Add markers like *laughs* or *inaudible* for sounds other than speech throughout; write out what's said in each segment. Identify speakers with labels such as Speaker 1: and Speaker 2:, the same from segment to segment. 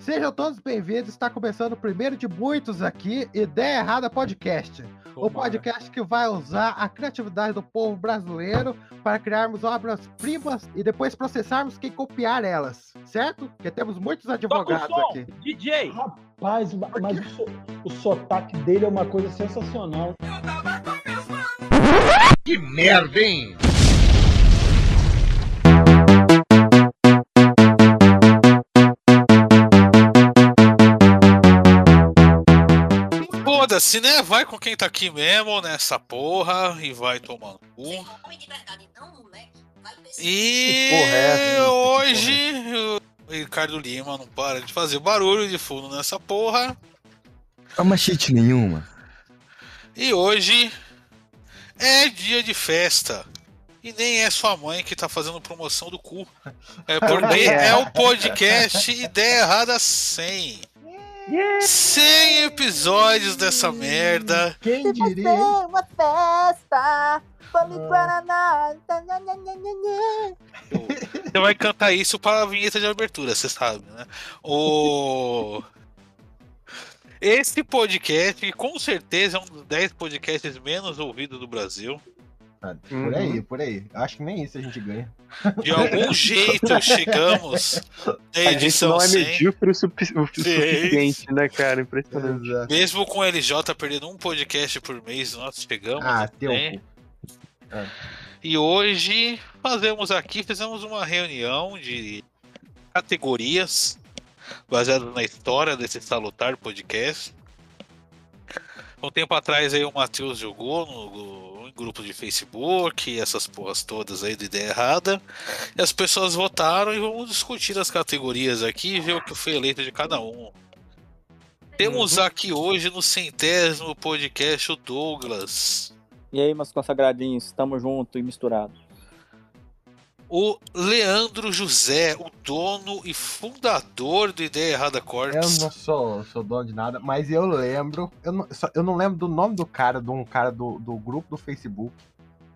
Speaker 1: Sejam todos bem-vindos, está começando o primeiro de muitos aqui, Ideia Errada Podcast. O podcast que vai usar a criatividade do povo brasileiro para criarmos obras-primas e depois processarmos quem copiar elas, certo? Porque temos muitos advogados
Speaker 2: som.
Speaker 1: aqui.
Speaker 2: DJ!
Speaker 3: Rapaz, ma- mas o, so- o sotaque dele é uma coisa sensacional.
Speaker 4: Foda-se, né? Vai com quem tá aqui mesmo nessa porra e vai tomando
Speaker 5: Você
Speaker 4: cu.
Speaker 5: é um homem de verdade, não um moleque. Vai perceber.
Speaker 4: E
Speaker 3: Que porra é essa, gente? Que
Speaker 4: hoje o Ricardo Lima não para de fazer barulho de fundo nessa porra.
Speaker 6: É uma shit nenhuma.
Speaker 4: E hoje é dia de festa. E nem é sua mãe que tá fazendo promoção do cu.
Speaker 3: *laughs*
Speaker 4: É porque é o podcast Ideia Errada 100. 100 episódios dessa merda.
Speaker 3: Quem
Speaker 7: Tem
Speaker 3: diria?
Speaker 7: uma festa, fome Guaraná. tá, nha, nha, nha, nha, nha.
Speaker 4: Você vai cantar isso para a vinheta de abertura, você sabe, né? O... Esse podcast, que com certeza é um dos 10 podcasts menos ouvidos do Brasil,
Speaker 6: Por aí, por aí. Eu acho que nem isso a gente ganha.
Speaker 4: de
Speaker 8: *laughs*
Speaker 4: algum jeito chegamos na
Speaker 8: A gente
Speaker 4: edição
Speaker 8: não é
Speaker 4: 100,
Speaker 8: medíocre o, sufi- o suficiente, né, cara? Impressionante.
Speaker 6: Exato.
Speaker 4: mesmo com o LJ perdendo um podcast por mês, nós chegamos.
Speaker 6: Ah,
Speaker 1: um
Speaker 6: teu
Speaker 4: né?
Speaker 6: cu.
Speaker 4: E hoje fazemos aqui, fizemos uma reunião de categorias baseadas na história desse salutar podcast. Um tempo atrás aí o Matheus jogou no, no grupo de Facebook, essas porras todas aí de ideia errada. E as pessoas votaram e vamos discutir as categorias aqui e ver o que foi eleito de cada um. Temos aqui hoje no centésimo podcast o Douglas.
Speaker 9: E aí, meus consagradinhos, tamo junto e misturado.
Speaker 4: O Leandro José, o dono e fundador do Ideia Errada
Speaker 8: *laughs*
Speaker 4: Corps.
Speaker 6: Eu não sou, sou dono de nada, mas eu lembro. Eu não, só- eu não lembro do nome do cara, de um cara do, do grupo do Facebook.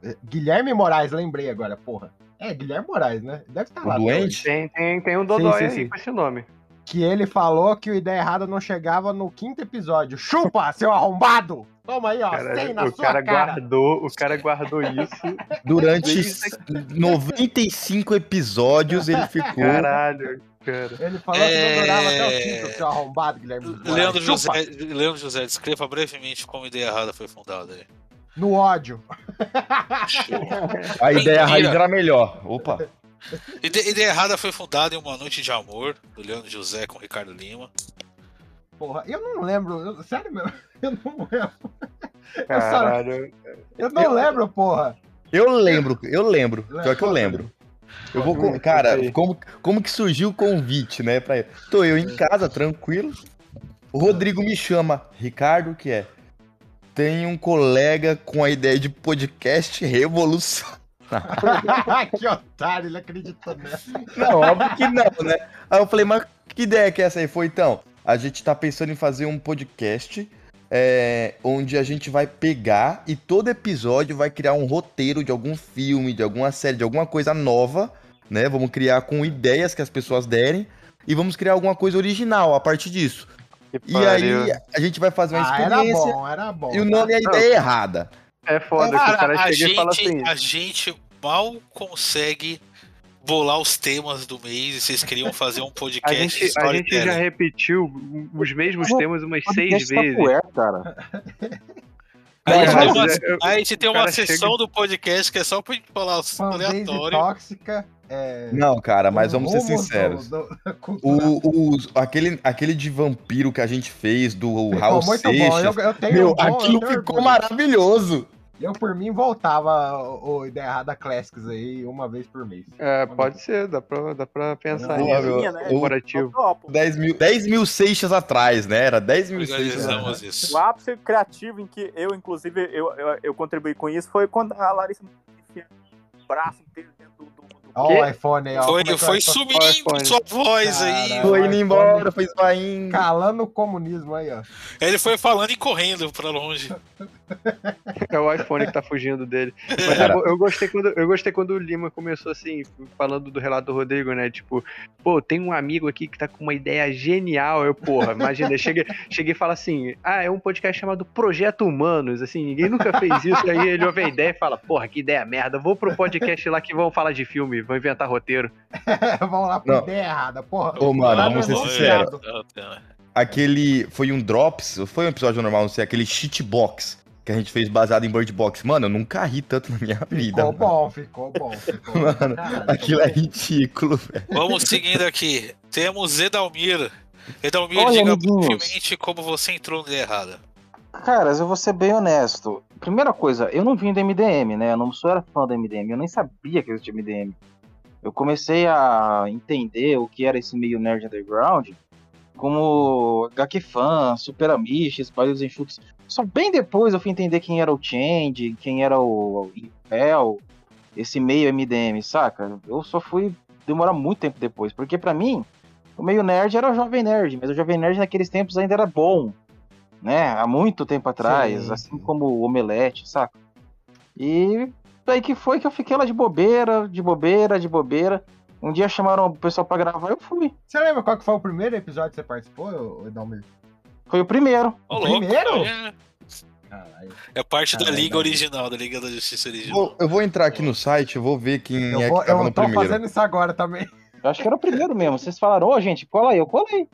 Speaker 6: É, Guilherme Moraes, lembrei agora, porra. É, Guilherme Moraes, né? Deve estar lá. até
Speaker 10: É.
Speaker 6: hoje.
Speaker 8: Tem, tem, tem um Dodói
Speaker 6: sim,
Speaker 8: aí
Speaker 6: sim.
Speaker 8: com esse nome.
Speaker 6: Que ele falou que o Ideia Errada não chegava no quinto episódio. Chupa, seu arrombado! Toma aí, ó,
Speaker 8: Cara,
Speaker 6: sem Ah, na
Speaker 8: o
Speaker 6: sua
Speaker 8: cara,
Speaker 6: cara.
Speaker 8: guardou, o cara guardou isso.
Speaker 6: Durante
Speaker 8: Desde
Speaker 6: 95 episódios ele ficou.
Speaker 8: Caralho, cara.
Speaker 6: Ele falou que não durava até o
Speaker 4: É.
Speaker 6: quinto, seu arrombado, Guilherme. Moraes.
Speaker 4: Leandro
Speaker 6: Chupa,
Speaker 4: José, Leandro José, descreva brevemente como Ideia Errada foi fundada. aí.
Speaker 6: No ódio.
Speaker 10: A ideia
Speaker 4: Mentira.
Speaker 10: raiz era melhor. Opa.
Speaker 4: Ide- Ideia Errada foi fundada em Uma Noite de Amor, do Leandro José com Ricardo Lima.
Speaker 6: Porra, eu não lembro. eu- sério mesmo? *laughs* Eu não lembro.
Speaker 8: Caralho.
Speaker 6: Eu não lembro, porra.
Speaker 10: Eu lembro, eu lembro. Pior que eu lembro. Eu vou. com- Cara, como, como que surgiu o convite, né? Pra... Tô eu em casa, tranquilo. O Rodrigo me chama. Ricardo, que é? Tem um colega com a ideia de podcast revolução.
Speaker 6: *laughs* que otário, ele acredita nessa.
Speaker 10: Não, óbvio que não, né? Aí eu falei, mas que ideia que é essa aí? Foi então, a gente tá pensando em fazer um podcast é, onde a gente vai pegar e todo episódio vai criar um roteiro de algum filme, de alguma série, de alguma coisa nova, né? Vamos criar com ideias que as pessoas derem e vamos criar alguma coisa original a partir disso.
Speaker 8: que
Speaker 10: E
Speaker 8: pariu.
Speaker 10: aí a gente vai fazer uma
Speaker 6: Ah, era
Speaker 10: experiência
Speaker 6: bom, era bom.
Speaker 10: e o nome é a ideia errada.
Speaker 8: É foda que o cara chega
Speaker 4: a, gente,
Speaker 8: e fala assim.
Speaker 4: a gente mal consegue bolar os temas do mês e vocês queriam
Speaker 8: *laughs*
Speaker 4: fazer um
Speaker 8: A
Speaker 4: podcast
Speaker 8: gente, a
Speaker 4: storytelling.
Speaker 8: gente já repetiu os mesmos temas umas seis
Speaker 9: Podcast
Speaker 7: tá
Speaker 8: vezes. Tá
Speaker 9: Tapué, cara.
Speaker 4: Aí a gente tem
Speaker 8: Mas
Speaker 4: uma,
Speaker 8: é-
Speaker 4: aí a gente tem
Speaker 8: o
Speaker 4: uma
Speaker 8: cara
Speaker 4: sessão do podcast que é só pra gente falar os
Speaker 6: Fanbase
Speaker 4: aleatório.
Speaker 6: tóxica. É,
Speaker 10: Não, cara, mas vamos ser
Speaker 6: rumo do-
Speaker 10: sinceros.
Speaker 6: do- *laughs* da cultura.
Speaker 10: O, o- aquele, aquele de vampiro que a gente fez do Raul
Speaker 6: Ficou muito bom.
Speaker 10: Seixas,
Speaker 6: Eu, eu tenho
Speaker 10: Meu,
Speaker 6: um bom, eu
Speaker 10: aquilo
Speaker 6: tenho
Speaker 10: ficou
Speaker 6: orgulho.
Speaker 10: maravilhoso.
Speaker 6: Eu, por mim, voltava o o Ideia Errada Classics aí uma vez por mês.
Speaker 8: É, pode ser, dá pra, dá pra pensar
Speaker 10: Boa,
Speaker 8: nisso.
Speaker 10: meu.
Speaker 9: né?
Speaker 10: O
Speaker 8: Comparativo.
Speaker 9: Eu topo.
Speaker 10: 10 mil, 10 mil seixas atrás, né? Era 10 mil seixas. atrás.
Speaker 4: Organizamos isso.
Speaker 9: O ápice criativo em que eu, inclusive, eu, eu, eu contribuí com isso foi quando a Larissa enfiou o braço inteiro dentro do, do, do
Speaker 10: Ah,
Speaker 6: Ó, o iPhone aí, ó.
Speaker 4: Foi,
Speaker 6: Como é que é o
Speaker 4: foi
Speaker 6: iPhone?
Speaker 4: sumindo
Speaker 8: Olha o iPhone.
Speaker 4: sua voz aí.
Speaker 6: Caralho.
Speaker 10: Foi indo embora, foi esvaindo.
Speaker 6: Calando o comunismo aí, ó. *laughs*
Speaker 4: Ele foi falando e correndo pra longe.
Speaker 8: É o iPhone que tá fugindo dele. Mas é bo- eu, gostei quando, eu gostei quando o Lima começou assim, falando do relato do Rodrigo, né? Tipo, pô, tem um amigo aqui que tá com uma ideia genial. Eu, porra, imagina, *laughs* cheguei, cheguei e falo assim: ah, é um podcast chamado Projeto Humanos. Assim, ninguém nunca fez isso. Aí ele ouve a ideia e fala: porra, que ideia merda. Vou pro podcast lá que vão falar de filme, vão inventar roteiro.
Speaker 6: Vamos lá pra
Speaker 10: Não.
Speaker 6: ideia errada, porra.
Speaker 10: Ô, mano, vamos ser
Speaker 6: Não,
Speaker 10: sinceros.
Speaker 4: sinceros.
Speaker 10: Aquele. Foi um Drops, ou foi um episódio normal, não sei, aquele shitbox que a gente fez baseado em Bird Box. Mano, eu nunca ri tanto na minha vida.
Speaker 6: Ficou
Speaker 10: mano.
Speaker 6: bom, ficou bom.
Speaker 10: *laughs*
Speaker 6: Ficou bom.
Speaker 10: Mano,
Speaker 6: Caralho.
Speaker 10: Aquilo é ridículo,
Speaker 4: Vamos seguindo aqui. Temos Edalmir. Edalmir,
Speaker 2: Olha,
Speaker 4: diga
Speaker 2: amiguinhos.
Speaker 4: brevemente como você entrou no errado.
Speaker 2: Caras, eu vou ser bem honesto. Primeira coisa, eu não vim do MDM, né? Eu não sou era fã do MDM, eu nem sabia que existia MDM. Eu comecei a entender o que era esse meio nerd underground como HQ Fan, Super Amish, Bailes Enxutos. Só bem depois eu fui entender quem era o Change, quem era o Impel, esse meio MDM, saca? Eu só fui demorar muito tempo depois, porque pra mim, o meio nerd era o Jovem Nerd, mas o Jovem Nerd naqueles tempos ainda era bom né? Há muito tempo atrás,
Speaker 6: Sim.
Speaker 2: assim como o Omelete, saca? E daí que foi que eu fiquei lá de bobeira, de bobeira, de bobeira. Um dia chamaram o pessoal pra gravar, eu fui.
Speaker 6: Você lembra qual que foi o primeiro episódio que você participou, Edalmir?
Speaker 2: Foi o primeiro.
Speaker 4: Ô,
Speaker 6: O
Speaker 4: louco,
Speaker 6: primeiro?
Speaker 4: É,
Speaker 6: Caralho.
Speaker 4: é parte da
Speaker 6: Caralho,
Speaker 4: Liga
Speaker 6: não.
Speaker 4: original, da Liga da Justiça original.
Speaker 10: Vou- eu vou entrar aqui no site, eu vou ver quem
Speaker 6: Eu,
Speaker 10: é
Speaker 6: vou,
Speaker 10: que tava
Speaker 6: eu
Speaker 10: no
Speaker 6: tô
Speaker 10: primeiro.
Speaker 6: fazendo isso agora também.
Speaker 10: *laughs*
Speaker 2: Eu acho que era o primeiro mesmo. Vocês falaram, ô gente, cola aí, eu colei.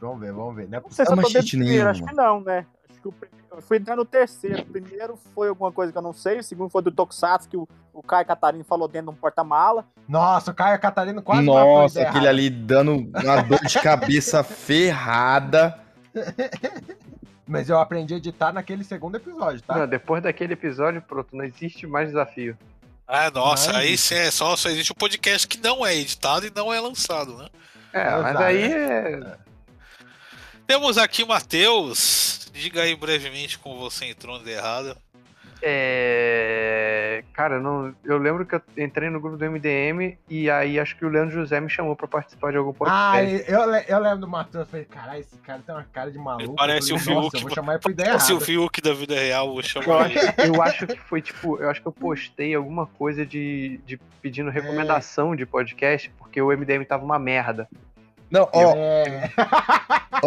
Speaker 6: Vamos ver, vamos ver. Não é
Speaker 7: Não sei se
Speaker 10: É
Speaker 7: eu
Speaker 10: uma
Speaker 7: tô dentro
Speaker 10: shit
Speaker 7: do
Speaker 10: nenhuma.
Speaker 7: primeiro, acho que não, né? Acho que o primeiro- eu fui entrar no terceiro. O primeiro foi alguma coisa que eu não sei. O segundo foi do Tokusatsu, que o, o Caio Catarino falou dentro de um porta-mala.
Speaker 6: Nossa, o Caio Catarino quase matou a
Speaker 10: Nossa,
Speaker 6: ideia
Speaker 10: aquele
Speaker 6: errada.
Speaker 10: ali dando uma dor
Speaker 6: *laughs*
Speaker 10: de cabeça ferrada.
Speaker 6: Mas eu aprendi a editar naquele segundo episódio, tá?
Speaker 8: Não, depois daquele episódio, pronto, não existe mais desafio.
Speaker 4: Ah, nossa,
Speaker 6: Ai.
Speaker 4: aí sim, é só, só existe um podcast que não é editado e não é lançado, né?
Speaker 8: É,
Speaker 6: Exato.
Speaker 8: mas aí é.
Speaker 4: Temos aqui o Matheus. Diga aí brevemente como você entrou no errado.
Speaker 8: É, Cara, não, eu lembro que eu entrei no grupo do MDM e aí acho que o Leandro José me chamou pra participar de algum
Speaker 6: Ah,
Speaker 8: podcast.
Speaker 6: e eu, le- eu lembro do Matheus, eu falei, caralho, esse cara tem uma cara de maluco.
Speaker 4: Ele parece
Speaker 6: Eu
Speaker 4: o
Speaker 6: falei, Nossa,
Speaker 4: Fiuk,
Speaker 6: eu vou
Speaker 4: mano.
Speaker 6: chamar ele pra ideia
Speaker 4: Se *laughs* o
Speaker 6: errada.
Speaker 4: Fiuk da vida real, vou
Speaker 8: eu,
Speaker 4: chamar ele.
Speaker 8: acho, eu acho que foi tipo, eu acho que eu postei alguma coisa de, de pedindo recomendação de podcast, porque o MDM tava uma merda.
Speaker 10: Não, ó,
Speaker 6: É,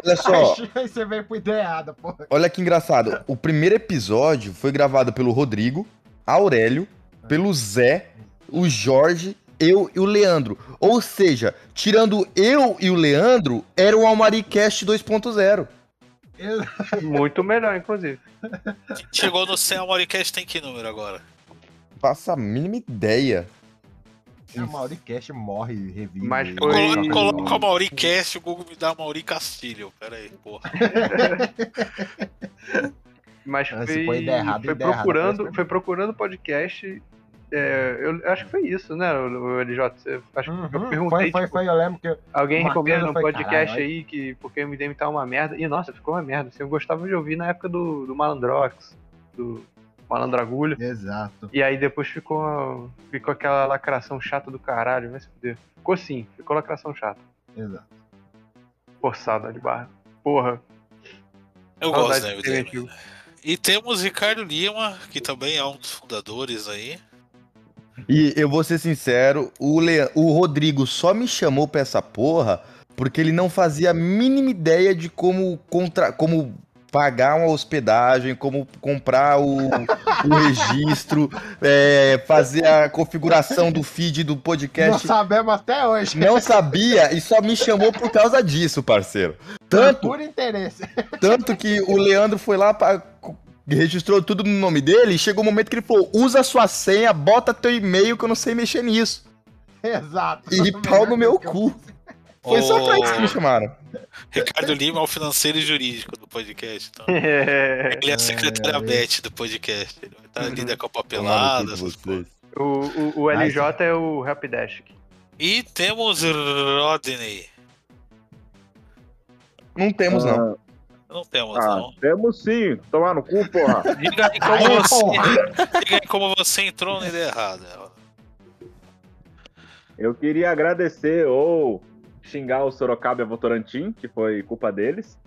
Speaker 10: olha só,
Speaker 6: *laughs* aí você veio pro ideia errada, pô.
Speaker 10: olha que engraçado. O primeiro episódio foi gravado pelo Rodrigo, Aurélio, pelo Zé, o Jorge, eu e o Leandro. Ou seja, tirando eu e o Leandro, era o Almaricast 2.0.
Speaker 6: Eu-
Speaker 8: Muito melhor, inclusive.
Speaker 4: Chegou no céu, o Moricast tem que número agora?
Speaker 10: Faça a mínima ideia.
Speaker 6: O Mauricast morre e revive.
Speaker 8: Mas
Speaker 4: Eu
Speaker 8: Oi,
Speaker 4: colo-
Speaker 8: Gabriel.
Speaker 4: coloco a Mauricast, o Google me dá Mauri Castilho. Pera aí, porra.
Speaker 8: Mas
Speaker 6: Ah, se
Speaker 8: foi,
Speaker 6: põe ideia errada,
Speaker 8: foi
Speaker 6: ideia errada,
Speaker 8: procurando,
Speaker 6: parece
Speaker 8: foi procurando podcast. é, eu acho que foi isso, né, o o LJ? Você- Acho que eu
Speaker 6: Uhum, foi,
Speaker 8: perguntei.
Speaker 6: foi,
Speaker 8: tipo,
Speaker 6: foi, eu lembro que eu-
Speaker 8: Alguém
Speaker 6: Marcando
Speaker 8: recomenda um
Speaker 6: foi,
Speaker 8: podcast
Speaker 6: caralho,
Speaker 8: aí que porque o MDM tá uma merda. E nossa, ficou uma merda. Assim, eu gostava de ouvir na época do, do Malandrox, do Malandragulho.
Speaker 6: Exato.
Speaker 8: E aí depois ficou, ficou aquela lacração chata do caralho, vai se fuder. Ficou sim, ficou lacração chata.
Speaker 6: Exato.
Speaker 8: Forçada de barra. Porra.
Speaker 4: Eu
Speaker 8: saudade
Speaker 4: gosto, né?
Speaker 8: de
Speaker 4: evidente.
Speaker 8: Preventivo.
Speaker 4: E temos Ricardo Lima, que também é um dos fundadores aí.
Speaker 10: E eu vou ser sincero, o, Le... o Rodrigo só me chamou pra essa porra porque ele não fazia a mínima ideia de como contra... como pagar uma hospedagem, como comprar o, o registro, é, fazer a configuração do feed do
Speaker 6: Não
Speaker 10: podcast.
Speaker 6: sabemos até hoje.
Speaker 10: Não sabia e só me chamou por causa disso, parceiro. Tanto,
Speaker 6: Por interesse. *laughs*
Speaker 10: tanto que o Leandro foi lá pra- registrou tudo no nome dele e chegou o momento que ele falou: usa sua senha, bota teu e-mail que eu não sei mexer nisso.
Speaker 6: Exato.
Speaker 10: E pau no meu cu. Foi só pra isso que me
Speaker 4: o
Speaker 10: chamaram.
Speaker 4: Ricardo Lima é o financeiro e jurídico do podcast.
Speaker 10: *laughs*
Speaker 4: Então.
Speaker 8: *laughs*
Speaker 4: Ele é a secretária Beth do podcast. Ele vai estar lida com a papelada. essas coisas.
Speaker 8: o, o, o LJ é o Rapidash.
Speaker 4: E temos Rodney.
Speaker 10: Não temos, não.
Speaker 4: Não temos,
Speaker 11: Ah,
Speaker 4: não.
Speaker 11: temos sim. Tomar no cu, porra.
Speaker 4: *laughs* Diga aí como você, diga aí como você entrou na ideia errada.
Speaker 11: Eu queria agradecer ou xingar o Sorocaba e a Votorantim, que foi culpa deles.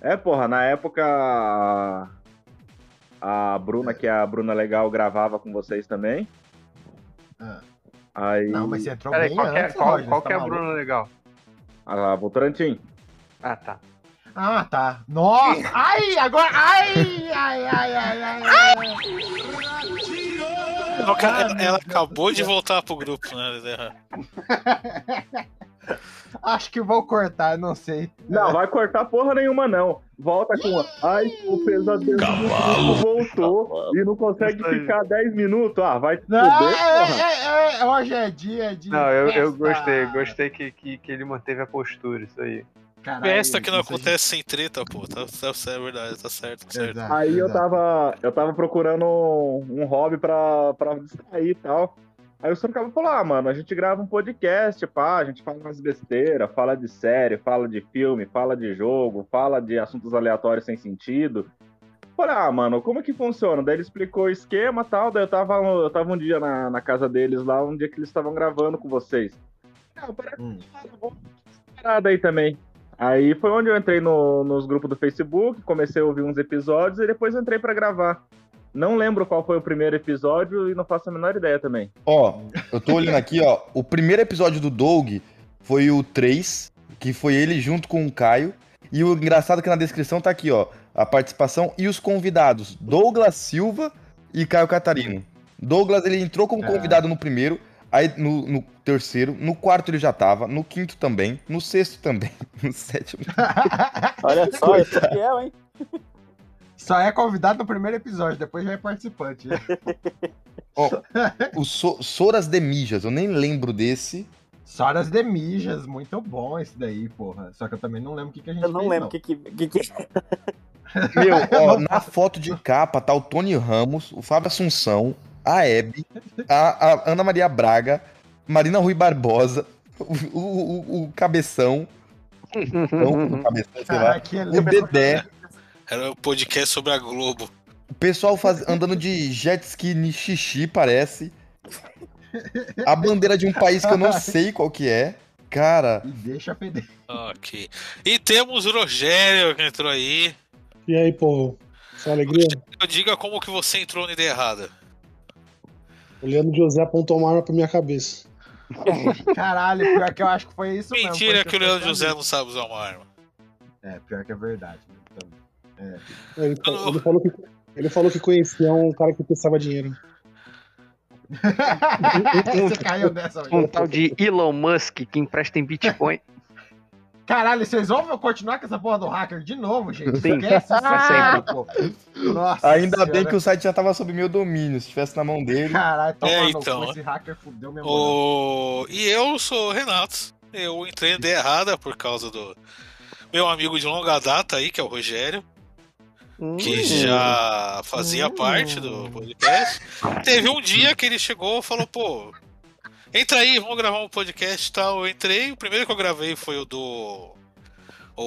Speaker 11: é, porra, na época a- a Bruna, que é a Bruna Legal, gravava com vocês também.
Speaker 6: Ah.
Speaker 11: Aí...
Speaker 6: Não, mas você entrou
Speaker 8: Peraí,
Speaker 6: bem
Speaker 8: qual que é,
Speaker 6: antes,
Speaker 8: qual,
Speaker 6: Roger,
Speaker 8: qual
Speaker 6: você
Speaker 8: que é a
Speaker 6: tá maluco.
Speaker 8: Bruna legal?
Speaker 11: A Votorantim.
Speaker 8: Ah, tá.
Speaker 6: Ah, tá. Nossa! Ai, agora. Ai, ai, ai, ai, ai. ai.
Speaker 4: Ela, ela- ela acabou de voltar pro grupo, né? Zé?
Speaker 6: Acho que vou cortar, não sei.
Speaker 11: Não, vai cortar porra nenhuma, não. Volta com. Ai, o pesadelo do grupo voltou e não consegue ficar 10 minutos. Ah, vai te
Speaker 6: Não,
Speaker 11: fuder,
Speaker 6: é,
Speaker 11: porra.
Speaker 6: é, é, hoje é dia de.
Speaker 8: Não, eu, eu
Speaker 6: festa.
Speaker 8: gostei, gostei que, que, que ele manteve a postura, isso aí.
Speaker 6: Caralho,
Speaker 4: Festa que não
Speaker 6: isso aí.
Speaker 4: acontece sem treta, pô. Tá, tá, tá- é verdade, tá certo, tá certo.
Speaker 6: Exato,
Speaker 11: Aí eu
Speaker 6: exato.
Speaker 11: tava, eu tava procurando um hobby pra, pra distrair e tal. Aí o Sorocaba falou: ah, mano, a gente grava um podcast, pá, a gente fala umas besteiras, fala de série, fala de filme, fala de jogo, fala de assuntos aleatórios sem sentido. Falei, ah, mano, como é que funciona? Daí ele explicou o esquema e tal. Daí eu tava, eu tava um dia na, na casa deles lá, um dia que eles estavam gravando com vocês. Ah, parece
Speaker 6: Hum.
Speaker 11: parada aí também. Aí foi onde eu entrei no- nos grupos do Facebook, comecei a ouvir uns episódios e depois entrei pra gravar. Não lembro qual foi o primeiro episódio e não faço a menor ideia também.
Speaker 10: Ó, eu tô olhando aqui, ó. O primeiro episódio do Doug foi o 3, que foi ele junto com o Caio. E o engraçado é que na descrição tá aqui, ó, a participação e os convidados: Douglas Silva e Caio Catarino. Douglas, ele entrou como convidado no primeiro, aí no, no terceiro, no quarto ele já tava, no quinto também, no sexto também, *laughs* no sétimo.
Speaker 7: Olha só, esse aqui é, hein?
Speaker 6: Só é convidado no primeiro episódio, depois já é participante.
Speaker 10: Ó, o so Soras de Mijas, eu nem lembro desse.
Speaker 6: Soras de Mijas, muito bom esse daí, porra. Só que eu também não lembro o que, que a gente
Speaker 7: Eu não
Speaker 6: fez,
Speaker 7: lembro o que que, que, que-
Speaker 10: Meu, ó, na foto de capa tá o Tony Ramos, o Fábio Assunção, a Hebe, a, a Ana Maria Braga, Marina Rui Barbosa, o, o- o- o Cabeção, não,
Speaker 6: *laughs*
Speaker 10: o Cabeção, sei lá,
Speaker 6: Caraca, tá que
Speaker 10: o Dedé,
Speaker 4: Era o podcast sobre a Globo.
Speaker 10: o pessoal faz- andando de jet ski ni xixi, parece. A bandeira de um país que eu não sei qual que é. Cara,
Speaker 6: E deixa perder.
Speaker 4: Ok. E temos o Rogério que entrou aí.
Speaker 12: E aí, povo? Só alegria?
Speaker 4: Eu diga como que você entrou na ideia errada.
Speaker 12: O Leandro José apontou uma arma pra minha cabeça.
Speaker 6: Caralho, pior que eu acho que foi isso mesmo.
Speaker 4: Mentira
Speaker 6: foi
Speaker 4: que o
Speaker 6: eu
Speaker 4: Leandro José
Speaker 6: pensei.
Speaker 4: não sabe usar uma arma.
Speaker 6: É, pior que é verdade. né, *laughs* também. É.
Speaker 12: Ele, fa- ele falou, que, ele falou que conhecia um cara que pensava dinheiro.
Speaker 6: É, Você caiu dessa.
Speaker 8: Um
Speaker 6: velho.
Speaker 8: tal de Elon Musk que empresta em
Speaker 4: *laughs*
Speaker 8: Bitcoin.
Speaker 6: Caralho, vocês vão continuar com essa porra do hacker de novo, gente?
Speaker 8: Sim,
Speaker 6: Esquece isso,
Speaker 8: pra
Speaker 6: ah, pô. Nossa
Speaker 10: ainda bem
Speaker 6: senhora.
Speaker 10: que o site já tava sob meu domínio, se tivesse na mão dele.
Speaker 6: Caralho, toma
Speaker 4: É,
Speaker 6: no cu,
Speaker 4: então.
Speaker 6: esse hacker fudeu minha moral.
Speaker 4: O... E eu sou o Renato. Eu entrei na ideia errada por causa do meu amigo de longa data aí, que é o Rogério, que já fazia parte do podcast. Teve um dia que ele chegou e falou, pô, entra aí, vamos gravar um podcast e tal. Eu entrei, o primeiro que eu gravei foi o do.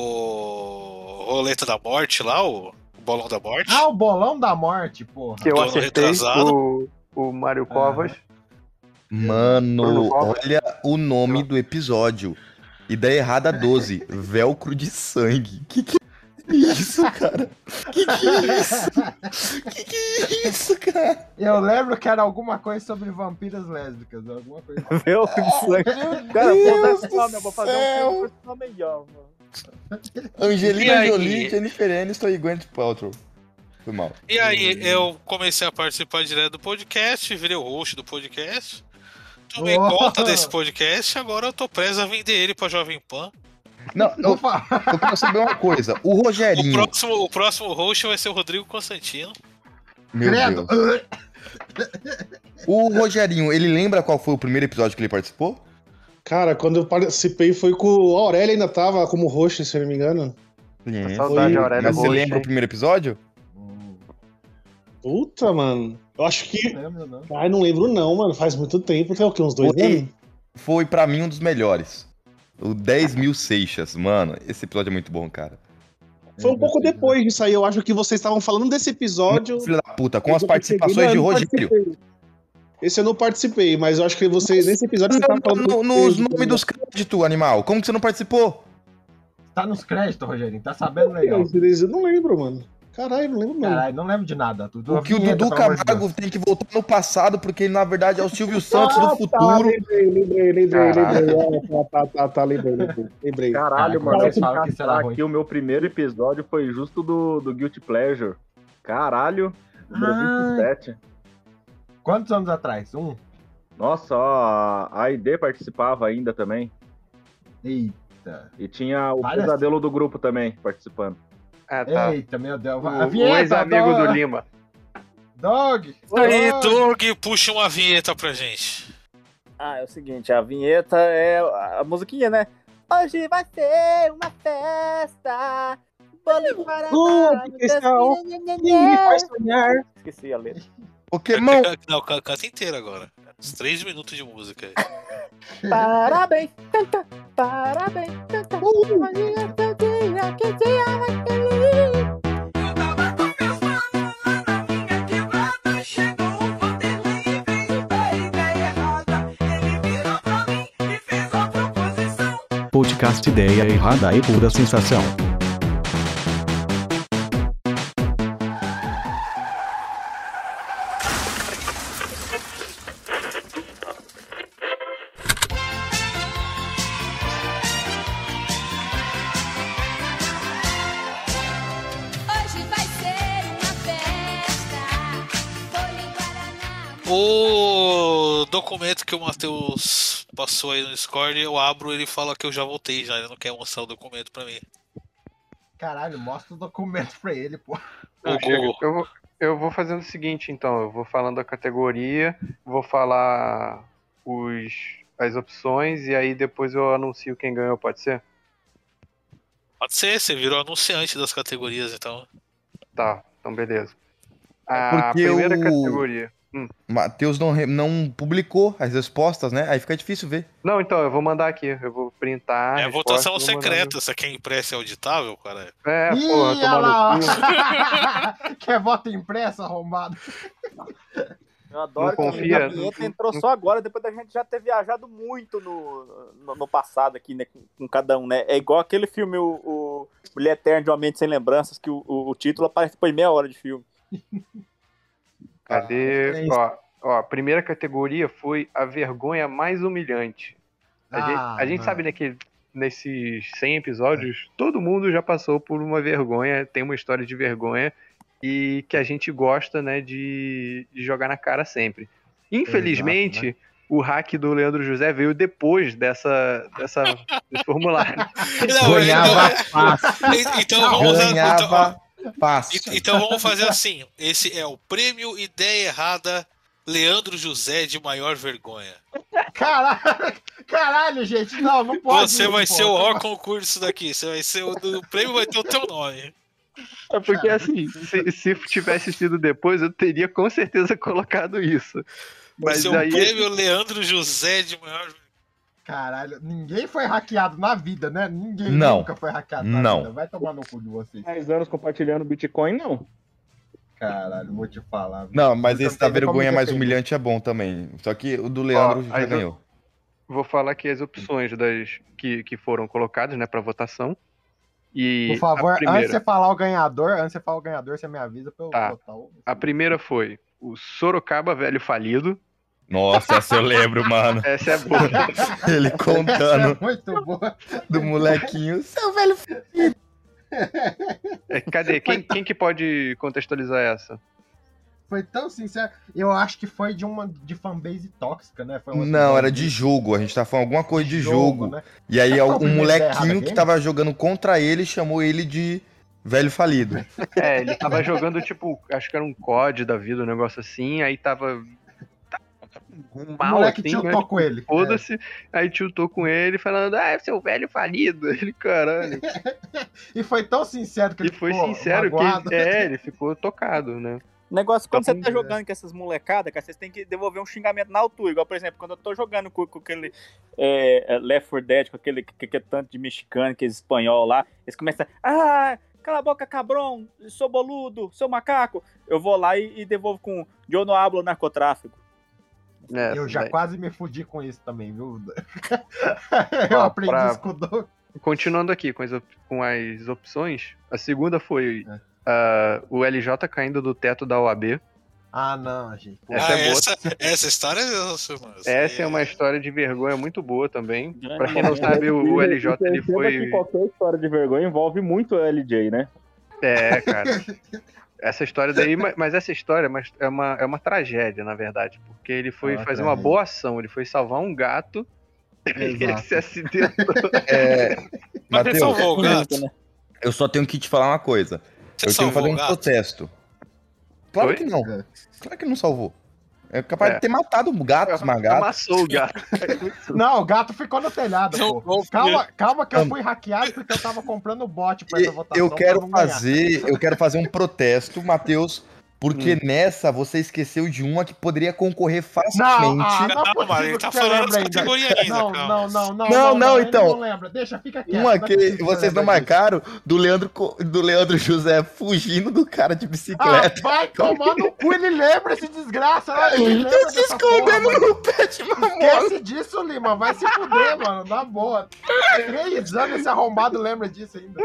Speaker 4: O Roleta da Morte lá, o Bolão da Morte.
Speaker 6: Ah, o bolão da morte, porra.
Speaker 8: Que eu
Speaker 4: Dono
Speaker 8: acertei
Speaker 4: retrasado.
Speaker 8: o, o Mário
Speaker 6: Ah.
Speaker 8: Covas.
Speaker 10: Mano,
Speaker 8: Bruno Covas.
Speaker 10: olha o nome do episódio. Ideia errada 12. Velcro de sangue. Que que é isso, cara? Que que é isso? Que que é isso, cara?
Speaker 6: Eu lembro que era alguma coisa sobre vampiras lésbicas, alguma coisa.
Speaker 7: Meu Deus. Cara,
Speaker 10: Deus
Speaker 7: vou dar esse
Speaker 10: do
Speaker 7: nome, eu vou fazer um
Speaker 10: céu.
Speaker 7: filme com esse nome melhor, mano.
Speaker 4: E
Speaker 10: Angelina
Speaker 4: aí?
Speaker 10: Jolie, Jennifer Aniston e Gwyneth Paltrow. Foi mal.
Speaker 4: E aí eu comecei a participar direto do podcast, virei o host do podcast. Tomei
Speaker 6: Boa.
Speaker 4: conta desse podcast, agora eu tô preso a vender ele pra Jovem Pan.
Speaker 10: Não, eu,
Speaker 6: Opa!
Speaker 10: eu quero saber uma coisa. O
Speaker 4: O
Speaker 10: Rogerinho,
Speaker 4: próximo, o próximo host vai ser o Rodrigo Constantino.
Speaker 10: meu
Speaker 6: credo.
Speaker 10: Deus. O Rogerinho, ele lembra qual foi o primeiro episódio que ele participou?
Speaker 12: Cara, quando eu participei foi com o Aurélio, ainda tava como roxo, se eu não me engano.
Speaker 10: Sim.
Speaker 8: saudade,
Speaker 10: Foi.
Speaker 8: Aurélio
Speaker 10: Mas você
Speaker 8: Rocha,
Speaker 10: lembra o
Speaker 8: hein?
Speaker 10: primeiro episódio?
Speaker 12: Puta, mano. Eu acho que.
Speaker 6: Não lembro, não.
Speaker 12: Ai, não lembro não, mano. Faz muito tempo, tem o quê? Uns dois
Speaker 10: Foi.
Speaker 12: anos?
Speaker 10: foi pra mim um dos melhores. O
Speaker 12: Ah.
Speaker 10: 10 mil Seixas, mano. Esse episódio é muito bom, cara.
Speaker 12: Foi um pouco depois disso aí. Eu acho que vocês estavam falando desse episódio.
Speaker 10: Filho da puta, com
Speaker 12: Eu
Speaker 10: as
Speaker 12: cheguei,
Speaker 10: participações
Speaker 12: não,
Speaker 10: de
Speaker 12: eu não
Speaker 10: Rogério.
Speaker 12: participei. Esse eu não participei, mas eu acho que você, nesse episódio, você
Speaker 10: Não,
Speaker 12: tá falando. né?
Speaker 10: no- nos nomes dos créditos, animal. Como que você não participou?
Speaker 6: Tá nos créditos, Rogerinho. Tá sabendo legal.
Speaker 12: Eu não lembro, mano. Caralho, não lembro mesmo.
Speaker 6: Caralho, não lembro de nada. Tudo
Speaker 10: O que o
Speaker 6: vinheta,
Speaker 10: Dudu
Speaker 6: pelo amor de
Speaker 10: Camargo tem que voltar no passado, porque ele, na verdade, é o
Speaker 12: *laughs*
Speaker 10: Silvio Santos
Speaker 12: Ah,
Speaker 10: do
Speaker 12: tá,
Speaker 10: futuro.
Speaker 12: lembrei, lembrei, lembrei,
Speaker 10: Caralho.
Speaker 12: lembrei. Ah, tá, tá, tá, tá, lembrei, lembrei, lembrei.
Speaker 11: Caralho, mano,
Speaker 12: Cara,
Speaker 11: se
Speaker 12: fala que será
Speaker 11: passar
Speaker 12: ruim.
Speaker 11: aqui, o meu primeiro episódio foi justo do, do Guilty Pleasure. Caralho, número
Speaker 6: Ai.
Speaker 11: 27.
Speaker 6: Quantos anos atrás? Um?
Speaker 11: Nossa, ó, a ID participava ainda também.
Speaker 6: Eita.
Speaker 11: E tinha o
Speaker 6: Várias-
Speaker 11: pesadelo do grupo também participando.
Speaker 8: Ah,
Speaker 6: tá. Eita, meu Deus.
Speaker 8: O- o ex-amigo
Speaker 6: tá?
Speaker 8: do Lima.
Speaker 6: Dog!
Speaker 4: Tá Aí,
Speaker 6: Dog.
Speaker 4: Doug, puxa uma vinheta pra gente.
Speaker 9: Ah, é o seguinte, a vinheta é a a musiquinha, né? Hoje vai ser uma festa. Bolo e guaraná.
Speaker 3: Tudo que está
Speaker 9: doce,
Speaker 3: ao
Speaker 9: nhê, nhê,
Speaker 3: fim
Speaker 9: nhê.
Speaker 3: me faz sonhar.
Speaker 9: Esqueci a letra.
Speaker 10: Pokémon!
Speaker 4: *laughs* Não, ca- canta inteira agora. Uns três minutos de música.
Speaker 9: Parabéns, tanta, parabéns, tanta.
Speaker 10: Uh!
Speaker 9: Hoje é seu dia, que dia mais feliz.
Speaker 13: Podcast Ideia Errada e Pura Sensação.
Speaker 5: Hoje vai ser uma festa. Bolo e guaraná.
Speaker 4: O documento que o Matheus passou aí no Discord, eu abro ele fala que eu já voltei já. Ele não quer mostrar o documento pra mim.
Speaker 6: Caralho, mostra o documento pra ele, pô.
Speaker 4: Tá
Speaker 8: Eu, chego- eu vou- eu vou fazendo o seguinte, então. Eu vou falando a categoria, vou falar os, as opções e aí depois eu anuncio quem ganhou, pode ser?
Speaker 4: Pode ser, você virou anunciante das categorias, então.
Speaker 8: Tá, então beleza.
Speaker 6: É
Speaker 4: A
Speaker 10: porque
Speaker 4: primeira
Speaker 10: o
Speaker 4: categoria.
Speaker 10: Matheus não, re- não publicou as respostas, né? Aí fica difícil ver.
Speaker 8: Não, então, eu vou mandar aqui. Eu vou printar. a
Speaker 4: É
Speaker 8: Ah, resposta
Speaker 4: votação
Speaker 8: e vou mandar
Speaker 4: secreta, essa aqui é impressa e auditável, cara.
Speaker 8: no- É,
Speaker 6: Ih,
Speaker 8: porra,
Speaker 4: tá
Speaker 6: olha lá,
Speaker 8: tomar
Speaker 6: ó. *laughs*
Speaker 8: no cu.
Speaker 6: Quer voto impresso, arrombado?
Speaker 7: Eu adoro
Speaker 8: Não
Speaker 7: que
Speaker 8: confia,
Speaker 7: a vinheta
Speaker 8: não-
Speaker 7: entrou só agora, depois da gente já ter viajado muito no, no, no passado aqui, né? Com, com cada um, né? É igual aquele filme, o, o Mulher Eterna de Uma Mente Sem Lembranças, que o, o- o título aparece depois de meia hora de filme.
Speaker 8: Cadê? Ó, ó, a primeira categoria foi a vergonha mais humilhante. A
Speaker 12: Ah,
Speaker 8: gente, a gente
Speaker 12: mano.
Speaker 8: sabe né, que nesses 100 episódios, todo mundo já passou por uma vergonha, tem uma história de vergonha e que a gente gosta né, de, de jogar na cara sempre. Infelizmente, o hack do Leandro José veio depois dessa, dessa desse formulário.
Speaker 10: Ganhava
Speaker 4: fácil. é.
Speaker 10: Ah,
Speaker 4: Então vamos usar-
Speaker 10: Ganhava fácil.
Speaker 4: E- Então vamos fazer assim. Esse é o prêmio Ideia Errada Leandro José de maior vergonha.
Speaker 6: Caralho, caralho, gente, não, não pode.
Speaker 4: Você vai
Speaker 6: pô.
Speaker 4: ser o maior concurso daqui. Você vai ser o, do- o prêmio vai ter o teu nome.
Speaker 8: *laughs* É porque assim, se, se tivesse sido depois, eu teria com certeza *laughs* colocado isso.
Speaker 4: Vai
Speaker 8: Mas
Speaker 4: ser um
Speaker 8: aí.
Speaker 4: o prêmio Leandro José de maior
Speaker 6: Caralho, ninguém foi hackeado na vida, né? Ninguém
Speaker 11: Não.
Speaker 6: nunca foi hackeado na
Speaker 11: Não.
Speaker 6: vida. Vai tomar no cu de vocês.
Speaker 11: 10 anos compartilhando Bitcoin, não.
Speaker 6: Caralho, vou te falar.
Speaker 10: Não, mas
Speaker 6: Nunca
Speaker 10: esse
Speaker 12: é
Speaker 10: da
Speaker 6: teve como
Speaker 10: vergonha mais
Speaker 6: defender.
Speaker 10: humilhante é bom também. Só que o do Leandro
Speaker 8: aí
Speaker 10: já
Speaker 8: eu-
Speaker 10: ganhou.
Speaker 8: Vou falar aqui as opções das que, que foram colocadas, né, para votação. E
Speaker 6: Por favor, é
Speaker 8: a
Speaker 6: antes de
Speaker 8: primeira,
Speaker 6: você falar o ganhador, antes de você falar o ganhador, você me avisa pra eu
Speaker 8: Tá.
Speaker 6: botar o. *laughs*
Speaker 8: a primeira foi o Sorocaba velho falido.
Speaker 10: Nossa, essa eu lembro, mano.
Speaker 8: Essa é boa.
Speaker 6: *laughs*
Speaker 10: Ele
Speaker 6: Essa é
Speaker 10: contando
Speaker 6: muito boa.
Speaker 10: do molequinho. Seu Então, velho fudido.
Speaker 8: É, Cadê? Quem, quem que pode contextualizar essa?
Speaker 6: Foi tão sincero. Eu acho que foi de uma de fanbase tóxica, né? Foi uma
Speaker 10: Não, era de jogo. A gente tá falando alguma coisa de jogo.
Speaker 6: né?
Speaker 10: E aí
Speaker 6: Sabe qual é o
Speaker 10: um
Speaker 6: primeiro errado
Speaker 10: molequinho
Speaker 6: game?
Speaker 10: que tava jogando contra ele chamou ele de velho falido.
Speaker 8: É, ele
Speaker 6: *laughs*
Speaker 8: tava jogando tipo, acho que era um COD da vida, um negócio assim, aí tava um mal
Speaker 6: moleque
Speaker 8: assim,
Speaker 6: tiltou
Speaker 8: né?
Speaker 6: com ele.
Speaker 8: Foda-se.
Speaker 6: É.
Speaker 8: Aí tiltou com ele falando: "Ah, seu velho falido". *laughs* Ele, caralho.
Speaker 6: E foi tão sincero que
Speaker 8: E foi
Speaker 6: ficou
Speaker 8: sincero
Speaker 6: magoado.
Speaker 8: que é, ele ficou tocado, né?
Speaker 7: O negócio, quando
Speaker 8: é.
Speaker 7: você tá jogando com essas molecadas, cara, vocês têm que devolver um xingamento na altura. Igual, por exemplo, quando eu tô jogando com, com aquele é, é, Left 4 Dead, com aquele que, que é tanto de mexicano, aqueles espanhol lá, eles começam, ah, cala a boca, cabrão, sou boludo, sou macaco. Eu vou lá e, e devolvo com, eu não hablo narcotráfico.
Speaker 8: É,
Speaker 6: eu já
Speaker 8: daí-
Speaker 6: quase me fudi com isso também, viu? *laughs* eu
Speaker 8: Ó,
Speaker 6: aprendi
Speaker 8: Ah, pra-
Speaker 6: isso com o Doug.
Speaker 8: Continuando aqui com as, op- com as opções, a segunda foi ah, o LJ caindo do teto da OAB.
Speaker 6: Ah, não, gente. Pô,
Speaker 8: Essa
Speaker 4: ah,
Speaker 8: é boa.
Speaker 4: essa, essa história é nossa, mano.
Speaker 8: Essa é uma história de vergonha muito boa também.
Speaker 4: Grande
Speaker 8: Pra quem não sabe, o, o LJ É. ele
Speaker 11: Perceba que
Speaker 8: foi.
Speaker 11: qualquer história de vergonha envolve muito o LJ, né?
Speaker 8: É, cara. Essa história daí, ma- mas essa história mas é, uma, é uma tragédia, na verdade. Porque ele foi
Speaker 10: É uma
Speaker 8: fazer uma
Speaker 10: tragédia.
Speaker 8: boa ação, ele foi salvar um gato. *laughs* e ele
Speaker 10: Exato.
Speaker 8: se acidentou.
Speaker 10: É,
Speaker 8: Mas ele
Speaker 10: Matheus,
Speaker 8: salvou o *laughs* gato.
Speaker 10: eu só tenho que te falar uma coisa.
Speaker 8: Você
Speaker 10: eu tenho que
Speaker 8: salvou
Speaker 10: fazer
Speaker 8: o
Speaker 10: um
Speaker 8: gato?
Speaker 10: protesto. Claro que não. Claro que não salvou. É capaz
Speaker 8: É.
Speaker 10: de ter matado um gato, esmagado.
Speaker 8: *laughs* Amassou o gato.
Speaker 6: Não, o gato ficou no telhado, pô. Calma, calma que eu fui hackeado porque eu tava comprando o bot pra essa votação.
Speaker 10: Eu
Speaker 6: pra
Speaker 10: quero
Speaker 6: tá- não ganhar.
Speaker 10: fazer, eu quero fazer um protesto, Matheus, porque nessa você esqueceu de uma que poderia concorrer facilmente.
Speaker 6: Não, ah, não, é possível
Speaker 4: tá
Speaker 6: que você lembre ainda. Não, não, não, não,
Speaker 10: Não, não,
Speaker 6: ele
Speaker 10: então.
Speaker 6: Não lembra. Deixa, fica quieto.
Speaker 10: Uma
Speaker 6: não é
Speaker 10: que
Speaker 6: possível você
Speaker 10: Um vocês não
Speaker 6: lembre disso.
Speaker 10: marcaram do Leandro, Co- do Leandro José fugindo do cara de
Speaker 6: Ah,
Speaker 10: bicicleta.
Speaker 6: vai tomar no cu, ele lembra esse desgraça. né? Ele
Speaker 10: Ele
Speaker 6: lembra
Speaker 10: se
Speaker 6: dessa
Speaker 10: escondendo
Speaker 6: porra,
Speaker 10: no pé de
Speaker 6: mamona. Esquece disso, Lima. Vai se fuder, mano. Na boa. Três anos esse arrombado lembra disso ainda.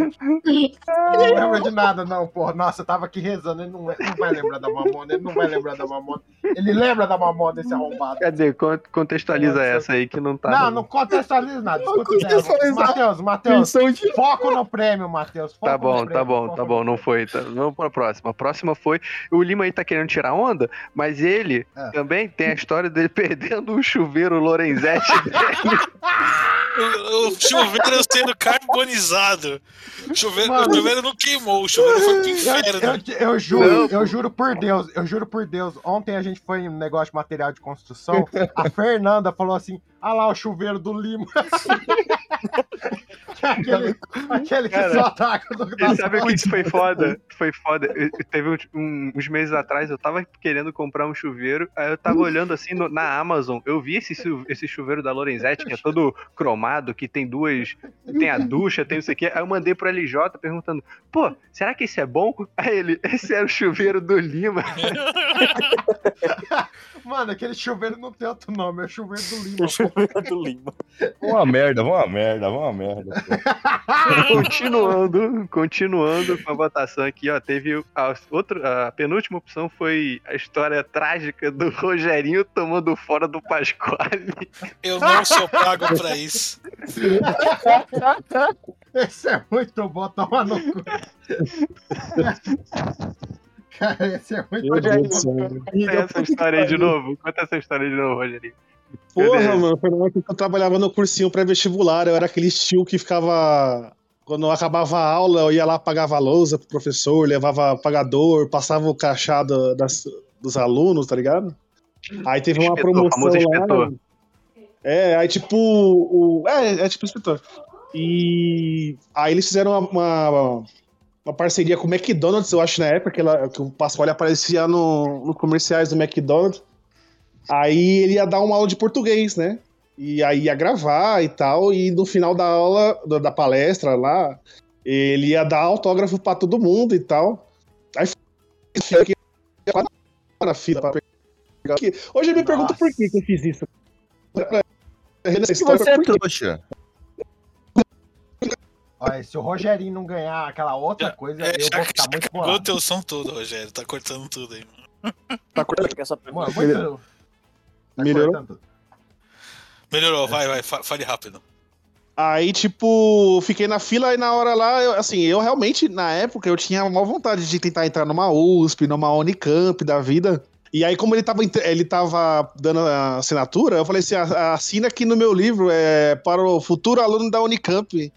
Speaker 6: Não lembra de nada, não, porra. Nossa, eu tava aqui rezando. Ele não, le- não vai lembrar da mamona. Ele não vai lembrar da mamona. Ele lembra da mamona, esse arrombado.
Speaker 8: Cadê? Con- Contextualiza essa aí que não tá.
Speaker 6: Não,
Speaker 8: no-
Speaker 6: não contextualiza nada. Escuta,
Speaker 10: contextualiza.
Speaker 6: Zé, Matheus, Matheus.
Speaker 10: Missão de-
Speaker 6: Foco no prêmio, Matheus. foco
Speaker 8: Tá
Speaker 6: no
Speaker 8: bom,
Speaker 6: prêmio,
Speaker 8: tá bom,
Speaker 6: foco
Speaker 8: tá bom, não foi. Tá, vamos pra próxima. A próxima foi. O Lima aí tá querendo tirar onda, mas ele
Speaker 6: É.
Speaker 8: também tem a história dele *laughs* perdendo um chuveiro Lorenzetti.
Speaker 6: *laughs*
Speaker 4: O, o chuveiro sendo carbonizado. O chuveiro,
Speaker 6: Mano.
Speaker 4: o chuveiro não queimou, o chuveiro foi pro inferno.
Speaker 6: Eu, te- eu juro, eu juro por Deus, eu juro por Deus. Ontem a gente foi em um negócio de material de construção.
Speaker 12: *laughs*
Speaker 6: A Fernanda falou assim: ah lá o chuveiro do Lima. *laughs* Que é aquele, aquele que
Speaker 8: Cara,
Speaker 6: só ataca do
Speaker 8: E sabe o que que foi foda? Foi foda. Eu- eu- teve um- um- uns meses atrás, eu tava querendo comprar um chuveiro, aí eu tava olhando assim no- na Amazon, eu vi esse, chu- esse chuveiro da Lorenzetti, que é todo cromado, que tem duas. Tem a ducha, tem isso aqui. Aí eu mandei pro LJ perguntando: pô, será que esse é bom? Aí ele: esse era o chuveiro do Lima.
Speaker 6: Mano, aquele chuveiro não tem outro nome, é o chuveiro do Lima.
Speaker 8: né? *laughs*
Speaker 7: do Lima.
Speaker 10: Ah, Uma merda, uma merda, uma merda.
Speaker 8: continuando, continuando com a votação aqui, ó, teve a outra, a penúltima opção foi a história trágica do Rogerinho tomando fora do
Speaker 4: *laughs*
Speaker 8: Pasquale.
Speaker 4: Eu não sou pago pra isso.
Speaker 6: Esse é muito bom, toma no cu. *laughs* Cara, esse é muito
Speaker 12: Meu Deus do
Speaker 6: bom.
Speaker 12: céu.
Speaker 8: Conta essa história aí de novo. Conta essa história de novo, Rogerinho.
Speaker 12: Porra, mano, foi na hora que eu trabalhava no cursinho pré-vestibular, eu era aquele tio que ficava. Quando eu acabava a aula, eu ia lá, pagava a lousa pro professor, levava pagador, passava o crachá do- das- dos alunos, tá ligado? Aí teve uma
Speaker 8: Inspetor,
Speaker 12: promoção
Speaker 8: famoso
Speaker 12: lá. né?
Speaker 8: inspetor.
Speaker 12: É, aí tipo. O, é, é tipo inspetor. E aí eles fizeram uma, uma, uma parceria com o McDonald's, eu acho, na época, que, ela, que o Pascoal aparecia no, no comerciais do McDonald's. Aí ele ia dar uma aula de português, né? E aí ia gravar e tal, e no final da aula, da- da palestra lá, ele ia dar autógrafo pra todo mundo e tal. Aí foi que na fila pra pegar. Porque- Hoje eu me pergunto por que que eu fiz isso. Essa história
Speaker 10: Você é
Speaker 12: por quê?
Speaker 10: trouxa.
Speaker 6: Olha, se o Rogerinho não ganhar aquela outra coisa, eu vou ficar muito
Speaker 4: Pegou
Speaker 6: bolado.
Speaker 4: o teu som todo, Rogério. Tá cortando tudo aí, mano.
Speaker 12: Tá cortando
Speaker 7: essa
Speaker 6: Mano, muito... Tá
Speaker 12: Melhorou?
Speaker 4: Melhorou, vai, vai, fa- fale rápido.
Speaker 12: Aí, tipo, eu fiquei na fila e na hora lá, eu- assim, eu realmente, na época, eu tinha uma vontade de tentar entrar numa USP, numa Unicamp da vida. E aí, como ele tava, ent- ele tava dando a assinatura, eu falei assim: "A- assina aqui no meu livro, é para o futuro aluno da Unicamp.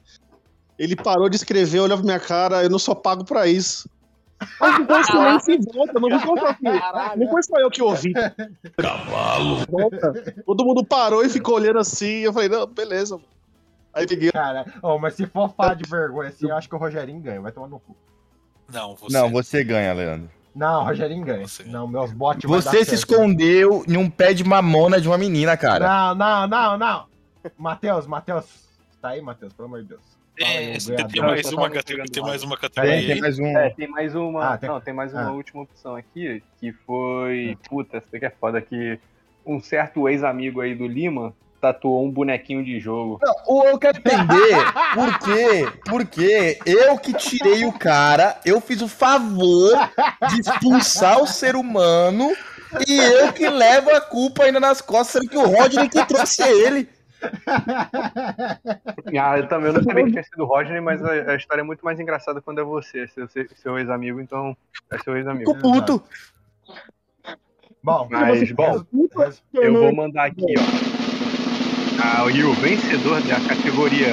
Speaker 12: Ele parou de escrever, olhou pra minha cara, eu não sou pago pra isso. Mas então o silêncio volta, não me conta aqui. é Não foi só eu que ouvi. Cavalo. Todo mundo parou e ficou olhando assim, eu falei, não, beleza, mano. Aí peguei.
Speaker 6: Cara, ó, mas se for falar
Speaker 8: *laughs*
Speaker 6: de vergonha assim, eu acho que o Rogerinho ganha, vai tomar no cu.
Speaker 4: Não,
Speaker 10: Não, você ganha, Leandro.
Speaker 6: Não, o Rogerinho ganha. Não, meus bots vai dar
Speaker 10: Você se
Speaker 6: certo.
Speaker 10: escondeu em um pé de mamona de uma menina, cara.
Speaker 6: Não, não, não, não. Matheus, Matheus. Tá aí, Matheus, pelo amor de Deus.
Speaker 4: É,
Speaker 8: ganhador.
Speaker 4: tem mais
Speaker 8: Total
Speaker 4: uma
Speaker 8: não
Speaker 4: categoria. Tem mais uma categoria.
Speaker 8: Tem,
Speaker 4: Tá aí.
Speaker 8: É, tem mais uma.
Speaker 4: Ah, tem-
Speaker 8: Não, tem mais uma
Speaker 4: ah.
Speaker 8: última opção aqui, que foi. Puta, essa daqui é foda, que um certo ex-amigo aí do Lima tatuou um bonequinho de jogo.
Speaker 10: Ou Então, eu quero entender por quê? Porque eu que tirei o cara, eu fiz o favor de expulsar o ser humano e eu que levo a culpa ainda nas costas, sendo que o Rodney que trouxe é ele.
Speaker 8: Ah, eu também não sabia que tinha sido o Rodney, mas a, a história é muito mais engraçada quando é você, seu, seu- seu ex-amigo, então é seu ex-amigo.
Speaker 10: Fico puto.
Speaker 6: Bom,
Speaker 8: mas, bom, eu vou mandar aqui, ó. Ah, e o vencedor da categoria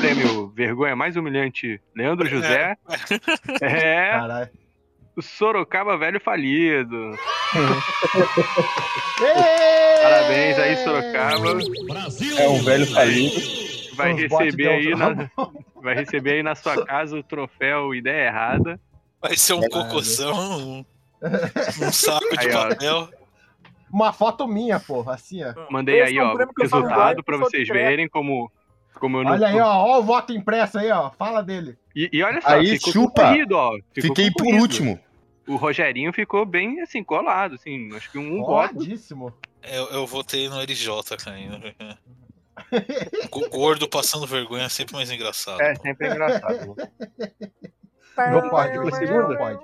Speaker 8: Prêmio Vergonha Mais Humilhante, Leandro José, é
Speaker 6: Caralho.
Speaker 8: o Sorocaba Velho Falido.
Speaker 6: Parabéns
Speaker 8: aí, Sorocaba.
Speaker 10: Brasil! É um velho falido.
Speaker 8: Vai
Speaker 10: Os botes
Speaker 8: receber,
Speaker 10: deu
Speaker 8: aí
Speaker 10: trauma.
Speaker 8: na, vai receber aí na sua casa o troféu Ideia Errada.
Speaker 4: Vai ser um
Speaker 6: *laughs*
Speaker 4: cocoção, um, um saco de
Speaker 8: Aí, ó.
Speaker 4: papel.
Speaker 6: Uma foto minha, porra, assim, ó.
Speaker 8: Mandei aí, ó, o resultado pra vocês verem como, como eu não...
Speaker 6: Olha aí, ó, ó o voto impresso aí, ó. Fala dele.
Speaker 8: E, e olha só,
Speaker 10: Aí,
Speaker 8: ficou
Speaker 10: chupa.
Speaker 8: concorrido, ó. Ficou
Speaker 10: Fiquei por
Speaker 8: concorrido.
Speaker 10: último.
Speaker 8: O Rogerinho ficou bem, assim, colado, assim, acho que um voto.
Speaker 6: Coladíssimo.
Speaker 4: Eu, eu votei no
Speaker 6: *laughs*
Speaker 4: LJ, cara. ainda. O gordo passando vergonha é sempre mais engraçado.
Speaker 8: É,
Speaker 4: pô.
Speaker 8: sempre é engraçado.
Speaker 6: Não
Speaker 8: é
Speaker 6: pode, você não pode.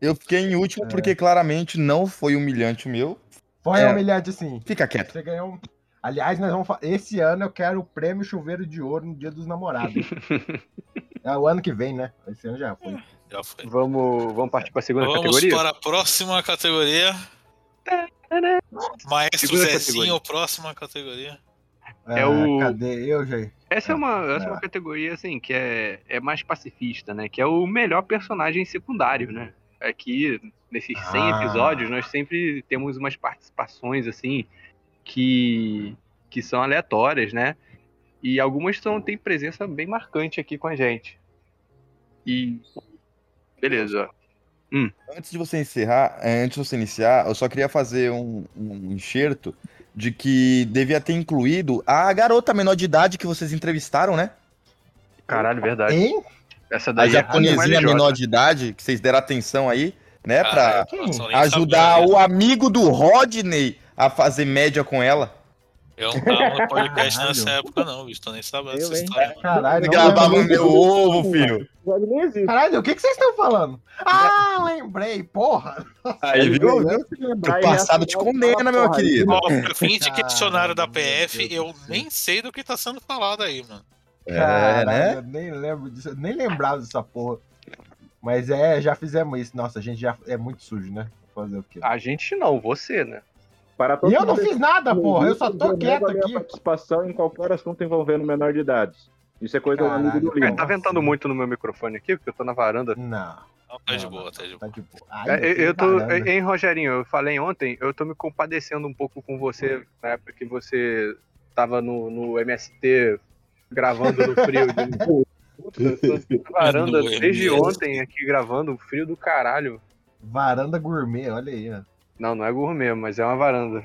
Speaker 10: Eu fiquei em último porque claramente não foi humilhante o meu.
Speaker 6: Foi
Speaker 10: É.
Speaker 6: humilhante sim.
Speaker 10: Fica quieto.
Speaker 6: Você ganhou um... Aliás, nós vamos fa... esse ano eu quero o prêmio chuveiro de ouro no Dia dos
Speaker 10: *laughs*
Speaker 6: Namorados. é o ano que vem, né? Esse ano já foi.
Speaker 4: Já foi.
Speaker 8: Vamos, vamos partir pra segunda
Speaker 4: Vamos
Speaker 8: categoria?
Speaker 4: para a próxima categoria. Maestro
Speaker 8: Segunda
Speaker 4: Zezinho,
Speaker 8: categoria.
Speaker 4: próxima categoria.
Speaker 8: É o-
Speaker 6: Ah, Cadê eu, gente?
Speaker 8: Essa é uma, essa é uma categoria, assim, que é, é mais pacifista, né? Que é o melhor personagem secundário, né? Aqui, nesses 100
Speaker 12: Ah.
Speaker 8: episódios, nós sempre temos umas participações, assim, que, que são aleatórias, né? E algumas são, têm presença bem marcante aqui com a gente. E. Beleza.
Speaker 10: Antes de você encerrar, eh, antes de você iniciar, eu só queria fazer um, um enxerto de que devia ter incluído a garota menor de idade que vocês entrevistaram, né?
Speaker 8: Caralho, verdade.
Speaker 6: Hein?
Speaker 8: Essa
Speaker 10: A
Speaker 8: daí é
Speaker 10: japonesinha
Speaker 8: LJ.
Speaker 10: menor de idade, que vocês deram atenção aí, né?
Speaker 4: Caralho,
Speaker 10: Pra
Speaker 4: nossa, Ah, eu nem
Speaker 10: ajudar
Speaker 4: sabia,
Speaker 10: o amigo do Rodney a fazer média com ela.
Speaker 4: Eu não tava no podcast nessa época, não, bicho. Tô nem sabendo essa
Speaker 6: É,
Speaker 4: história. mano.
Speaker 10: É,
Speaker 6: Caralho,
Speaker 10: Gravava
Speaker 6: lembro.
Speaker 10: meu ovo, filho.
Speaker 6: Caralho, o que, que vocês estão falando? Ah, lembrei, porra.
Speaker 10: Aí, viu? O passado te condena, meu querido.
Speaker 4: Ó, pra fim de questionário da PF, eu nem sei do que tá sendo falado aí, mano.
Speaker 10: É,
Speaker 6: Caralho,
Speaker 10: né?
Speaker 6: eu nem lembro disso, eu nem lembrava dessa porra. Mas é, já fizemos isso. Nossa, a gente já é muito sujo, né? Fazer o quê?
Speaker 8: A gente não, você, né?
Speaker 11: Para
Speaker 6: E eu não fiz nada, porra, eu só tô
Speaker 11: Eu
Speaker 6: quieto
Speaker 11: nego a minha
Speaker 6: aqui.
Speaker 11: participação em qualquer assunto envolvendo menor de idade. Isso é coisa do amigo do
Speaker 8: Cara,
Speaker 11: Lima.
Speaker 8: tá ventando muito no meu microfone aqui, porque eu tô na varanda.
Speaker 6: Não.
Speaker 4: Tá de boa, tá de boa.
Speaker 8: É, eu, eu tô, hein, Rogerinho, eu falei ontem, eu tô me compadecendo um pouco com você na época que você tava no, no MST gravando no frio. De... Na varanda
Speaker 6: No
Speaker 8: desde
Speaker 6: MST.
Speaker 8: ontem aqui gravando, um frio do caralho.
Speaker 6: Varanda gourmet, olha aí, né? ó.
Speaker 8: Não, não é gourmet, mas é uma varanda.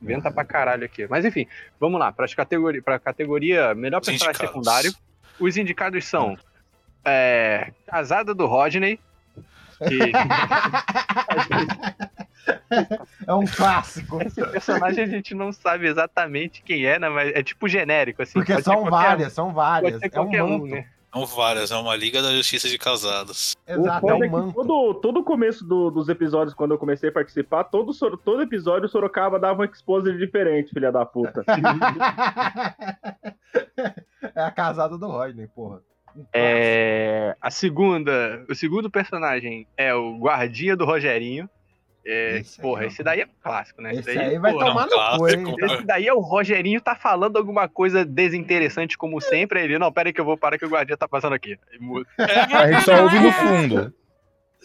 Speaker 8: Venta pra caralho aqui. Mas enfim, vamos lá, pras categori... pra categoria melhor personagem
Speaker 4: indicados.
Speaker 8: secundário. Os indicados são é, Casada do Rodney, que
Speaker 6: *laughs* É um clássico.
Speaker 8: Esse personagem a gente não sabe exatamente quem é, né? Mas é tipo genérico, assim.
Speaker 6: Porque
Speaker 8: pode ser
Speaker 6: são
Speaker 8: qualquer um.
Speaker 6: várias, são várias.
Speaker 8: Pode ser
Speaker 6: É um
Speaker 8: qualquer um,
Speaker 6: manto.
Speaker 8: né?
Speaker 4: São várias, é uma Liga da Justiça de Casados.
Speaker 6: tá um
Speaker 11: O foda é que todo, todo começo do- dos episódios, quando eu comecei a participar, todo, sor- todo episódio o Sorocaba dava um exposure diferente, filha da puta.
Speaker 6: *laughs* É a casada do Rodney, porra. Um
Speaker 8: É, a segunda, o segundo personagem é o Guardinha do Rogerinho. É, porra, esse daí é um clássico, né?
Speaker 6: Esse aí é vai
Speaker 10: é um
Speaker 6: tomar no cu, hein?
Speaker 8: Esse daí é o Rogerinho tá falando alguma coisa desinteressante, como sempre. aí Ele, não, pera aí que eu vou parar que o Guardinha tá passando aqui. Aí muda.
Speaker 10: A gente só ouve no fundo.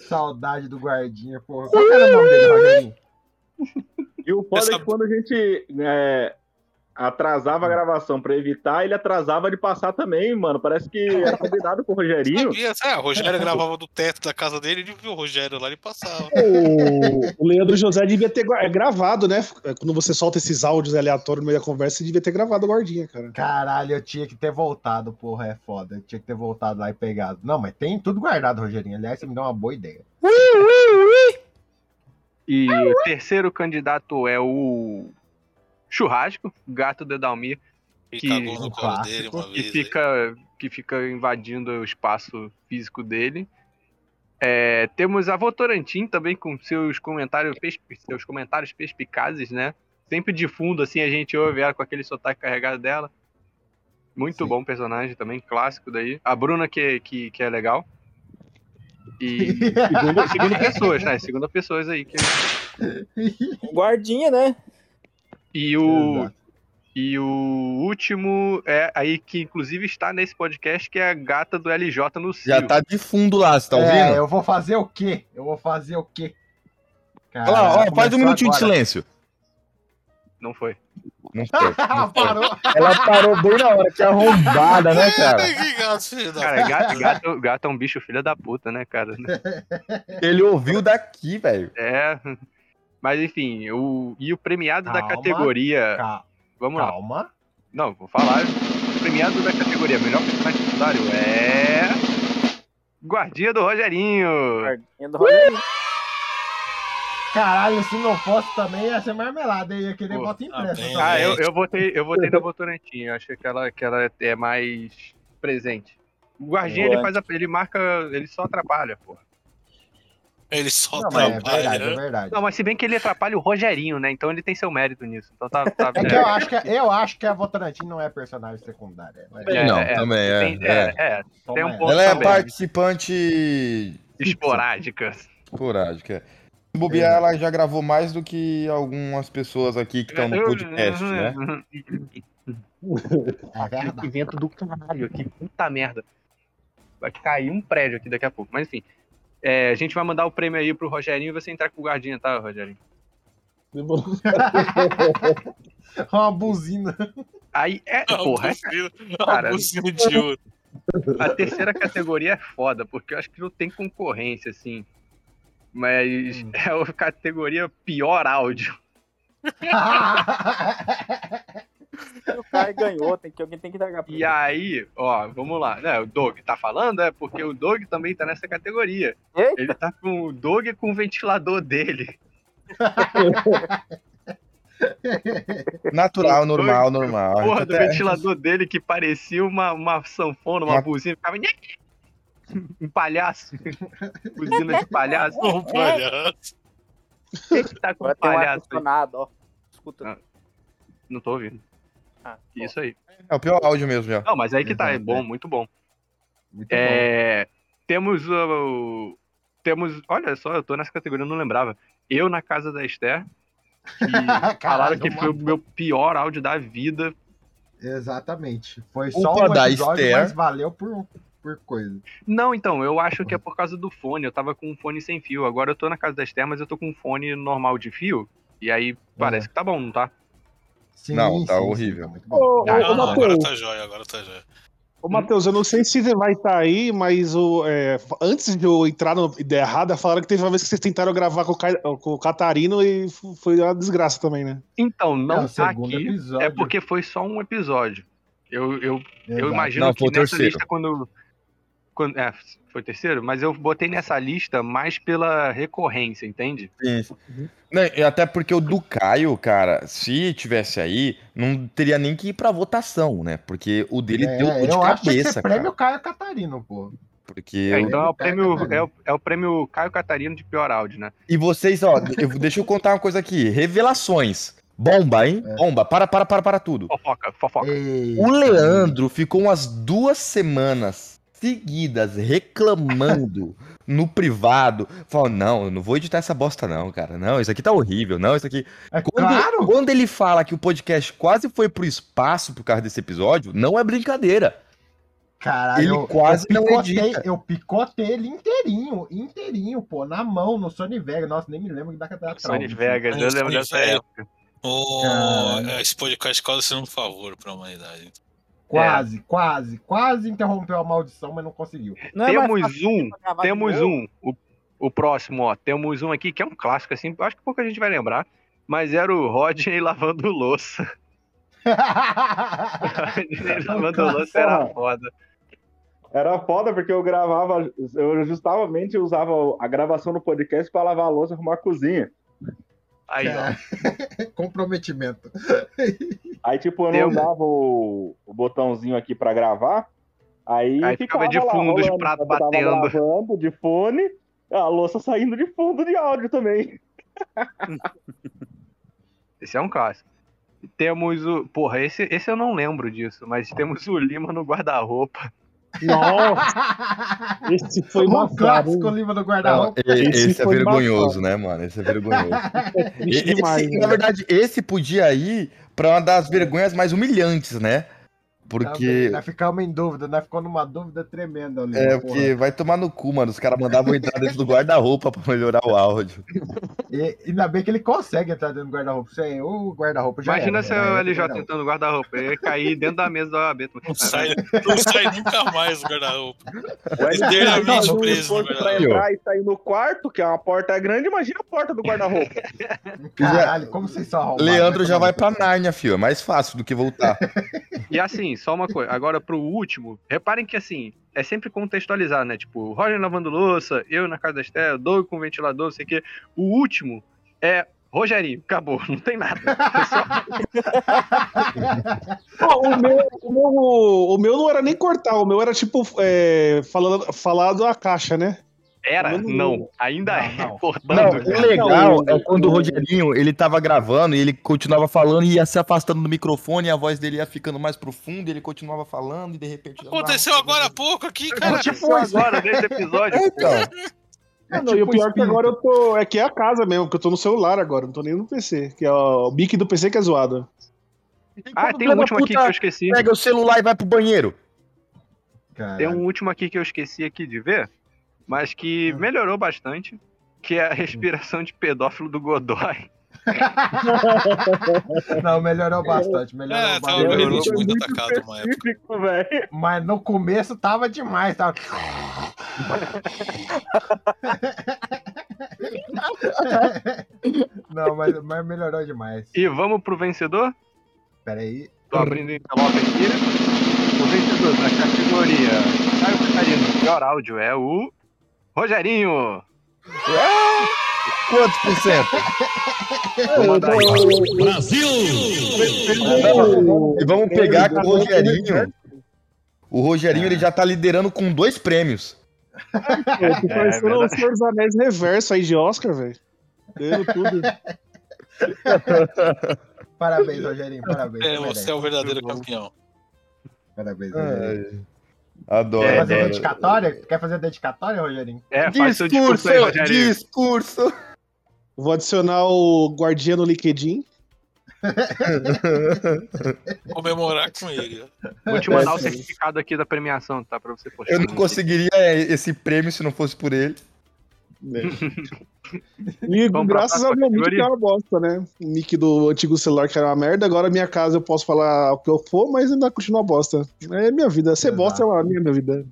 Speaker 6: Saudade do guardinha, porra. Qual que era o nome dele, Rogerinho?
Speaker 11: E o foda é que quando a gente. é, atrasava a gravação pra evitar, ele atrasava de passar também, mano. Parece que era combinado com o
Speaker 4: *laughs*
Speaker 11: Rogerinho.
Speaker 4: Sabia, sabe? assim, ah,
Speaker 8: *laughs*
Speaker 4: O Rogério gravava do teto da casa dele, ele viu o Rogério lá, ele passava.
Speaker 12: O, o Leandro José devia ter gua- é gravado, né? Quando você solta esses áudios aleatórios no meio da conversa, você devia ter gravado a guardinha, cara.
Speaker 6: Caralho, eu tinha que ter voltado, porra, é foda. Eu tinha que ter voltado lá e pegado. Não, mas tem tudo guardado, Rogerinho. Aliás, você me deu uma boa ideia.
Speaker 8: E o terceiro candidato é o Churrasco, gato do Edalmir.
Speaker 4: Que,
Speaker 5: cagou no colo dele uma
Speaker 4: né?
Speaker 8: que fica, que fica invadindo o espaço físico dele. É, temos a Votorantim também com seus comentários, perspi- seus comentários perspicazes, né? Sempre de fundo, assim, a gente ouve ela com aquele sotaque carregado dela. Muito bom personagem também, clássico daí. A Bruna, que, que, que é legal.
Speaker 6: *laughs*
Speaker 8: E segundo, segundo pessoas, né? Segundo pessoas aí que,
Speaker 7: Guardinha, né?
Speaker 8: E o, e o último é aí que inclusive está nesse podcast, que é a gata do LJ no Cio.
Speaker 10: Já tá de fundo
Speaker 6: *laughs*
Speaker 10: lá, você tá ouvindo?
Speaker 6: É, eu vou fazer o quê? Eu vou fazer o quê?
Speaker 10: Olha lá, ó, faz um
Speaker 6: começou
Speaker 10: minutinho de
Speaker 6: agora.
Speaker 10: silêncio.
Speaker 8: Não foi.
Speaker 10: Não *laughs*
Speaker 6: *laughs*
Speaker 10: foi.
Speaker 6: Parou.
Speaker 10: Ela parou bem na hora, que arrombada, né, cara?
Speaker 8: Cara,
Speaker 10: *laughs*
Speaker 8: gato, gato, gato é um bicho filha da puta, né, cara?
Speaker 10: Ele ouviu daqui, velho.
Speaker 8: É. Mas enfim, o, e o premiado da
Speaker 10: Calma,
Speaker 8: categoria. Vamos lá.
Speaker 6: Calma.
Speaker 8: Não, vou falar. O premiado da categoria melhor personagem secundário é. Guardinha do Rogerinho.
Speaker 7: Guardinha do
Speaker 8: Rogerinho.
Speaker 6: Caralho, se não fosse também ia ser marmelada, eu ia querer voto impresso. também.
Speaker 8: Ah, eu, eu votei, eu votei na Votorantim, eu achei que ela, que ela é mais presente. O Guardinha, ele
Speaker 4: Boa.
Speaker 8: faz a, ele marca, ele só atrapalha, porra.
Speaker 4: Ele só
Speaker 8: Não, mas é
Speaker 4: trabalha.
Speaker 8: verdade,
Speaker 4: *laughs*
Speaker 8: é Não, mas se bem que ele atrapalha o Rogerinho, né? Então ele tem seu mérito nisso. Então tá, tá
Speaker 6: É que eu acho que, eu acho que a Votorantim não é personagem secundária. mas-
Speaker 10: Não, também é,
Speaker 8: Tem,
Speaker 10: é.
Speaker 8: é, tem um ponto
Speaker 10: Ela é a
Speaker 8: também.
Speaker 10: participante.
Speaker 8: Esporádica.
Speaker 10: Esporádica. é. Se bobear, ela já gravou mais do que algumas pessoas aqui que estão no Tá um podcast,
Speaker 8: *laughs*
Speaker 10: né?
Speaker 6: É *laughs*
Speaker 8: Que vento do caralho aqui, puta merda. Vai cair um prédio aqui daqui a pouco. Mas enfim, é, a gente vai mandar o prêmio aí pro Rogerinho e você entrar com o Guardinha, tá, Rogerinho?
Speaker 6: É Uma *laughs* buzina.
Speaker 8: Aí é,
Speaker 6: Uma
Speaker 8: porra. é-
Speaker 6: buzina,
Speaker 8: *laughs*
Speaker 6: uma
Speaker 8: cara, é,
Speaker 6: buzina de ouro.
Speaker 8: A terceira categoria é foda, porque eu acho que não tem concorrência, assim. Mas é a categoria pior áudio.
Speaker 7: O cara ganhou, tem que, alguém tem que dar
Speaker 8: E aí, ó, vamos lá. Né, o Doug tá falando, é porque o Doug também tá nessa categoria. Ele tá com o Doug com o ventilador dele.
Speaker 10: Natural, normal, normal. A
Speaker 8: Porra,
Speaker 10: gente
Speaker 8: do
Speaker 10: até-
Speaker 8: ventilador dele que parecia uma, uma sanfona, uma
Speaker 10: Uma-
Speaker 8: buzina, ficava. Um palhaço. buzina de palhaço.
Speaker 4: Um palhaço.
Speaker 8: Quem que tá com
Speaker 7: Agora tem um
Speaker 8: palhaço?
Speaker 7: ar-condicionado, ó. Escuta.
Speaker 8: Não, não tô ouvindo. Isso aí.
Speaker 10: É o pior áudio mesmo, já.
Speaker 8: Não, mas aí que tá, é bom, muito bom.
Speaker 12: Tá
Speaker 8: É, Temos o. Temos. Olha só, eu tô nessa categoria, eu não lembrava. Eu na casa da Esther.
Speaker 12: *laughs*
Speaker 8: Que falaram que foi o meu pior áudio da vida.
Speaker 6: Exatamente. Foi
Speaker 8: Culpa
Speaker 6: só um
Speaker 8: da
Speaker 6: episódio,
Speaker 8: Esther.
Speaker 6: mas valeu por, por coisa.
Speaker 8: Não, então, eu acho que é por causa do fone. Eu tava com um fone sem fio. Agora eu tô na casa da Esther, mas eu tô com um fone normal de fio. E
Speaker 12: É.
Speaker 8: aí parece que tá bom, não tá?
Speaker 6: Sim,
Speaker 10: não, tá horrível.
Speaker 6: Ah,
Speaker 12: Ô, ô,
Speaker 8: é
Speaker 4: Não,
Speaker 12: ô,
Speaker 4: não, agora
Speaker 12: Matheus.
Speaker 4: tá jóia, agora tá jóia.
Speaker 12: Ô, Matheus, eu não sei se você vai estar aí, mas o, é, fa- antes de eu entrar na ideia errada, falaram que teve uma vez que vocês tentaram gravar com o, Ca- com o Catarino e f- foi uma desgraça também, né?
Speaker 8: Então,
Speaker 12: É,
Speaker 8: não
Speaker 12: o
Speaker 8: tá
Speaker 12: segundo
Speaker 8: aqui.
Speaker 12: episódio.
Speaker 8: É porque foi só um episódio. Eu, eu, eu
Speaker 12: Exato.
Speaker 8: imagino
Speaker 10: Não,
Speaker 8: que
Speaker 10: foi o
Speaker 8: nessa
Speaker 10: terceiro.
Speaker 8: lista, quando. quando é, foi o terceiro? Mas eu botei nessa lista mais pela recorrência, entende?
Speaker 10: Sim.
Speaker 6: Uhum.
Speaker 10: Não, e até porque o do Caio, cara, se tivesse aí, não teria nem que ir pra votação, né? Porque o dele
Speaker 6: É,
Speaker 10: deu
Speaker 8: um
Speaker 10: dor de
Speaker 6: eu acho que tem que
Speaker 10: cabeça,
Speaker 6: ser
Speaker 10: cara.
Speaker 6: prêmio Caio Catarino, pô.
Speaker 10: Porque
Speaker 8: É,
Speaker 10: o-
Speaker 8: então é o, prêmio, é, o, é o prêmio Caio Catarino de pior áudio, né?
Speaker 10: E vocês, ó, eu, deixa eu contar uma coisa aqui. Revelações. Bomba, hein?
Speaker 6: É.
Speaker 10: Bomba. Para, para, para, para tudo.
Speaker 8: Fofoca, fofoca.
Speaker 10: O Leandro ficou umas duas semanas
Speaker 6: *laughs*
Speaker 10: seguidas reclamando no privado. Falou, não, eu não vou editar essa bosta não, cara. Não, isso aqui tá horrível. Não, isso aqui...
Speaker 6: É
Speaker 10: quando, quando ele fala que o podcast quase foi pro espaço por causa desse episódio, não é brincadeira.
Speaker 6: Caralho,
Speaker 10: Ele
Speaker 6: eu-
Speaker 10: quase
Speaker 6: eu
Speaker 10: Ah, não
Speaker 6: picotei,
Speaker 10: edita.
Speaker 6: Eu picotei ele inteirinho, inteirinho, pô, na mão, no Sony Vegas. Nossa, nem me lembro que dá que atrás.
Speaker 8: é. Sony Vegas, eu lembro dessa época.
Speaker 4: Ô, é,
Speaker 6: Cara.
Speaker 4: esse podcast quase sendo um favor pra humanidade.
Speaker 6: Quase, quase, quase interrompeu a maldição, mas não
Speaker 10: *laughs*
Speaker 6: é conseguiu.
Speaker 8: temos um, temos um. O, o próximo, ó. Temos um aqui que é um clássico, assim. Acho que pouca gente vai lembrar. Mas era o Rodney *laughs* lavando louça. *laughs* Rodney lavando louça era foda.
Speaker 11: Era foda porque eu gravava, eu justamente usava a gravação do podcast pra lavar a louça e arrumar a cozinha.
Speaker 8: Aí,
Speaker 6: Comprometimento.
Speaker 11: Aí, tipo, eu não
Speaker 6: Deu.
Speaker 11: dava o, o botãozinho aqui pra gravar. Aí,
Speaker 8: Aí ficava de fundo, os pratos
Speaker 11: eu tava
Speaker 8: batendo.
Speaker 11: Gravando de fone, a louça saindo de fundo de áudio também.
Speaker 8: Esse é um clássico. Temos o. Porra, esse, esse eu não lembro disso, mas temos o Lima no guarda-roupa.
Speaker 11: *laughs*
Speaker 12: Nossa! Esse foi
Speaker 6: um
Speaker 12: massado,
Speaker 6: clássico
Speaker 12: hein?
Speaker 6: livro do
Speaker 10: Não,
Speaker 6: guarda-roupa.
Speaker 10: e- esse, é
Speaker 6: foi
Speaker 10: vergonhoso, né, mano? Esse *laughs* é vergonhoso. E-
Speaker 12: triste
Speaker 10: esse,
Speaker 12: demais, né?
Speaker 10: Na verdade, esse podia ir pra uma das vergonhas mais humilhantes, né? Porque.
Speaker 6: Nós ficamos em dúvida, nós ficamos numa dúvida tremenda ali.
Speaker 10: É,
Speaker 6: porra.
Speaker 10: porque vai tomar no cu, mano. Os caras mandavam entrar dentro do guarda-roupa pra melhorar o áudio.
Speaker 6: E, ainda bem que ele consegue entrar dentro do guarda-roupa. Isso aí, o guarda-roupa já
Speaker 8: Imagina
Speaker 6: era,
Speaker 8: se
Speaker 6: né?
Speaker 8: o
Speaker 6: Era do
Speaker 8: LJ
Speaker 6: guarda-roupa.
Speaker 8: tentando o guarda-roupa. Ele ia cair dentro da mesa da OAB. Não
Speaker 4: sai, não sai nunca mais o guarda-roupa.
Speaker 11: Mas
Speaker 4: Eternamente preso
Speaker 11: um
Speaker 4: no
Speaker 11: esforço pra
Speaker 4: guarda-roupa.
Speaker 11: entrar e sair no quarto, que é uma porta grande, imagina a porta
Speaker 8: *laughs*
Speaker 11: do guarda-roupa.
Speaker 6: Caralho, como vocês são né? Tipo arrombados.
Speaker 10: é. Leandro já vai pra Nárnia, filho. É mais fácil do que voltar.
Speaker 8: E assim, só uma coisa. Agora, pro último, reparem que assim, é sempre contextualizar, né? Tipo, o Roger lavando louça, eu na casa da Estela, Doug com ventilador, não sei o quê. O último é Rogerinho, acabou, não tem nada.
Speaker 12: Ó, o, meu, o, meu, o meu não era nem cortar, o meu era tipo é, falando, falar da caixa, né?
Speaker 8: Era?
Speaker 12: Eu não-
Speaker 8: Não, ainda é cortando.
Speaker 10: Não,
Speaker 8: cara.
Speaker 10: o legal é quando o Rogerinho, ele tava gravando e ele continuava falando e ia se afastando do microfone e a voz dele ia ficando mais profunda e ele continuava falando e de repente...
Speaker 4: Aconteceu agora há pouco aqui, cara.
Speaker 10: Aconteceu
Speaker 8: agora, nesse episódio.
Speaker 10: Então,
Speaker 12: Mano, Ah, e o pior que agora eu tô. É que é a casa mesmo, que eu tô no celular agora, não tô nem no PC. Que é o bique do PC que é zoado.
Speaker 8: Ah, tem um último aqui que eu esqueci.
Speaker 6: É,
Speaker 10: Pega o celular e vai pro banheiro.
Speaker 8: Tem um último aqui que eu esqueci aqui de ver, mas que
Speaker 10: É.
Speaker 8: melhorou bastante, que
Speaker 10: Hum.
Speaker 8: é a respiração de pedófilo do Godoy.
Speaker 6: Não, melhorou bastante. Melhorou
Speaker 4: tá
Speaker 8: É, tava
Speaker 6: bastante.
Speaker 8: muito Foi muito
Speaker 4: atacado uma
Speaker 8: um
Speaker 6: Mas no começo tava demais. Tava... Não, mas, mas melhorou demais.
Speaker 8: E vamos pro vencedor?
Speaker 6: Peraí.
Speaker 8: Tô abrindo o envelope aqui. O vencedor da categoria Caio Catarino, pior áudio, é o Rogerinho.
Speaker 10: É! Quantos por cento?
Speaker 8: *laughs* Vou mandar aí.
Speaker 10: Brasil! E vamos pegar
Speaker 8: tá
Speaker 10: que o
Speaker 8: né?
Speaker 10: Rogerinho... O Rogerinho, ele já tá liderando com dois prêmios.
Speaker 12: Tipo, Eu tô
Speaker 10: É,
Speaker 12: parecendo
Speaker 10: verdade.
Speaker 12: os Senhor dos Anéis reverso aí de Oscar, velho. Ganhando tudo.
Speaker 6: Parabéns, Rogerinho. Parabéns.
Speaker 4: É, você é o verdadeiro campeão.
Speaker 10: É.
Speaker 6: Parabéns,
Speaker 8: É.
Speaker 10: Rogerinho. Adoro.
Speaker 6: Quer fazer
Speaker 10: adoro.
Speaker 6: dedicatória? Quer fazer dedicatória, Rogerinho?
Speaker 8: É,
Speaker 10: discurso.
Speaker 12: Vou adicionar o guardiã no LinkedIn.
Speaker 4: Comemorar com ele.
Speaker 8: Vou te mandar o certificado aqui da premiação, tá? Pra você postar.
Speaker 10: Eu não conseguiria é, esse prêmio se não fosse por ele.
Speaker 12: né? E
Speaker 8: Vamos pra
Speaker 12: graças ao
Speaker 8: próxima
Speaker 12: meu mic que
Speaker 8: categoria?
Speaker 12: é uma bosta, né? O mic do antigo celular que era uma merda. Agora minha casa eu posso falar o que eu for, mas ainda continua uma bosta. É minha vida. Ser bosta é uma minha, minha vida.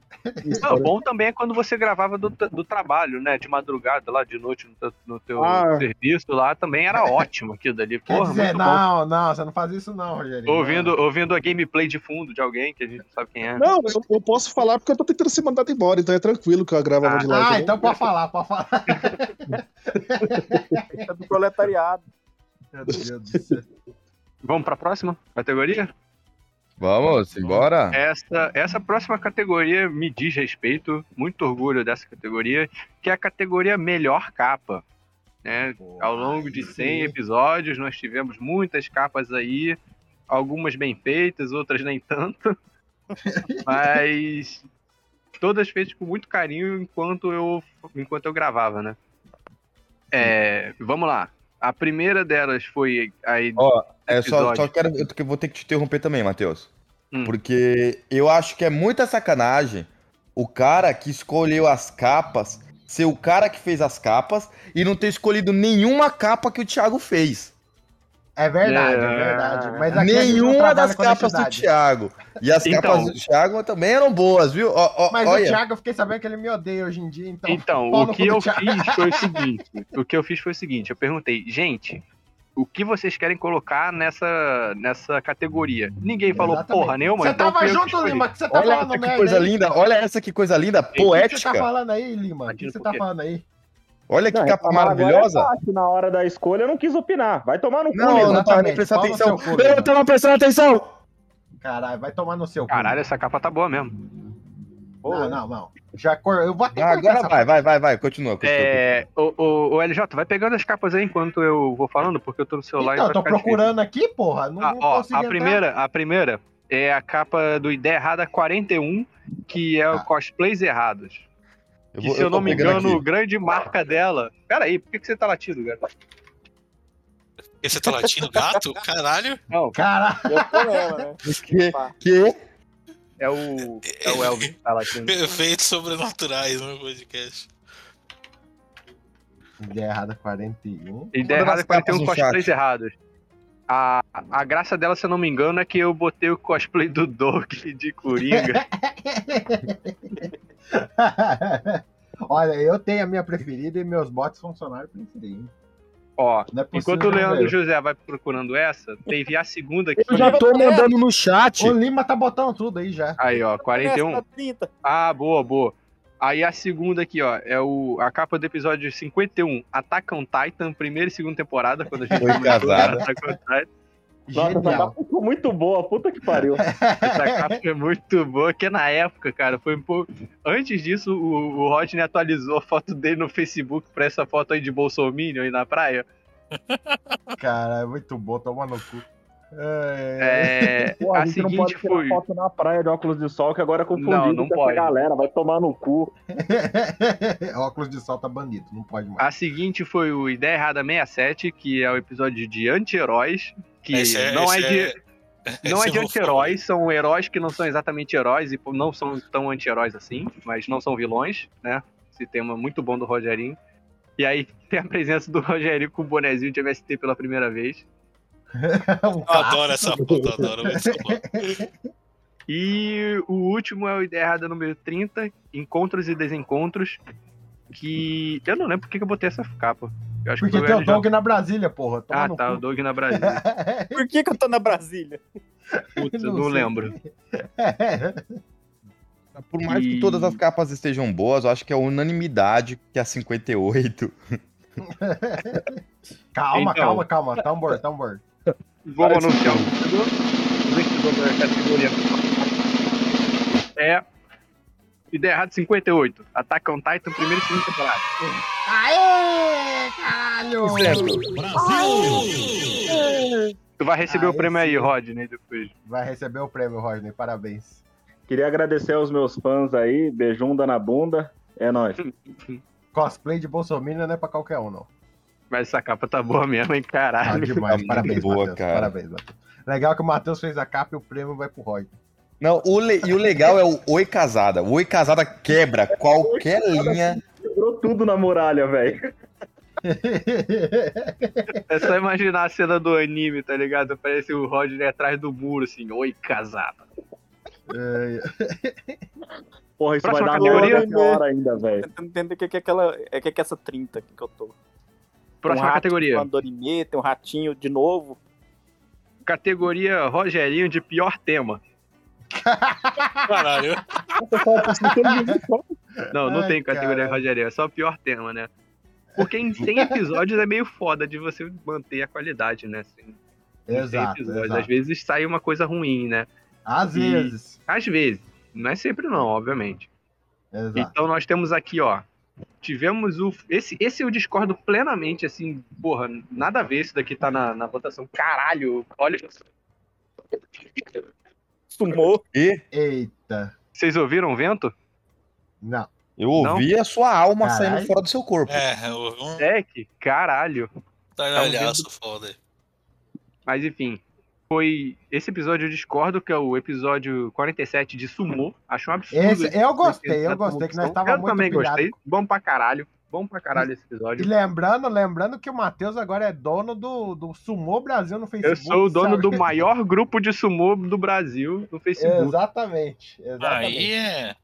Speaker 8: Não, bom também é quando você gravava do, do trabalho, né? De madrugada, lá de noite, no, teu- no teu
Speaker 12: Ah.
Speaker 8: serviço lá, também era ótimo aquilo dali.
Speaker 6: Quer
Speaker 8: Porra,
Speaker 6: dizer,
Speaker 8: muito bom.
Speaker 6: não, não, você não faz isso não, Rogerinho.
Speaker 8: Ouvindo, ouvindo a gameplay de fundo de alguém que a gente não sabe quem é.
Speaker 12: Não, eu, eu posso falar porque eu tô tentando ser mandado embora, então é tranquilo que eu gravava de lá.
Speaker 6: Ah,
Speaker 12: entendeu?
Speaker 6: então pode falar, pode falar.
Speaker 7: É do proletariado.
Speaker 6: Meu Deus do céu.
Speaker 8: Vamos pra próxima categoria?
Speaker 10: Vamos, embora.
Speaker 8: Essa, essa próxima categoria me diz respeito, muito orgulho dessa categoria, que é a categoria melhor capa. né? Ao longo de 100 episódios, nós tivemos muitas capas aí, algumas bem feitas, outras nem tanto, mas todas feitas com muito carinho enquanto eu, enquanto eu gravava, né? É, vamos lá. A primeira delas foi aí.
Speaker 10: Ó, é só,
Speaker 8: episódio.
Speaker 10: só quero. Eu te- vou ter que te interromper também, Matheus.
Speaker 6: Hum.
Speaker 10: Porque eu acho que é muita sacanagem o cara que escolheu as capas ser o cara que fez as capas e não ter escolhido nenhuma capa que o Thiago fez.
Speaker 6: É verdade, é, verdade. Mas aqui a gente não
Speaker 10: Nenhuma
Speaker 6: trabalha
Speaker 10: das
Speaker 6: com
Speaker 10: capas do
Speaker 6: honestidade.
Speaker 10: Thiago. E as
Speaker 6: Então.
Speaker 10: capas do Thiago também eram boas, viu? Ó, ó,
Speaker 6: Mas
Speaker 10: olha.
Speaker 6: o Thiago, eu fiquei sabendo que ele me odeia hoje em dia, então.
Speaker 10: Então,
Speaker 6: pau
Speaker 10: o
Speaker 6: no
Speaker 10: que
Speaker 6: cu do
Speaker 10: eu
Speaker 6: Thiago. *laughs*
Speaker 10: fiz
Speaker 8: foi o seguinte. O que eu fiz foi o seguinte, eu perguntei, gente, o que vocês querem colocar nessa, nessa categoria? Ninguém falou porra nenhuma.
Speaker 6: Você
Speaker 8: então
Speaker 6: tava
Speaker 8: fui eu que
Speaker 6: junto,
Speaker 8: escolhi.
Speaker 6: Lima, que você tá
Speaker 10: Olha
Speaker 6: falando
Speaker 10: essa que
Speaker 6: merda
Speaker 10: coisa
Speaker 6: aí.
Speaker 10: linda, olha essa que coisa linda,
Speaker 6: O que você tá
Speaker 10: poética.
Speaker 6: falando aí, Lima? O que você tá falando aí?
Speaker 10: Olha que
Speaker 11: Não,
Speaker 10: capa
Speaker 11: reclamar agora é
Speaker 10: maravilhosa.
Speaker 11: fácil, na hora da escolha eu não quis opinar. Vai tomar no cu,
Speaker 10: Não, eu não tava nem prestando atenção. *laughs* Eu tava prestando atenção.
Speaker 6: Caralho, vai tomar no seu.
Speaker 8: Caralho, essa capa tá boa mesmo.
Speaker 6: Não, não, não. Já cor... Eu vou até
Speaker 10: Ah, Agora vai, vai, vai, vai, continua. continua.
Speaker 8: É, o, o, o LJ, vai pegando as capas aí enquanto eu vou falando, porque eu tô no celular
Speaker 6: Então,
Speaker 8: e
Speaker 6: eu
Speaker 8: vai
Speaker 6: tô
Speaker 8: ficar difícil.
Speaker 6: procurando aqui, porra. Não,
Speaker 8: Ah,
Speaker 6: não
Speaker 8: ó,
Speaker 6: consegui
Speaker 8: a
Speaker 6: entrar.
Speaker 8: primeira, a primeira é a capa do Ideia Errada 41, que é o Cosplays Errados.
Speaker 10: Eu
Speaker 8: Que,
Speaker 10: vou-
Speaker 8: se eu,
Speaker 10: eu tô
Speaker 8: não me
Speaker 10: pegando
Speaker 8: engano,
Speaker 10: aqui.
Speaker 8: grande marca dela. Pera aí, por que, que você tá latindo, cara?
Speaker 4: Porque você tá latindo gato?
Speaker 8: *laughs*
Speaker 4: Caralho.
Speaker 8: Não,
Speaker 6: caralho.
Speaker 8: né? *laughs*
Speaker 10: Que? que?
Speaker 8: É o, é o Elvis que tá latindo. *laughs*
Speaker 4: Efeitos sobrenaturais no podcast.
Speaker 6: Ideia errada 41.
Speaker 8: Ideia Errada 41, Cosplays Errados. A, a graça dela, se eu não me engano, é que eu botei o cosplay do Doug
Speaker 6: *laughs*
Speaker 8: de Coringa.
Speaker 6: *laughs* Olha, eu tenho a minha preferida e meus bots funcionaram preferidos.
Speaker 8: Ó,
Speaker 6: Não é possível,
Speaker 8: enquanto o Leandro
Speaker 6: né?
Speaker 8: José vai procurando essa, teve a segunda que
Speaker 6: Eu já tô mandando
Speaker 12: "É,
Speaker 10: no chat.
Speaker 6: O Lima tá botando tudo aí já.
Speaker 8: Aí, ó, 41. Ah, boa, boa. Aí a segunda aqui, ó, é o, a capa do episódio 51, Attack on Titan, primeira e segunda temporada, quando a gente
Speaker 10: Foi
Speaker 8: comentou
Speaker 10: casada.
Speaker 8: de Attack on Titan.
Speaker 11: Nossa,
Speaker 10: tá
Speaker 11: essa
Speaker 8: Genial.
Speaker 11: capa ficou muito boa, puta
Speaker 8: *laughs*
Speaker 11: que pariu.
Speaker 8: Essa capa é muito boa, que na época, cara, foi um pouco... Antes disso, o, o Rodney atualizou a foto dele no Facebook pra essa foto aí de Bolsominion aí na praia.
Speaker 6: Cara, é muito bom, toma no cu.
Speaker 8: É,
Speaker 11: Pô, a,
Speaker 8: a
Speaker 11: gente não
Speaker 8: seguinte
Speaker 11: pode tirar
Speaker 8: foi-
Speaker 11: foto na praia de óculos de sol, que agora é confundido
Speaker 8: Não, não
Speaker 11: com essa
Speaker 8: pode.
Speaker 11: galera, vai tomar no cu.
Speaker 6: *laughs* Óculos de sol tá banido, não pode mais.
Speaker 8: A seguinte foi o Ideia Errada 67, que é o episódio de anti-heróis, que
Speaker 4: Esse é-
Speaker 8: não é,
Speaker 4: esse
Speaker 8: de...
Speaker 4: é-
Speaker 8: Não
Speaker 4: esse
Speaker 8: é de
Speaker 4: eu vou
Speaker 8: anti-heróis, são heróis que não são exatamente heróis e não são tão anti-heróis assim, mas não são vilões, né? Esse tema muito bom do Rogerinho. E aí *laughs* tem a presença do Rogerinho com o bonezinho de MST pela primeira vez.
Speaker 6: *laughs* Eu
Speaker 4: adoro essa foto, eu adoro essa foto.
Speaker 8: E o último é o Ideia Errada número 30, Encontros e Desencontros, que eu não lembro porque que eu botei essa capa. Eu acho
Speaker 6: Porque
Speaker 8: que
Speaker 6: tem
Speaker 8: foi
Speaker 6: o
Speaker 8: LJ.
Speaker 6: Dog na Brasília, porra. Toma
Speaker 8: Ah,
Speaker 6: no
Speaker 8: tá, o
Speaker 6: cu.
Speaker 8: Doug
Speaker 6: *laughs*
Speaker 8: na Brasília.
Speaker 7: Por que, que eu tô na Brasília?
Speaker 8: Putz, eu
Speaker 10: Não
Speaker 8: não
Speaker 10: sei.
Speaker 8: lembro.
Speaker 10: Por mais que todas as capas estejam boas, eu acho que é unanimidade que a 58.
Speaker 6: Calma,
Speaker 10: Então.
Speaker 6: calma, calma. tá um Tambor, tambor.
Speaker 8: Vamos anunciar o vencedor. O vencedor da categoria é. Ideia errada 58. Ataque on Titan, primeira e segunda temporada.
Speaker 6: Aê, caralho! Brasil!
Speaker 8: Tu vai receber o prêmio aí, Rodney, depois.
Speaker 6: Vai receber o prêmio, Rodney, parabéns.
Speaker 11: Queria agradecer aos meus fãs aí, beijunda na bunda, é nóis.
Speaker 6: Cosplay de Bolsonaro não é pra qualquer um, não.
Speaker 8: Mas essa capa tá boa mesmo, hein? Caralho.
Speaker 6: Tá demais, né? parabéns,
Speaker 10: boa,
Speaker 6: Matheus,
Speaker 10: cara.
Speaker 6: parabéns, Matheus. Legal que o Matheus fez a capa e o prêmio vai pro Rodney.
Speaker 10: Não, o le- e o legal é o Oi Casada. O Oi Casada quebra qualquer linha.
Speaker 11: Quebrou tudo na muralha, velho.
Speaker 8: É só imaginar a cena do anime, tá ligado? Parece o Rodney atrás do muro, assim. Oi, casada.
Speaker 11: Porra, isso
Speaker 8: Próxima
Speaker 11: vai dar
Speaker 8: categoria? né?
Speaker 11: outra hora ainda, velho.
Speaker 7: Tentando entender o que que é aquela. É o que que é essa 30 aqui que eu tô. Um
Speaker 8: Próxima
Speaker 7: rato,
Speaker 8: categoria.
Speaker 7: Uma Dorime, tem um ratinho de novo.
Speaker 8: Categoria Rogerinho de pior tema.
Speaker 4: Caralho.
Speaker 8: Não, não
Speaker 4: Ai,
Speaker 8: tem categoria Rogerinho, é só o pior tema, né? Porque em 100
Speaker 6: *laughs*
Speaker 8: episódios é meio foda de você manter a qualidade, né? Assim, em 100
Speaker 6: Exato,
Speaker 8: episódios.
Speaker 6: exato.
Speaker 8: Às vezes sai uma coisa ruim, né?
Speaker 6: Às
Speaker 8: E-
Speaker 6: vezes.
Speaker 8: Às vezes. Não é sempre não, obviamente.
Speaker 6: Exato.
Speaker 8: Então nós temos aqui, ó. Tivemos o. Esse, esse eu discordo plenamente, assim, porra, nada a ver esse daqui tá na, na votação. Caralho, olha.
Speaker 7: Sumou.
Speaker 10: E?
Speaker 6: Eita.
Speaker 8: Vocês ouviram o vento?
Speaker 6: Não.
Speaker 10: Eu ouvi a sua alma saindo fora do seu corpo.
Speaker 4: É, eu ouvi um
Speaker 8: É, que caralho.
Speaker 4: taralhaço
Speaker 8: É um vento-
Speaker 4: foda.
Speaker 8: Mas enfim, foi. Esse episódio eu discordo, que é o episódio 47 de Sumô. Acho um absurdo.
Speaker 6: Esse- eu gostei, eu
Speaker 8: essa
Speaker 6: gostei, que nós
Speaker 8: promoção.
Speaker 6: tava
Speaker 8: Eu
Speaker 6: muito
Speaker 8: também
Speaker 6: pilhado.
Speaker 8: gostei. Bom pra caralho. bom pra caralho esse episódio.
Speaker 6: E lembrando, lembrando que o Matheus agora é dono do, do Sumô Brasil no
Speaker 8: Eu
Speaker 6: Facebook.
Speaker 8: sou o dono
Speaker 6: sabe?
Speaker 8: do
Speaker 6: *laughs*
Speaker 8: maior grupo de sumô do Brasil no Facebook.
Speaker 6: Exatamente. exatamente.
Speaker 4: Aí é.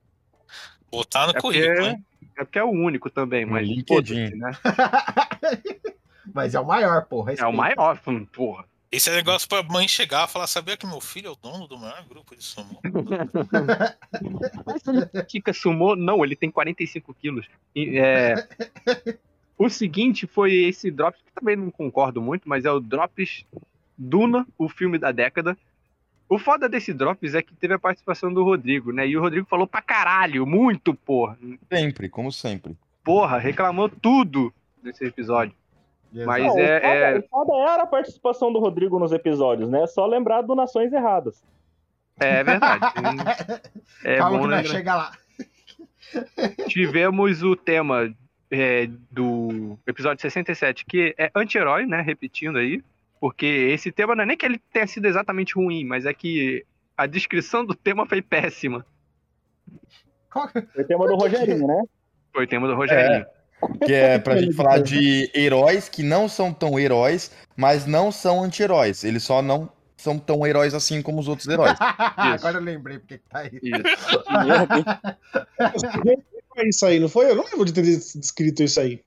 Speaker 4: Botar no
Speaker 8: É porque,
Speaker 4: currículo, hein?
Speaker 8: é porque é o único também, mas. foda-se, né?
Speaker 6: Mas é o maior, porra.
Speaker 8: É o maior, *laughs* porra.
Speaker 4: Esse é negócio pra mãe chegar e falar: sabia que meu filho é o dono do maior grupo de sumô?
Speaker 8: Mas ele pratica sumô? Não, ele tem 45 quilos. E, é, O seguinte foi esse Drops, que também não concordo muito, mas é o Drops Duna, o filme da década. O foda desse Drops é que teve a participação do Rodrigo, né? E o Rodrigo falou pra caralho, muito, porra.
Speaker 10: Sempre, como sempre.
Speaker 8: Porra, reclamou tudo nesse episódio. Mas
Speaker 7: Não, o
Speaker 8: é-
Speaker 7: foda-
Speaker 8: é...
Speaker 7: O foda era a participação do Rodrigo nos episódios,
Speaker 11: É
Speaker 7: né? Só lembrar do Nações Erradas.
Speaker 8: É
Speaker 7: *laughs*
Speaker 8: verdade. É
Speaker 7: Calma
Speaker 8: bom
Speaker 7: que
Speaker 8: lembrar.
Speaker 7: nós
Speaker 6: *laughs*
Speaker 7: chega lá.
Speaker 8: Tivemos o tema é, do episódio 67, que é anti-herói, né? Repetindo aí. Porque esse tema não é nem que ele tenha sido exatamente ruim, mas é que a descrição do tema foi péssima.
Speaker 7: Foi o
Speaker 11: *laughs*
Speaker 7: tema do Rogerinho, né?
Speaker 8: Foi o tema do Rogerinho.
Speaker 10: Que é pra gente falar de heróis que não são tão heróis, mas não são anti-heróis. Eles só não são tão heróis assim como os outros heróis.
Speaker 6: Agora eu lembrei porque que tá aí.
Speaker 12: Foi é isso aí, não foi? Eu não lembro de ter descrito isso aí.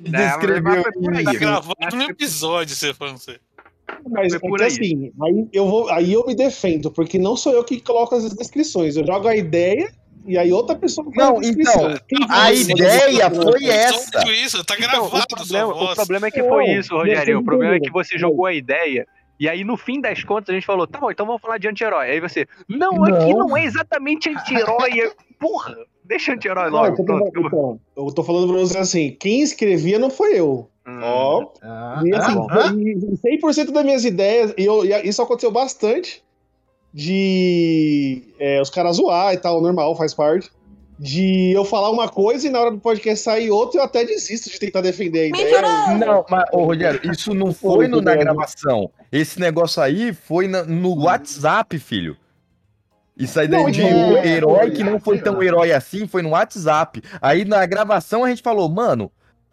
Speaker 4: Descreveu. Tá gravado no episódio, você falando assim. isso aí.
Speaker 12: Mas
Speaker 4: Foi
Speaker 12: é
Speaker 4: por
Speaker 12: que
Speaker 4: aí.
Speaker 12: assim, aí eu, vou, aí eu me defendo, porque não sou eu que coloco as descrições. Eu jogo a ideia e aí outra pessoa faz
Speaker 10: Não,
Speaker 12: a descrição.
Speaker 10: então,
Speaker 12: Quem
Speaker 10: a
Speaker 12: faz isso?
Speaker 10: ideia foi
Speaker 4: assim, Só
Speaker 10: essa.
Speaker 4: tudo isso, tá
Speaker 8: Então,
Speaker 4: gravado
Speaker 8: o, problema,
Speaker 4: sua voz.
Speaker 8: o problema é que foi
Speaker 4: Não,
Speaker 8: isso, Rogério.
Speaker 4: não
Speaker 8: O problema é que
Speaker 4: tem
Speaker 8: você jogou a ideia. E aí, no fim das contas, a gente falou, tá bom, então vamos falar de anti-herói. Aí você, não, aqui
Speaker 12: Não.
Speaker 8: não é exatamente anti-herói. Eu, Porra, deixa anti-herói
Speaker 12: Não, eu
Speaker 8: logo.
Speaker 12: tô
Speaker 8: Pronto,
Speaker 12: falando-
Speaker 8: acabou.
Speaker 12: então, eu tô falando pra vocês assim, quem escrevia não foi eu.
Speaker 8: Hum.
Speaker 12: Ó. e
Speaker 8: ah,
Speaker 12: assim,
Speaker 8: bom.
Speaker 12: e 100% das minhas ideias, e, eu- e isso aconteceu bastante, de é, os caras zoar e tal, normal, faz parte. De eu falar uma coisa e na hora do podcast sair outra, eu até desisto de tentar defender a ideia.
Speaker 6: tá.
Speaker 10: Não, mas, ô Rogério, isso não foi no, na gravação. Esse negócio aí foi na- no WhatsApp, filho. Isso aí
Speaker 12: Não,
Speaker 10: daí de um
Speaker 12: então, é,
Speaker 10: herói
Speaker 12: é,
Speaker 10: que não foi tão herói assim, foi no WhatsApp. Aí na gravação a gente falou, mano,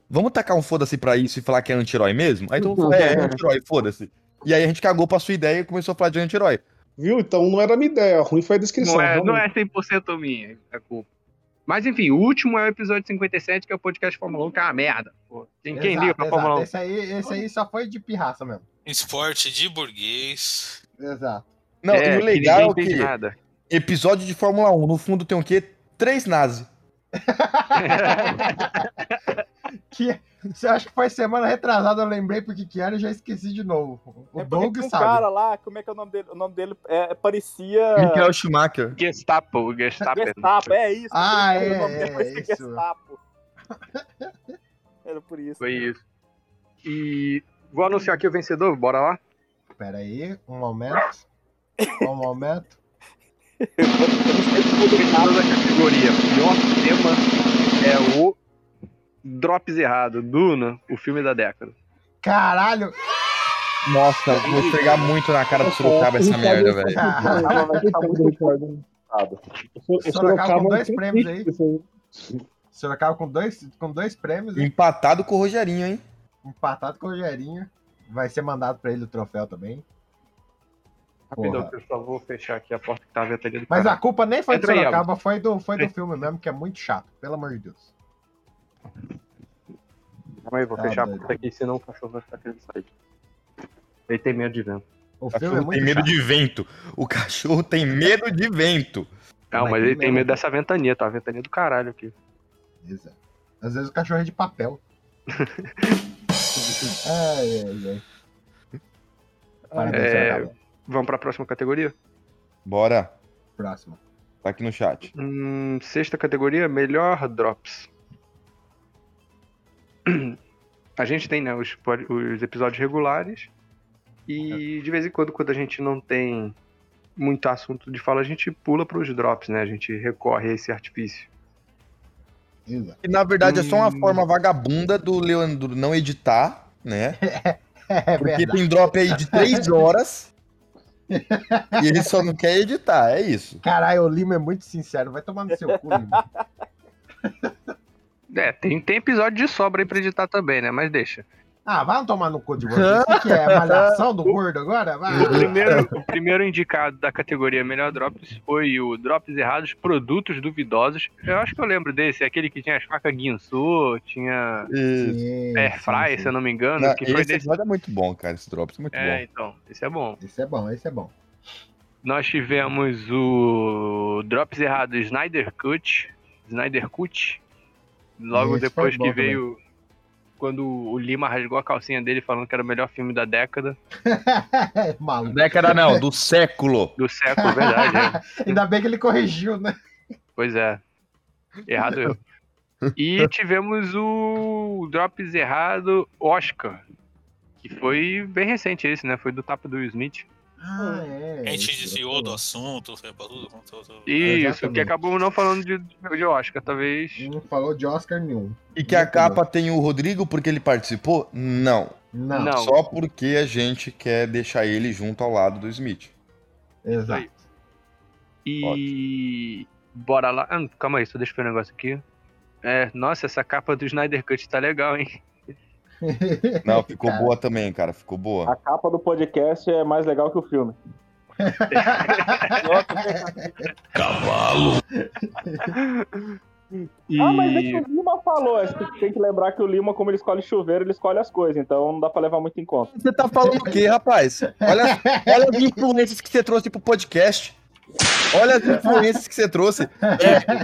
Speaker 10: vamos tacar um foda-se pra isso e falar que é anti-herói mesmo? Aí todo mundo falou, é, é anti-herói, foda-se. E aí a gente cagou pra sua ideia e começou a falar de anti-herói.
Speaker 12: Viu? Então não era a minha ideia, ruim foi a descrição.
Speaker 8: Não é,
Speaker 12: realmente.
Speaker 8: não é 100% minha a culpa. Mas enfim, o último é o episódio 57, que é o podcast Fórmula 1, que é uma merda. Pô. Quem, quem
Speaker 6: Exato,
Speaker 8: liga pra
Speaker 6: exato.
Speaker 8: Fórmula 1?
Speaker 6: Esse aí, esse aí só foi de pirraça mesmo.
Speaker 4: Esporte de burguês.
Speaker 6: Exato.
Speaker 10: Não,
Speaker 4: É,
Speaker 10: e
Speaker 4: que
Speaker 10: o legal é
Speaker 4: ninguém
Speaker 10: que
Speaker 4: entende nada.
Speaker 10: episódio de Fórmula 1, no fundo tem o quê? Três nazi.
Speaker 6: Que, *laughs* eu acho que foi semana retrasada, eu lembrei porque que era e já esqueci de novo. O
Speaker 7: Porque
Speaker 6: Doug
Speaker 7: tinha um
Speaker 6: sabe.
Speaker 7: cara lá, como é que é o nome dele? O nome dele é, parecia.
Speaker 10: Michael Schumacher.
Speaker 8: *laughs* Gestapo, Gestapo.
Speaker 7: Gestapo, é isso.
Speaker 6: Ah,
Speaker 7: eu
Speaker 6: é,
Speaker 7: lembrei o nome dele,
Speaker 6: é,
Speaker 7: parecia
Speaker 6: isso.
Speaker 7: Gestapo. *laughs* Era por isso.
Speaker 8: Foi isso. E vou anunciar aqui o vencedor, bora lá?
Speaker 6: Pera aí, um momento. Um momento.
Speaker 8: O vencedor da categoria pior tema é o Drops Errado, Duna, o filme da década.
Speaker 6: Caralho!
Speaker 10: Nossa, vou pegar muito na cara do Sorocaba essa merda, velho.
Speaker 12: *laughs*
Speaker 6: Sorocaba com
Speaker 10: um
Speaker 6: dois prêmios aí. Sorocaba com dois, com dois prêmios hein?
Speaker 10: Empatado com o Rogerinho, hein?
Speaker 6: empatado com o Rogerinho. Vai ser mandado pra ele o troféu também.
Speaker 8: Rapidão,
Speaker 6: Porra.
Speaker 8: que eu só vou fechar aqui a porta que tá ventando do
Speaker 6: Mas a
Speaker 8: caralho.
Speaker 6: culpa nem foi do
Speaker 8: Entra aí,
Speaker 6: Sorocaba, foi do, foi do filme mesmo, que é muito chato, pelo amor de Deus.
Speaker 8: Calma aí, vou
Speaker 6: Tá
Speaker 8: fechar a
Speaker 6: doido.
Speaker 8: porta aqui, senão o cachorro vai ficar querendo sair. Ele tem medo de vento.
Speaker 6: O é
Speaker 10: cachorro tem medo de vento. O cachorro tem medo de vento.
Speaker 8: Não, mas ele tem medo dessa ventania, tá? A ventania do caralho aqui.
Speaker 6: Beleza. Às vezes o cachorro é de
Speaker 10: *laughs*
Speaker 6: papel. ai, ai, ai. Parabéns,
Speaker 8: É,
Speaker 6: Sorocaba.
Speaker 8: Vamos pra próxima categoria?
Speaker 10: Bora.
Speaker 6: Próximo.
Speaker 10: Tá aqui no chat.
Speaker 8: Hum, sexta categoria, melhor drops. *clears throat* A gente tem, né, os, pod- os episódios regulares. E de vez em quando, quando a gente não tem muito assunto de fala, a gente pula pros drops, né? A gente recorre a esse artifício.
Speaker 10: Que na verdade é só uma forma vagabunda do Leandro não editar, *laughs* né? Porque tem drop aí de *laughs* três horas. e ele só não quer editar, é isso. *laughs*
Speaker 6: Caralho, o Lima é muito sincero, vai tomar no seu cu, Lima.
Speaker 8: É, tem, tem episódio de sobra aí pra editar também, né? Mas deixa.
Speaker 6: Ah, vai tomar no cu de vocês. O que, que
Speaker 10: *laughs*
Speaker 6: é? Malhação do gordo agora? Vai.
Speaker 8: O primeiro, o primeiro indicado da categoria Melhor Drops foi o Drops Errados Produtos Duvidosos. Eu acho que eu lembro desse, aquele que tinha as facas Guinsu, tinha
Speaker 10: Isso.
Speaker 8: Air Fry, se eu não me engano.
Speaker 10: Não,
Speaker 8: que
Speaker 10: esse
Speaker 8: foi desse.
Speaker 10: episódio é muito bom, cara. Esse Drops é muito
Speaker 8: É,
Speaker 10: bom.
Speaker 8: então, esse é bom.
Speaker 6: Esse é bom, esse é bom. *laughs*
Speaker 8: Nós tivemos o Drops Errado Snyder Cut. Snyder Cut. Logo
Speaker 10: é
Speaker 6: Esse
Speaker 8: depois
Speaker 6: foi
Speaker 8: que
Speaker 6: bom
Speaker 8: veio. Quando o Lima rasgou a calcinha dele falando que era o melhor filme da década.
Speaker 6: É Maluco.
Speaker 10: Década não, do século.
Speaker 8: Do século, verdade. é.
Speaker 6: Ainda bem que ele corrigiu, né?
Speaker 8: Pois é. Errado eu. E tivemos o Drops Errado Oscar. Que foi bem recente esse, né? Foi do tapa do Will Smith.
Speaker 6: Ah, é.
Speaker 4: A gente desviou do assunto, foi pra tudo quanto. tudo-
Speaker 8: Isso,
Speaker 6: Exatamente.
Speaker 8: que acabamos não falando de, de Oscar, talvez.
Speaker 6: Não falou de Oscar nenhum.
Speaker 10: E que a capa tem o Rodrigo porque ele participou? Não.
Speaker 6: Não.
Speaker 8: Não.
Speaker 10: Só porque a gente quer deixar ele junto ao lado do Smith.
Speaker 6: Exato.
Speaker 8: E. Bora lá. Ah, calma aí, só deixa eu ver um negócio aqui. É, nossa, essa capa do Snyder Cut tá legal, hein?
Speaker 6: *laughs*
Speaker 10: Não, ficou
Speaker 8: Cara.
Speaker 10: boa também, cara. Ficou boa.
Speaker 11: A capa do podcast é mais legal que o filme.
Speaker 10: Cavalo.
Speaker 11: Ah, mas é que o Lima falou. é que Tem que lembrar que o Lima, como ele escolhe chuveiro, ele escolhe as coisas. Então não dá pra levar muito em conta.
Speaker 10: Você tá falando o quê, rapaz? Olha, olha as influências que você trouxe pro podcast. Olha as influências que você trouxe.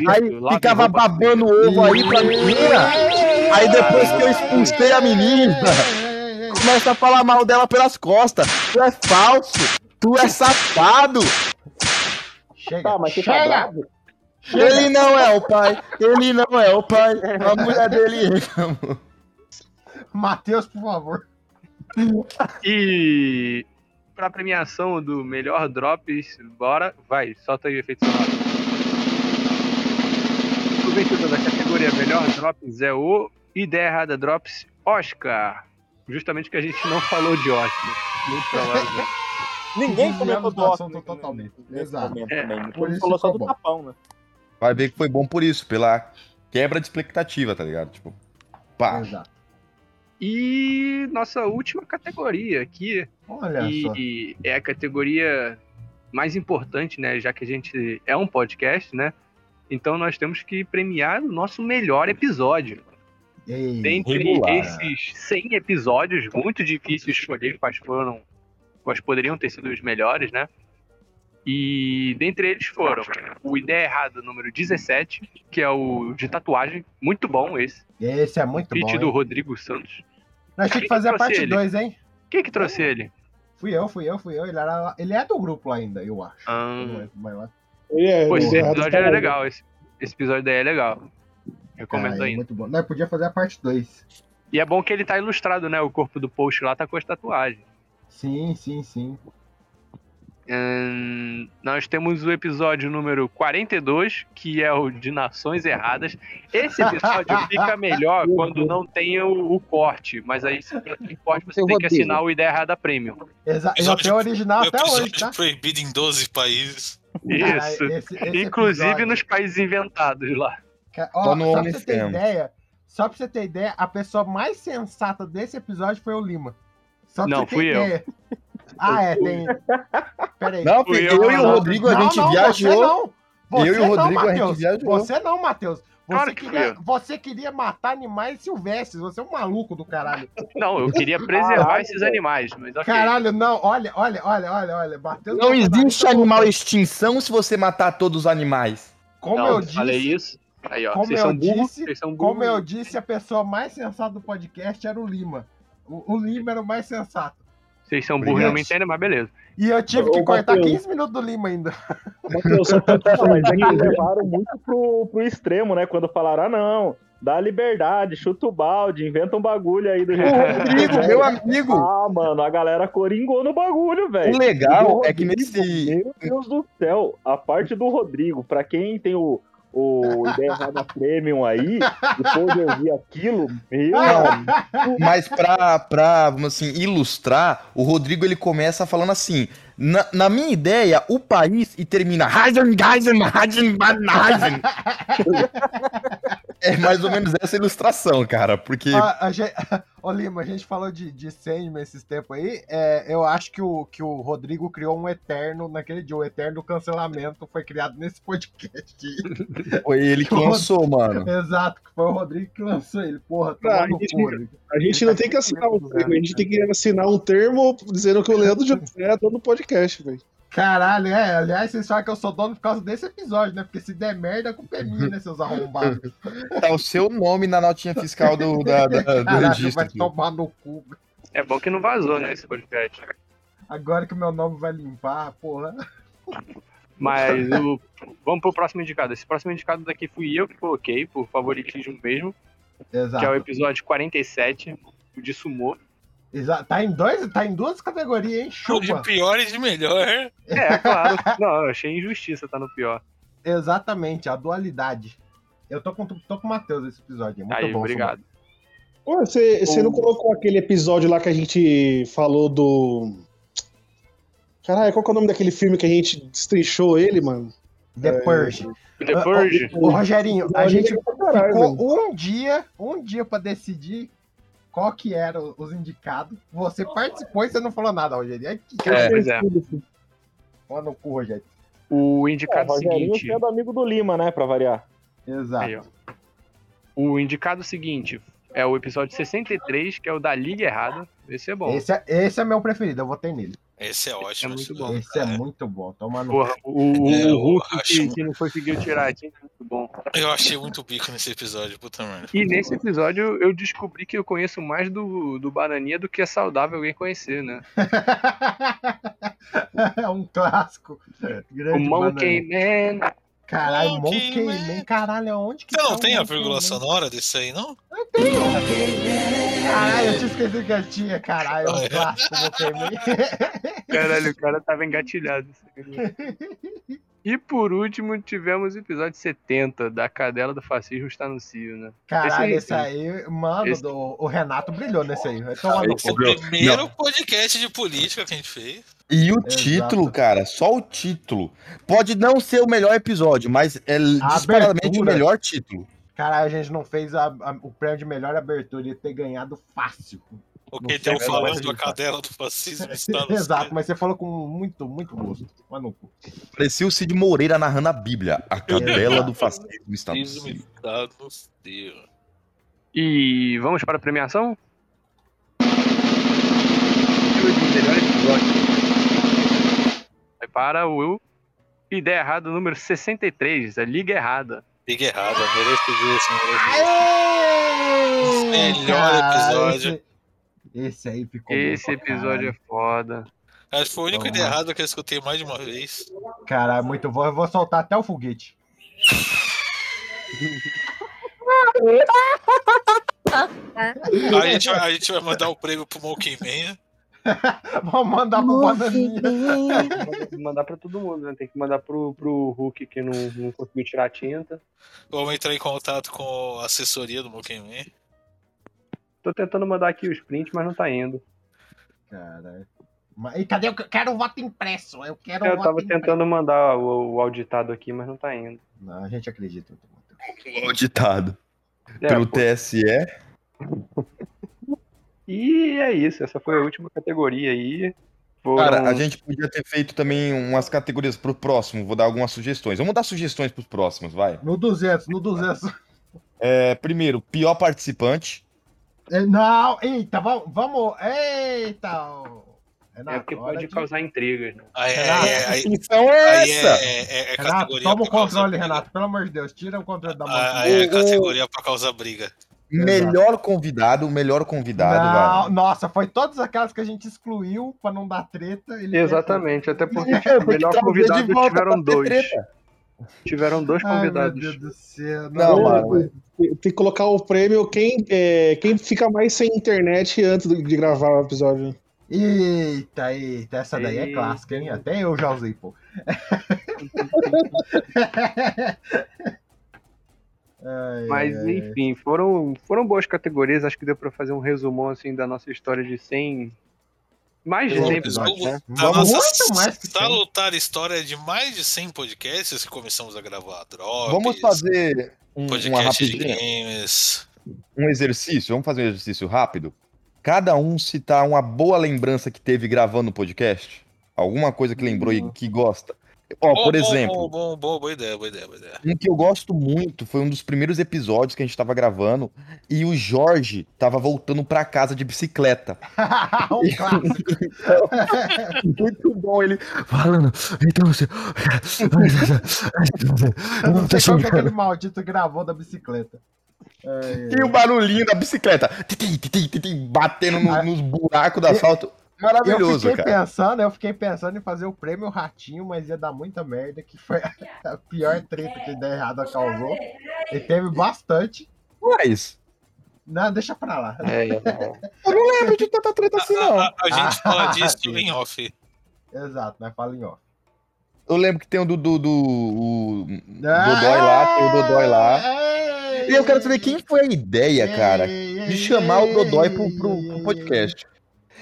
Speaker 10: Aí ficava babando ovo aí pra menina. Aí depois que eu expulsei a menina, começa a falar mal dela pelas costas. Tu é falso. Tu é safado.
Speaker 6: Chega.
Speaker 11: Tá, mas você tá
Speaker 10: Chega.
Speaker 11: bravo?
Speaker 10: Ele não é o pai. Ele não é o pai. A mulher dele é. reclamou.
Speaker 6: Matheus, por favor.
Speaker 8: E. Pra premiação do melhor Drops, bora. Vai, solta aí o efeito sonoro. O vencedor da categoria Melhor Drops é o Ideia Errada Drops Oscar. Justamente que a gente não falou de Oscar.
Speaker 6: *laughs*
Speaker 8: Muito provável.
Speaker 7: Ninguém
Speaker 6: Desviamos
Speaker 7: comentou
Speaker 6: do
Speaker 7: do Oscar.
Speaker 6: assunto totalmente. Exato.
Speaker 7: também. né?
Speaker 6: Por isso
Speaker 7: falou só
Speaker 6: ficou bom.
Speaker 7: do tapão, né?
Speaker 10: Vai ver que foi bom por isso, pela quebra de expectativa, tá ligado? Tipo,
Speaker 8: Tá.
Speaker 10: pá.
Speaker 6: Exato.
Speaker 8: E nossa última categoria aqui.
Speaker 6: Olha só.
Speaker 8: e é a categoria mais importante, né? Já que a gente é um podcast, né? Então nós temos que premiar o nosso melhor episódio.
Speaker 6: Ei,
Speaker 8: Dentre
Speaker 6: regular.
Speaker 8: esses 100 episódios, muito difícil escolher quais foram, quais poderiam ter sido os melhores, né? E dentre eles foram o Ideia Errada número 17, que é o de tatuagem, muito bom esse,
Speaker 6: Esse é muito bom.
Speaker 8: pitch
Speaker 6: hein?
Speaker 8: do Rodrigo Santos.
Speaker 6: Nós tínhamos que fazer a
Speaker 8: trouxe
Speaker 6: parte
Speaker 8: ele?
Speaker 6: 2, hein?
Speaker 8: Quem é que trouxe ele?
Speaker 6: Fui eu, fui eu, fui eu. Ele, era- ele é do grupo ainda, eu acho.
Speaker 8: Ah,
Speaker 6: é Mas eu acho-
Speaker 12: É,
Speaker 8: Pô, esse
Speaker 6: Porra,
Speaker 8: episódio
Speaker 12: tá
Speaker 6: cara,
Speaker 8: era legal, esse, esse episódio daí é legal.
Speaker 6: cara,
Speaker 8: Recomendo
Speaker 6: é
Speaker 8: ainda.
Speaker 6: muito bom. Nós podíamos fazer a parte 2.
Speaker 8: E é bom que ele tá ilustrado, né? O corpo do post lá tá com as tatuagens.
Speaker 6: Sim, sim, sim.
Speaker 8: Ahn, nós temos o episódio número 42, que é o de Nações Erradas.
Speaker 6: *laughs*
Speaker 8: Esse episódio fica melhor quando não tem o, o corte, mas aí se não tem corte, você tem que
Speaker 6: Rodrigo.
Speaker 8: assinar o Ideia Errada Premium.
Speaker 6: Exa já tem o original até hoje,
Speaker 4: Episódio
Speaker 6: tá?
Speaker 4: proibido em 12 países.
Speaker 6: Cara,
Speaker 8: Isso.
Speaker 6: esse- Ah, é, esse
Speaker 8: Inclusive
Speaker 6: episódio-
Speaker 8: nos países inventados lá.
Speaker 6: Ca- Ó,
Speaker 8: Só no
Speaker 6: só pra você ter
Speaker 8: OnlyFans.
Speaker 6: ideia, só pra você ter ideia, a pessoa mais sensata desse episódio foi o Lima. Só pra
Speaker 8: Não,
Speaker 6: você ter
Speaker 8: fui eu.
Speaker 6: ideia. Ah, é, tem. Peraí.
Speaker 10: Não, filho, eu e o Rodrigo, a gente viajou.
Speaker 6: Você não.
Speaker 10: Eu e o
Speaker 6: Você não,
Speaker 10: Rodrigo, a gente
Speaker 6: Matheus.
Speaker 10: viajou.
Speaker 6: Você não, Matheus. Você,
Speaker 8: Claro que fui
Speaker 6: queria,
Speaker 8: eu.
Speaker 6: você queria matar animais silvestres. Você é um maluco do caralho.
Speaker 8: Não, eu queria preservar
Speaker 6: Caralho,
Speaker 8: esses animais, mas Tá ok.
Speaker 6: Caralho, não. Olha, olha, olha, olha, olha. Matheus
Speaker 10: Não existe animal extinção se você matar todos os animais.
Speaker 6: Como
Speaker 8: Não,
Speaker 6: eu
Speaker 8: eu falei isso. Aí, ó,
Speaker 6: Como
Speaker 8: vocês
Speaker 6: eu
Speaker 8: são burros,
Speaker 6: disse-
Speaker 8: vocês são burros.
Speaker 6: Como eu disse, a pessoa mais sensata do podcast era o Lima. O, o Lima era o mais sensato.
Speaker 8: Vocês são burros, não me entendem, mas beleza.
Speaker 6: E eu tive que
Speaker 8: Ô,
Speaker 6: cortar
Speaker 8: Matheus.
Speaker 6: 15 minutos do Lima ainda.
Speaker 11: Não, mas é que levaram muito pro, pro extremo, né? Quando falaram, ah, não, dá liberdade, chuta o balde, inventa um bagulho aí do *laughs* jeito.
Speaker 6: É
Speaker 10: Rodrigo, meu amigo!
Speaker 11: Ah, mano, a galera coringou no bagulho, velho.
Speaker 10: O legal é que
Speaker 11: Rodrigo, Meu Deus do céu, a parte do Rodrigo, pra quem tem o. O Ideia Errada Premium aí, depois eu vi aquilo, meu
Speaker 8: Ah,
Speaker 11: amigo.
Speaker 10: Mas pra, pra vamos assim, ilustrar, o Rodrigo ele começa falando assim: na, na minha ideia, o país e termina Heisen, Heisen, Heisen, Heisen. É mais ou menos essa ilustração, cara, porque.
Speaker 6: A, a gente, *laughs* ô Lima, a gente falou de, de Sandman esses tempos aí. é, eu acho que o, que o Rodrigo criou um eterno naquele dia. O eterno cancelamento foi criado nesse podcast.
Speaker 10: Foi ele que
Speaker 6: O Rod-
Speaker 10: lançou, mano.
Speaker 6: Exato, que foi o Rodrigo que lançou ele. Porra,
Speaker 12: Ah,
Speaker 6: tá
Speaker 12: a,
Speaker 6: no
Speaker 12: gente,
Speaker 6: cu, Rodrigo.
Speaker 12: a gente não tem que assinar um termo, a gente tem que assinar um termo dizendo que o Leandro José é dono do podcast, velho.
Speaker 6: Caralho, é. Aliás, vocês falam que eu sou dono por causa desse episódio, né? Porque se der merda, a culpa é minha, né, seus arrombados?
Speaker 10: Tá o seu nome na notinha fiscal do, da, da- do
Speaker 6: Caralho,
Speaker 10: registro.
Speaker 6: vai
Speaker 10: aqui.
Speaker 6: tomar no cu.
Speaker 8: É bom que não vazou, né, esse podcast.
Speaker 6: Agora que meu nome vai limpar, porra.
Speaker 8: Mas o- vamos pro próximo indicado. Esse próximo indicado daqui fui eu que coloquei, por favoritismo mesmo.
Speaker 6: Exato.
Speaker 8: Que é o episódio 47, o de Sumô.
Speaker 6: Exa- Tá em, dois, tá em duas categorias, hein? Chupa.
Speaker 4: Pior e de melhor.
Speaker 6: *laughs*
Speaker 8: É, claro. não, eu achei injustiça, tá no pior.
Speaker 6: Exatamente, a dualidade. Eu tô com, tô com o Matheus esse episódio. É muito
Speaker 8: Aí,
Speaker 6: bom.
Speaker 8: obrigado.
Speaker 12: Pô, você, você não colocou aquele episódio lá que a gente falou do. Caralho, qual que é o nome daquele filme que a gente destrinchou ele, mano?
Speaker 6: The Purge.
Speaker 8: The Purge.
Speaker 6: Ô, Rogerinho, a
Speaker 12: Olha,
Speaker 6: gente
Speaker 12: é pra caralho,
Speaker 6: ficou um dia, um dia pra decidir qual que eram os indicados. Você participou e você não falou nada, Rogerinho. Ai, que
Speaker 8: É, pois é.
Speaker 6: Ó no cu, Rogério.
Speaker 8: O indicado
Speaker 7: É, Rogerinho
Speaker 8: seguinte.
Speaker 7: sendo amigo do Lima, né? Pra variar.
Speaker 6: Exato.
Speaker 8: Aí, ó. O indicado seguinte é o episódio 63, que é o da Liga Errada. Esse é bom.
Speaker 6: Esse é, esse é meu preferido, eu votei nele.
Speaker 4: Esse é ótimo.
Speaker 8: muito
Speaker 4: bom.
Speaker 6: Esse é muito bom, toma no
Speaker 8: Porra, o,
Speaker 4: É,
Speaker 8: o
Speaker 4: eu
Speaker 8: Hulk
Speaker 4: acho-
Speaker 8: que, que não conseguiu tirar aqui. Muito bom.
Speaker 4: Eu achei muito pico nesse episódio, puta merda.
Speaker 8: E nesse episódio eu descobri que eu conheço mais do, do Bananinha do que é saudável alguém conhecer, né?
Speaker 6: *laughs* É um clássico. Grande
Speaker 8: o Monkey
Speaker 6: banana.
Speaker 8: Man.
Speaker 6: Caralho,
Speaker 4: Monkey
Speaker 6: Monkey Man. Caralho, aonde que
Speaker 4: né? Você não
Speaker 6: tá o
Speaker 4: tem a
Speaker 6: Monkey
Speaker 4: vírgula
Speaker 6: Man?
Speaker 4: sonora desse aí, não?
Speaker 6: Caralho, eu tinha esquecido que eu tinha, caralho. É um clássico Monkey
Speaker 4: *laughs*
Speaker 6: Man.
Speaker 8: Caralho, o cara tava engatilhado. *laughs* E por último, tivemos o episódio 70, da cadela do fascismo está no Cio, né?
Speaker 6: Caralho, esse
Speaker 8: Esse aí-
Speaker 6: aí, mano,
Speaker 8: Esse-
Speaker 6: do- o Renato brilhou nesse aí. Vai tomar no
Speaker 4: Esse é
Speaker 6: cu.
Speaker 4: o primeiro podcast de política que a gente fez.
Speaker 10: E o título, cara, só o título. Pode não ser o melhor episódio, mas é disparadamente o
Speaker 6: abertura.
Speaker 10: melhor título.
Speaker 6: Caralho, a gente não fez a- a- o prêmio de melhor abertura e ter ganhado fácil.
Speaker 4: O
Speaker 6: Não
Speaker 4: que
Speaker 6: sei
Speaker 4: tem um
Speaker 6: se vai
Speaker 4: falando a
Speaker 6: ser
Speaker 4: cadela do fascismo está
Speaker 6: fácil.
Speaker 4: Tá no
Speaker 6: *laughs* Exato, mas você falou com muito, muito gosto. Vai no cu.
Speaker 10: Parecia o Cid Moreira narrando a Bíblia. A cadela do fascismo está Tá no
Speaker 4: fascismo está no Cio.
Speaker 8: E vamos para a premiação? Melhor episódio. Vai para o Ideia Errada número 63, a Liga Errada.
Speaker 4: Liga Errada, mereço disso,
Speaker 6: mereço
Speaker 4: disso. Melhor
Speaker 6: Caralho,
Speaker 4: episódio.
Speaker 6: Esse, esse aí ficou.
Speaker 8: Esse
Speaker 6: bom pra
Speaker 8: episódio é foda.
Speaker 4: Acho que foi o único
Speaker 6: Vamos
Speaker 4: ideia
Speaker 6: lá.
Speaker 4: errado que eu escutei mais de uma vez.
Speaker 8: é
Speaker 6: caralho. Caralho, muito bom. Eu vou soltar até o foguete.
Speaker 4: A gente, vai- a gente vai mandar o prêmio pro Monkeyman.
Speaker 6: Vou mandar pro bananinha.
Speaker 8: mandar pra todo mundo, né? Tem que mandar pro, pro Hulk que não, não conseguiu tirar a tinta.
Speaker 4: Vamos entrar em contato com a assessoria do Monkeyman.
Speaker 8: Tô tentando mandar aqui os prints, mas não tá indo.
Speaker 6: Caralho. Mas- E cadê? Eu quero o voto impresso. Eu quero o
Speaker 8: Eu
Speaker 6: voto
Speaker 8: tava
Speaker 6: impresso.
Speaker 8: tentando mandar o, o auditado aqui, mas não tá indo.
Speaker 6: Não, a gente acredita. então,
Speaker 10: Auditado.
Speaker 8: É,
Speaker 10: Pelo
Speaker 8: pô.
Speaker 10: TSE.
Speaker 8: E é isso, essa foi a última categoria aí. Foram-
Speaker 10: Cara, a gente podia ter feito também umas categorias pro próximo. Vou dar algumas sugestões. Vamos dar sugestões pros próximos, vai.
Speaker 6: No 200, no 200.
Speaker 10: É, primeiro, pior participante.
Speaker 6: É, Não, eita, va- vamos. Eita! ô. Renato,
Speaker 8: É porque
Speaker 6: hora
Speaker 8: pode
Speaker 6: de-
Speaker 8: causar intrigas, né?
Speaker 4: Aí,
Speaker 6: Renato,
Speaker 4: aí, aí,
Speaker 10: então é
Speaker 4: aí
Speaker 10: essa.
Speaker 4: É, é, é
Speaker 6: Renato,
Speaker 4: categoria
Speaker 6: toma o
Speaker 4: pra causar-
Speaker 6: controle, Renato. Pelo amor de Deus, tira o controle da mão.
Speaker 8: Ah,
Speaker 4: Aí é categoria pra causar briga.
Speaker 10: Melhor convidado, melhor convidado, vai.
Speaker 6: Não, nossa, foi todas aquelas que a gente excluiu pra não dar treta. Ele
Speaker 8: Exatamente, até porque
Speaker 6: É,
Speaker 8: tipo, o
Speaker 6: porque
Speaker 8: melhor
Speaker 6: trazer de
Speaker 8: convidado
Speaker 6: volta
Speaker 8: tiveram
Speaker 6: pra ter
Speaker 8: dois.
Speaker 6: treta.
Speaker 8: Tiveram dois
Speaker 6: Ai, meu
Speaker 8: convidados.
Speaker 6: Deus do céu.
Speaker 10: Não,
Speaker 6: Não,
Speaker 10: mano.
Speaker 6: mano.
Speaker 12: É, Tem tem que colocar o prêmio quem, é, quem fica mais sem internet antes do- de gravar o episódio.
Speaker 6: Eita, eita, essa daí é
Speaker 8: Eita.
Speaker 6: clássica, hein? Até eu já usei, pô.
Speaker 10: É,
Speaker 6: Ai,
Speaker 8: Mas
Speaker 6: ai, ai.
Speaker 8: enfim, foram, foram boas categorias, acho que deu pra fazer um resumão assim da nossa história de 100 mais de
Speaker 6: Bom
Speaker 8: 100
Speaker 6: episódio,
Speaker 8: episódios, né?
Speaker 4: A
Speaker 6: Vamos
Speaker 4: Tá, nossa tá
Speaker 6: muito mais que cem. *laughs*
Speaker 4: salutar história de mais de 100 podcasts que começamos a gravar drops.
Speaker 10: Vamos fazer um, uma
Speaker 4: Podcast de
Speaker 10: rapidinha?
Speaker 4: games.
Speaker 10: Um exercício? Vamos fazer um exercício rápido? Cada um citar uma boa lembrança que teve gravando o podcast? Alguma coisa que lembrou
Speaker 6: Hum.
Speaker 10: e que gosta? Ó,
Speaker 4: Bom,
Speaker 10: por
Speaker 4: bom,
Speaker 10: exemplo.
Speaker 4: Bom, bom, bom, boa ideia, boa ideia, boa ideia.
Speaker 10: Um que eu gosto muito, foi um dos primeiros episódios que a gente tava gravando, e o Jorge tava voltando pra casa de bicicleta.
Speaker 6: um clássico.
Speaker 10: *laughs* muito bom ele.
Speaker 14: Falando, então
Speaker 6: *laughs*
Speaker 14: você.
Speaker 6: Eu não sei qual que é aquele
Speaker 14: chegando.
Speaker 6: maldito gravou da bicicleta.
Speaker 10: E o barulhinho da bicicleta, titim, titim, titim, batendo
Speaker 6: Ah.
Speaker 10: no- nos buracos do asfalto. Maravilhoso,
Speaker 6: eu fiquei
Speaker 10: cara.
Speaker 6: pensando, eu fiquei pensando em fazer o prêmio Ratinho, mas ia dar muita merda, que foi *laughs* a pior treta que a ideia errada causou. E teve bastante.
Speaker 10: Mas.
Speaker 6: Não, deixa pra lá.
Speaker 10: Eu não lembro de tanta treta assim, não.
Speaker 4: A
Speaker 6: *laughs*
Speaker 4: gente fala disso em off.
Speaker 10: É.
Speaker 6: Exato, mas fala em off.
Speaker 10: Eu lembro que tem o do, do, do- o Dodói lá, tem o Dodói lá. E eu quero saber quem foi a ideia, cara, de chamar o Dodói pro, pro- pro podcast.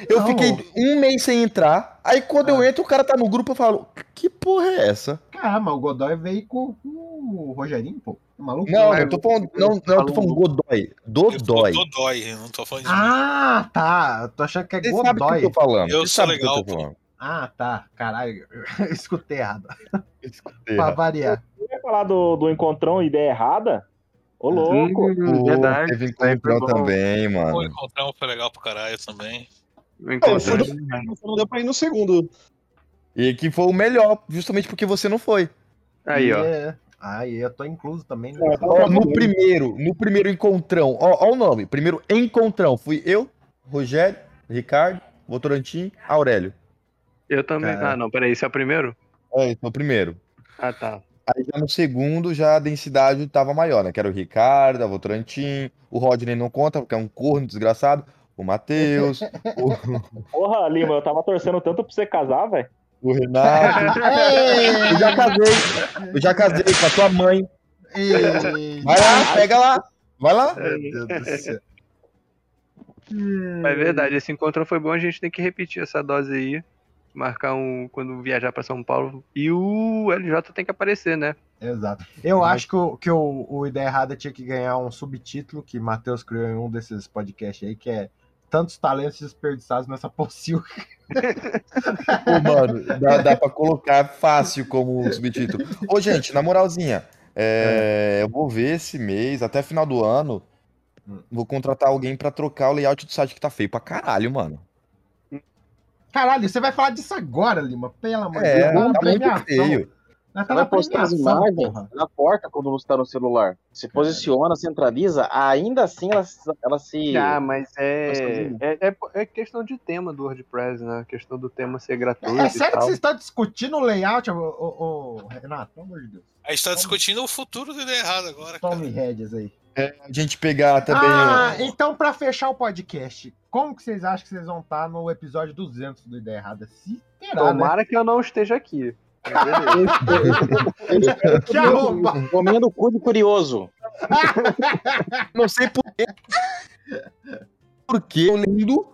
Speaker 10: Eu fiquei um mês sem entrar, aí quando eu entro, o cara tá no grupo, eu falo, que porra é essa?
Speaker 6: Caramba, o Godoy veio com, com o Rogerinho, pô. Tá Maluco?
Speaker 10: Não, eu
Speaker 4: é
Speaker 10: tô falando, não, não, eu tô falando Godói, Dodói.
Speaker 4: Dodói, eu não tô falando de
Speaker 6: Ah, tá. Eu tô achando que é
Speaker 10: Você
Speaker 6: Godoy.
Speaker 10: sabe do que eu tô falando.
Speaker 4: Eu sou
Speaker 10: Você sabe do que eu
Speaker 4: legal,
Speaker 10: tô
Speaker 4: pô.
Speaker 10: falando.
Speaker 6: Ah, tá. Caralho, eu *laughs* escutei errado.
Speaker 10: Escutei
Speaker 6: Pra
Speaker 10: errado.
Speaker 6: variar.
Speaker 11: Você ia falar do, do encontrão ideia errada? Ô,
Speaker 8: Hum.
Speaker 11: louco.
Speaker 10: Pô, teve encontrão também,
Speaker 4: O
Speaker 10: mano.
Speaker 4: encontrão um foi legal pra caralho também.
Speaker 15: Encontrão.
Speaker 12: É.
Speaker 15: Não deu pra ir no segundo.
Speaker 10: E que foi o melhor, justamente porque você não foi.
Speaker 6: E é- Aí eu tô incluso também. né?
Speaker 10: Ó, no primeiro, no primeiro encontrão, ó, ó o nome, primeiro encontrão, fui eu, Rogério, Ricardo, Votorantim, Aurélio.
Speaker 8: Eu também.
Speaker 10: Cara.
Speaker 8: Ah, não, peraí, esse é o primeiro?
Speaker 10: É, então o primeiro.
Speaker 6: *laughs*
Speaker 8: Ah, tá.
Speaker 10: Aí já no segundo, já a densidade tava maior, né? Que era o Ricardo, a Votorantim, o Rodney não conta, porque é um corno desgraçado, o Matheus, o,
Speaker 11: Porra, Lima, eu tava torcendo tanto pra você casar, velho.
Speaker 10: o Renato. Eu já casei, eu já casei com a tua mãe. Vai lá, pega lá, vai lá.
Speaker 8: É verdade, esse encontro foi bom, a gente tem que repetir essa dose aí. Marcar um. Quando viajar pra São Paulo. E o LJ tem que aparecer, né?
Speaker 6: Exato. Eu acho que, o, que o, o Ideia Errada tinha que ganhar um subtítulo que Matheus criou em um desses podcasts aí, que é Tantos Talentos Desperdiçados nessa pocilga.
Speaker 10: Pô, mano, dá, dá pra colocar fácil como subtítulo. Ô, gente, na moralzinha, é, eu vou ver esse mês, até final do ano, vou contratar alguém pra trocar o layout do site que tá feio pra caralho, mano.
Speaker 6: Caralho, você vai falar disso agora, Lima? Pelo amor de
Speaker 10: É,
Speaker 6: Deus.
Speaker 10: tá
Speaker 6: na
Speaker 10: muito
Speaker 6: premiação.
Speaker 10: feio.
Speaker 6: Nós tá
Speaker 12: Você
Speaker 6: na
Speaker 12: vai postar as
Speaker 6: premiação,
Speaker 12: imagens
Speaker 6: porra.
Speaker 12: na porta quando você tá no celular. Se posiciona, centraliza, ainda assim ela, ela se.
Speaker 8: Ah, mas é é, é. é questão de tema do WordPress, né? A questão do tema ser gratuito.
Speaker 6: É
Speaker 8: e
Speaker 6: sério que
Speaker 8: tal.
Speaker 6: vocês estão discutindo o layout, ô, ô, ô, Renato? Pelo amor de Deus.
Speaker 4: A gente tá discutindo o futuro do ideia errada agora.
Speaker 6: Tome rédeas aí.
Speaker 10: É, a gente pegar também.
Speaker 6: ah,
Speaker 10: o-
Speaker 6: então pra fechar o podcast, como que vocês acham que vocês vão estar no episódio 200 do Ideia Errada? Se terá,
Speaker 8: Tomara que eu não esteja aqui.
Speaker 6: né? Que arromba!
Speaker 12: Comendo o cu de curioso.
Speaker 10: Não sei por quê. Porque eu lendo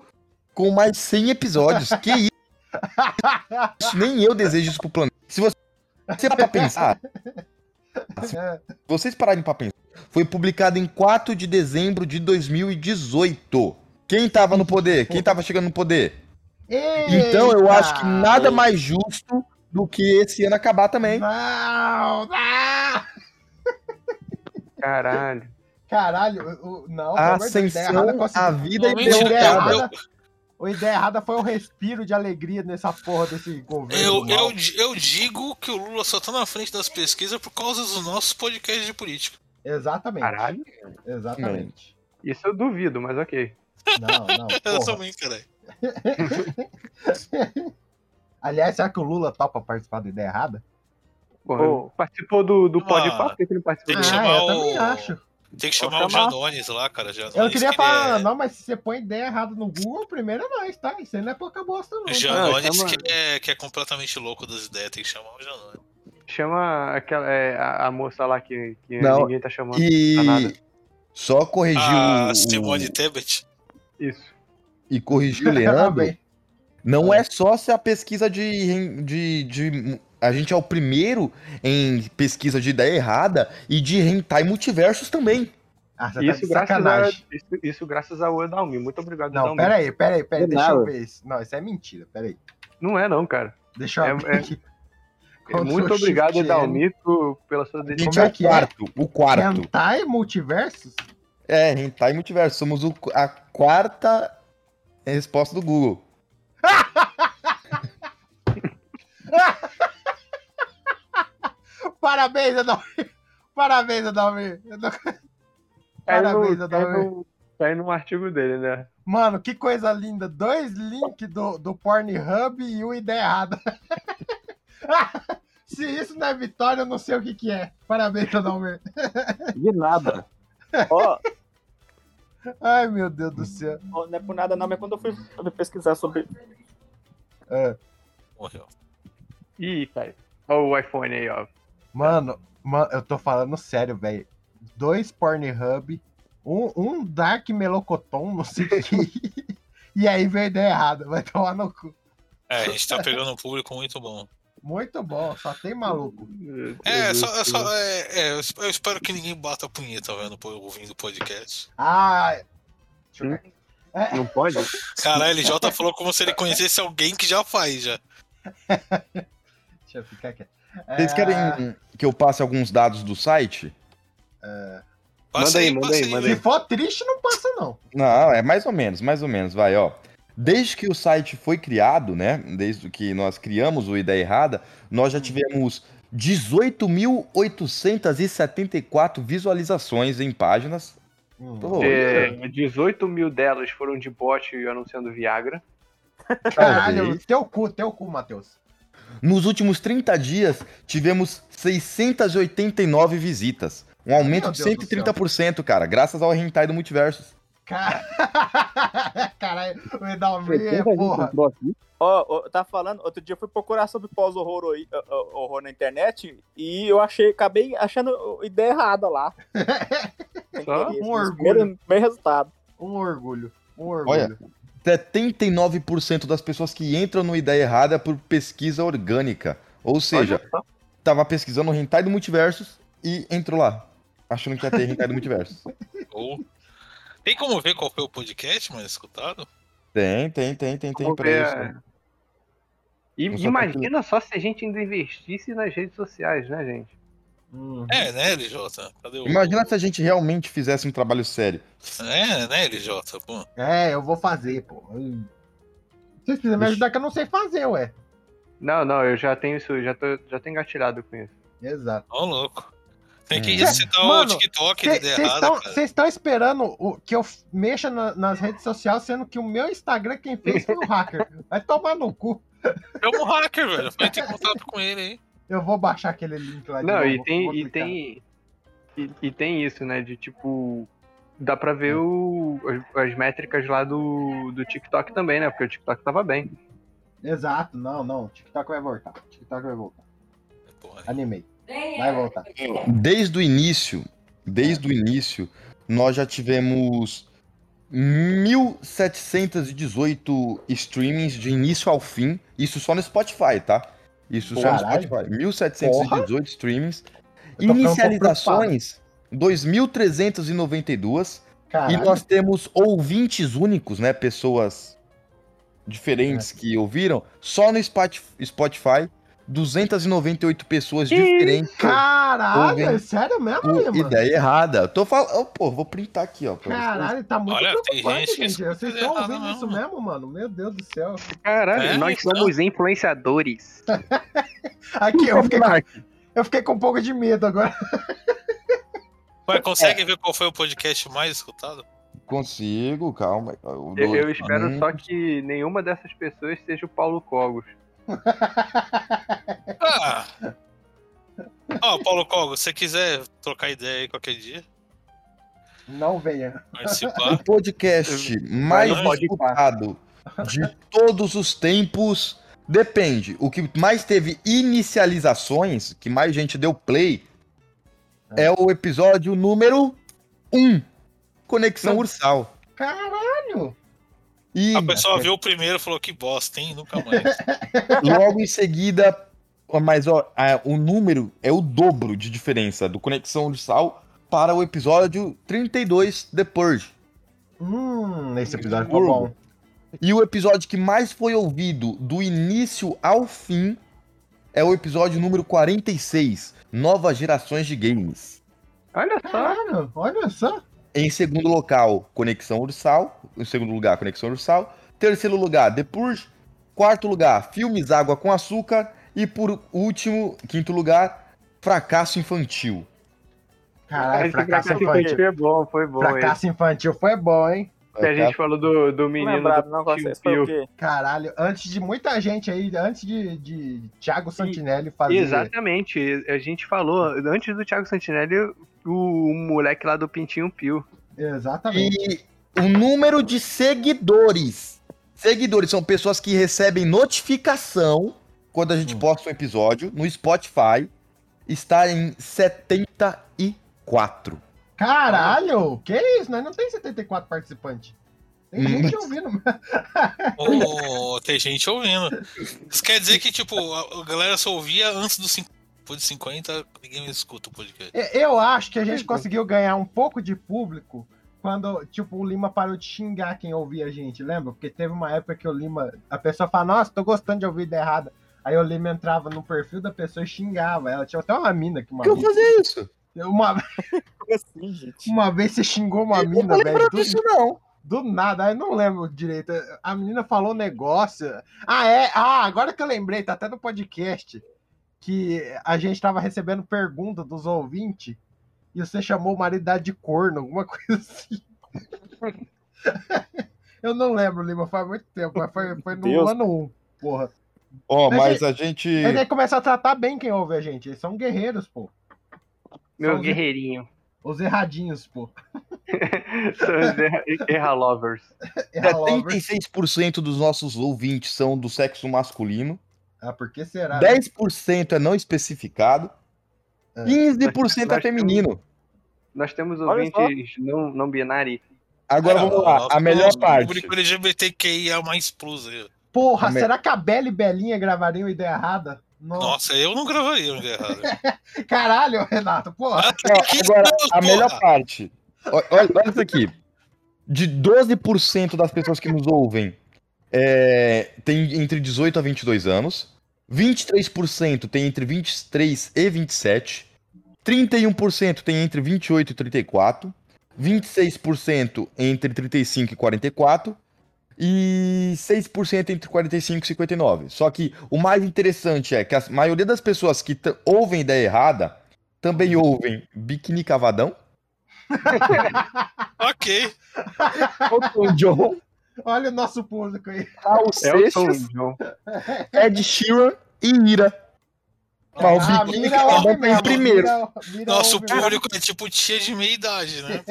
Speaker 10: com mais 100 episódios. Que isso? Nem eu desejo isso pro planeta. Se você, se parar pra pensar. Se vocês pararem pra pensar. Foi publicado em 4 de dezembro de 2018. Quem tava no poder? Quem tava chegando no poder?
Speaker 6: É.
Speaker 10: *laughs* Então eu acho que nada mais justo do que esse ano acabar também.
Speaker 6: Não, Ah! não!
Speaker 8: Caralho.
Speaker 6: Caralho, o- o- não,
Speaker 10: A
Speaker 6: pelo amor de Deus,
Speaker 10: ascensão, a vida
Speaker 6: o
Speaker 10: e
Speaker 6: ideia
Speaker 10: derrubada.
Speaker 6: errada. O ideia errada foi um respiro de alegria nessa porra desse governo.
Speaker 4: Eu,
Speaker 6: mal.
Speaker 4: eu, di- eu digo que o Lula só tá na frente das pesquisas por causa dos nossos podcasts de política.
Speaker 6: Exatamente.
Speaker 8: Caralho.
Speaker 6: Exatamente.
Speaker 8: Isso eu duvido, mas ok.
Speaker 6: Não, não.
Speaker 4: *laughs* Eu
Speaker 6: porra.
Speaker 4: É, também, caralho.
Speaker 6: Aliás, será que o Lula topa participar do ideia errada?
Speaker 8: Pô, participou do, do Pod Pá, por que que não participou?
Speaker 4: Tem que chamar
Speaker 6: Ah, eu também
Speaker 4: o-
Speaker 6: acho.
Speaker 4: Tem que chamar o
Speaker 6: Vou chamar.
Speaker 4: Janones lá, cara. Janones,
Speaker 6: Eu queria
Speaker 4: que é.
Speaker 6: falar, não, mas se você põe ideia errada no Google, primeiro é nós, tá? Isso aí não é pouca bosta, não.
Speaker 4: é...
Speaker 6: tá?
Speaker 4: Janones que, é, que é completamente louco das ideias. Tem que chamar o Janones.
Speaker 8: Chama aquela, é, a, a moça lá que, que
Speaker 10: Não,
Speaker 8: ninguém tá chamando.
Speaker 10: E
Speaker 8: pra nada.
Speaker 10: só corrigiu
Speaker 4: Ah,
Speaker 10: o-
Speaker 4: Simone Tebet.
Speaker 8: Isso.
Speaker 10: e
Speaker 6: *laughs*
Speaker 10: corrigiu o
Speaker 4: Tá
Speaker 10: Leandro.
Speaker 4: bem.
Speaker 10: Não é só se a pesquisa de, de, de A gente é o primeiro em pesquisa de ideia errada e de hentai multiversos também.
Speaker 6: Ah, tá
Speaker 8: isso, graças a, isso, isso graças ao Edalmi. Muito obrigado,
Speaker 10: Não,
Speaker 8: Edalmi.
Speaker 10: peraí, peraí, peraí,
Speaker 8: De
Speaker 10: deixa eu
Speaker 8: nada.
Speaker 10: ver isso. Não, isso é mentira, peraí.
Speaker 8: Não é não, cara.
Speaker 10: Deixa eu
Speaker 6: *laughs*
Speaker 8: É- é-
Speaker 10: aqui.
Speaker 8: é Muito obrigado, Edalmi, por- pela sua
Speaker 10: A gente é o quarto, o quarto.
Speaker 6: Hentai Multiversos? *laughs*
Speaker 10: É, hentai multiverso. Somos o- a quarta resposta do Google.
Speaker 6: Parabéns, Adalmir. *laughs* Parabéns, Adalmir. Eu não- Parabéns,
Speaker 8: Parabéns,
Speaker 6: Adalmir.
Speaker 8: Tá no artigo dele, né?
Speaker 6: Mano, que coisa linda. Dois links do, do Pornhub e uma ideia errada. *laughs* Se isso não é vitória, eu não sei o que, que é. Parabéns, Adalmer.
Speaker 7: De nada. Ó,
Speaker 6: Ai, meu Deus do céu.
Speaker 7: não é por nada não, mas quando eu fui pesquisar sobre...
Speaker 4: Morreu.
Speaker 8: Ih, cara. Olha o iPhone aí, ó.
Speaker 16: Mano, ma- eu tô falando sério, velho. Dois Pornhub, um, um Dark Melocoton, não sei o que. E aí veio a ideia errada, vai tomar no cu.
Speaker 4: É, a gente tá pegando um público muito bom.
Speaker 16: Muito bom, só tem maluco.
Speaker 4: É, só, é só- é- é, eu esp- eu espero que ninguém bata a punheta vendo, pô, ouvindo o podcast.
Speaker 6: Ah,
Speaker 7: Hum?
Speaker 8: Não pode?
Speaker 4: Caralho, o LJ falou como se ele conhecesse alguém que já faz, já.
Speaker 6: deixa eu ficar quieto.
Speaker 10: Vocês
Speaker 6: É,
Speaker 10: querem que eu passe alguns dados do site?
Speaker 6: é.
Speaker 10: Manda aí, manda aí, manda aí.
Speaker 6: Se for triste, não passa, não.
Speaker 10: Não, é mais ou menos, mais ou menos, vai, ó. Desde que o site foi criado, né? Desde que nós criamos o Ideia Errada, nós já tivemos 18.874 visualizações em páginas.
Speaker 6: Hum.
Speaker 10: Pô,
Speaker 8: É, 18 mil delas foram de bot anunciando Viagra.
Speaker 6: Caralho, teu cu, teu cu, Matheus.
Speaker 10: Nos últimos 30 dias, tivemos 689 visitas. Um aumento
Speaker 6: Meu
Speaker 10: de
Speaker 6: Deus do
Speaker 10: 130%, cara, graças ao Hentai do Multiversos.
Speaker 6: *laughs* Caralho, o Edalmer, É,
Speaker 10: um
Speaker 6: porra.
Speaker 7: Ó, ó, tá falando, outro dia eu fui procurar sobre pós-horror aí, ó, ó, horror na internet e eu achei, acabei achando ideia errada *laughs* lá.
Speaker 10: Só?
Speaker 7: Esse
Speaker 10: Um
Speaker 7: é o
Speaker 10: orgulho.
Speaker 7: Primeiro, primeiro resultado.
Speaker 6: Um orgulho. Um
Speaker 10: Olha, 79% das pessoas que entram no Ideia Errada é por pesquisa orgânica. Ou seja, tava pesquisando o Hentai do Multiversos e entrou lá, achando que ia ter Hentai do Multiversos.
Speaker 4: Ou... Tem como ver qual foi o podcast mais escutado?
Speaker 10: Tem, tem, tem, tem, tem.
Speaker 8: Vamos
Speaker 10: peraí,
Speaker 8: ver,
Speaker 10: só-
Speaker 8: é. E,
Speaker 10: Vamos só
Speaker 8: imagina só se a gente ainda investisse nas redes sociais, né, gente?
Speaker 6: Hum.
Speaker 4: É, né, LJ? Cadê o.
Speaker 10: Imagina se a gente realmente fizesse um trabalho sério.
Speaker 4: É, né, LJ? Pô.
Speaker 6: É, eu vou fazer, pô. Hum. Vocês precisam me ajudar que eu não sei fazer, ué.
Speaker 8: Não, não, eu já tenho isso, já tô, já tô engatilhado com isso.
Speaker 6: Exato.
Speaker 4: Ó, louco. Tem que
Speaker 6: Hum.
Speaker 4: recitar o
Speaker 6: Mano,
Speaker 4: TikTok
Speaker 6: Cê-
Speaker 4: de
Speaker 6: Vocês
Speaker 4: errada,
Speaker 6: estão-
Speaker 4: cara.
Speaker 6: vocês estão esperando o- que eu f- mexa na- nas redes sociais, sendo que o meu Instagram quem fez foi o hacker. Vai tomar no cu.
Speaker 4: É um hacker, velho. Vai ter contato com ele aí.
Speaker 6: Eu vou baixar aquele link lá Tá de
Speaker 8: Não,
Speaker 6: novo,
Speaker 8: e tem,
Speaker 6: vou
Speaker 8: e,
Speaker 6: clicar.
Speaker 8: tem, e, e tem isso, né? De tipo. Dá pra ver o, as- as métricas lá do, do TikTok também, né? Porque o TikTok tava bem.
Speaker 6: Exato, não, não. TikTok vai voltar. TikTok vai voltar. Animei.
Speaker 8: É.
Speaker 6: Vai voltar.
Speaker 10: Desde o início, desde o
Speaker 16: É.
Speaker 10: início, nós já tivemos 1.718 streamings de início ao fim. Isso só no Spotify, tá? Isso só no
Speaker 16: Caralho.
Speaker 10: Spotify. 1.718
Speaker 16: Porra.
Speaker 10: streamings.
Speaker 16: Eu tô ficando um pouco
Speaker 10: Inicializações, 2.392.
Speaker 16: Caralho.
Speaker 10: E nós temos ouvintes únicos, né? Pessoas diferentes
Speaker 16: É.
Speaker 10: que ouviram. Só no Spot- Spotify, 298 pessoas diferentes.
Speaker 6: Caralho,
Speaker 10: ouvem
Speaker 6: é sério mesmo,
Speaker 10: o
Speaker 6: Lima?
Speaker 10: Ideia errada. Eu tô falando. Ô, pô, vou printar aqui, ó. pra vocês.
Speaker 6: Caralho, tá muito
Speaker 10: Olha, tem
Speaker 6: preocupante,
Speaker 10: gente que tá
Speaker 6: gente. Vocês estão ouvindo isso mesmo, mano? Meu Deus do céu.
Speaker 8: Caralho,
Speaker 4: É,
Speaker 8: nós somos influenciadores.
Speaker 6: *laughs* Aqui, eu fiquei, com, eu fiquei com um pouco de medo agora. É.
Speaker 4: Vai, consegue ver qual foi o podcast mais escutado?
Speaker 10: Consigo, calma. Eu,
Speaker 8: Eu, eu espero só que nenhuma dessas pessoas seja o Paulo Cogos.
Speaker 4: Ah! Ó, Paulo Cogo, se você quiser trocar ideia aí qualquer dia,
Speaker 6: Não venha.
Speaker 4: participar.
Speaker 10: O podcast mais
Speaker 4: Vai lá,
Speaker 10: escutado de todos os tempos. Depende. O que mais teve inicializações, que mais gente deu play, é o episódio número 1. Conexão Ursal.
Speaker 6: Caralho!
Speaker 10: E *laughs*
Speaker 4: A pessoa viu o primeiro e falou que bosta, hein? Nunca mais.
Speaker 10: Logo em seguida, mas ó, a- o número é o dobro de diferença do Conexão de Sal para o episódio 32, The Purge.
Speaker 6: Hum, esse episódio
Speaker 10: Turbo.
Speaker 6: ficou bom.
Speaker 10: E o episódio que mais foi ouvido do início ao fim é o episódio número 46, Novas Gerações de Games.
Speaker 8: Olha só.
Speaker 6: olha só.
Speaker 10: Em segundo local, Conexão Ursal. Em segundo lugar, Conexão Ursal. Terceiro lugar, The Purge. Quarto lugar, Filmes Água com Açúcar. E por último, quinto lugar, Fracasso Infantil.
Speaker 6: Caralho, Ah, fracasso
Speaker 8: fracasso infantil
Speaker 6: infantil.
Speaker 8: é bom, foi bom,
Speaker 6: Fracasso infantil foi bom, hein?
Speaker 8: Que a gente falou do, do menino
Speaker 6: lembrado,
Speaker 8: do
Speaker 7: um
Speaker 6: não,
Speaker 8: Tio
Speaker 6: vocês foi o
Speaker 8: Pio.
Speaker 6: Caralho, antes de muita gente aí, antes de, de Thiago Santinelli fazer.
Speaker 8: Exatamente, a gente falou, antes do Thiago Santinelli, o, o moleque lá do Pintinho Pio. *laughs*
Speaker 6: Exatamente.
Speaker 10: E o número de seguidores. Seguidores são pessoas que recebem notificação quando a gente posta um episódio no Spotify. Está em 74.
Speaker 6: Caralho, que isso? Nós não tem 74 participantes.
Speaker 10: Uhum.
Speaker 6: Tem gente ouvindo.
Speaker 4: Ô, tem gente ouvindo. Isso quer dizer que, tipo, a a galera só ouvia antes dos 50. Depois de 50, ninguém escuta o podcast.
Speaker 6: E- Eu acho que a gente conseguiu ganhar um pouco de público quando, tipo, o Lima parou de xingar quem ouvia a gente, lembra? Porque teve uma época que o Lima, a pessoa fala, nossa, tô gostando de ouvir ideia errada. Aí o Lima entrava no perfil da pessoa e xingava. Ela tinha até uma mina que uma
Speaker 10: Por que eu
Speaker 6: vez-
Speaker 10: fazia isso?
Speaker 6: Uma...
Speaker 7: assim,
Speaker 6: uma vez você xingou uma mina,
Speaker 10: falei
Speaker 6: velho.
Speaker 10: pra isso, não.
Speaker 6: Do nada, eu não lembro direito. A menina falou um negócio. Ah, é? Ah, agora que eu lembrei, tá até no podcast. Que a gente tava recebendo pergunta dos ouvintes e você chamou o marido dela de corno, alguma *laughs* coisa assim. eu não lembro, Lima, faz muito tempo, mas foi, foi no
Speaker 10: Deus.
Speaker 6: ano 1, porra.
Speaker 10: Ó,
Speaker 6: Mas
Speaker 10: mas,
Speaker 6: é-
Speaker 10: a gente.
Speaker 6: Mas aí começa a tratar bem quem ouve a gente. Eles são guerreiros, pô.
Speaker 8: Meu
Speaker 6: São os-
Speaker 8: guerreirinho.
Speaker 6: Os erradinhos, pô.
Speaker 8: São os erra, erra lovers.
Speaker 10: É. 76% dos nossos ouvintes são do sexo masculino.
Speaker 6: Ah, por que será? né?
Speaker 10: 10% é não especificado. 15% é feminino.
Speaker 8: Nós temos
Speaker 10: Olha só.
Speaker 8: ouvintes não, não binários.
Speaker 10: Agora
Speaker 8: Cara,
Speaker 10: vamos lá,
Speaker 8: nossa,
Speaker 10: a melhor
Speaker 8: nossa,
Speaker 10: parte.
Speaker 4: Público LGBTQIA mais plus. aí.
Speaker 6: Porra,
Speaker 10: Amém.
Speaker 6: será que a Bela e Belinha gravariam ideia errada? Nossa.
Speaker 4: Nossa, eu não gravaria um dia errado.
Speaker 6: Caralho, Renato, porra.
Speaker 10: Não, agora, *laughs* a melhor parte. Ó- Olha, olha isso aqui. De 12% das pessoas que nos ouvem é, tem entre 18 a 22 anos. 23% tem entre 23 e 27. 31% tem entre 28 e 34. 26% entre 35 e 44. E 6% entre 45 e 59. Só que o mais interessante é que a maioria das pessoas que t- ouvem ideia errada também ouvem biquíni cavadão.
Speaker 4: ok.
Speaker 10: Elton John,
Speaker 6: Olha o nosso público aí.
Speaker 10: Raul Seixas, Ed Sheeran e Ira.
Speaker 8: É
Speaker 10: Mas
Speaker 6: Ah,
Speaker 10: o biquíni
Speaker 6: Mira ouve
Speaker 10: cavadão tá em
Speaker 6: mesmo,
Speaker 10: primeiro.
Speaker 6: Mira- Mira
Speaker 4: Nosso
Speaker 6: ouve mesmo.
Speaker 4: público é tipo tia de meia idade, né?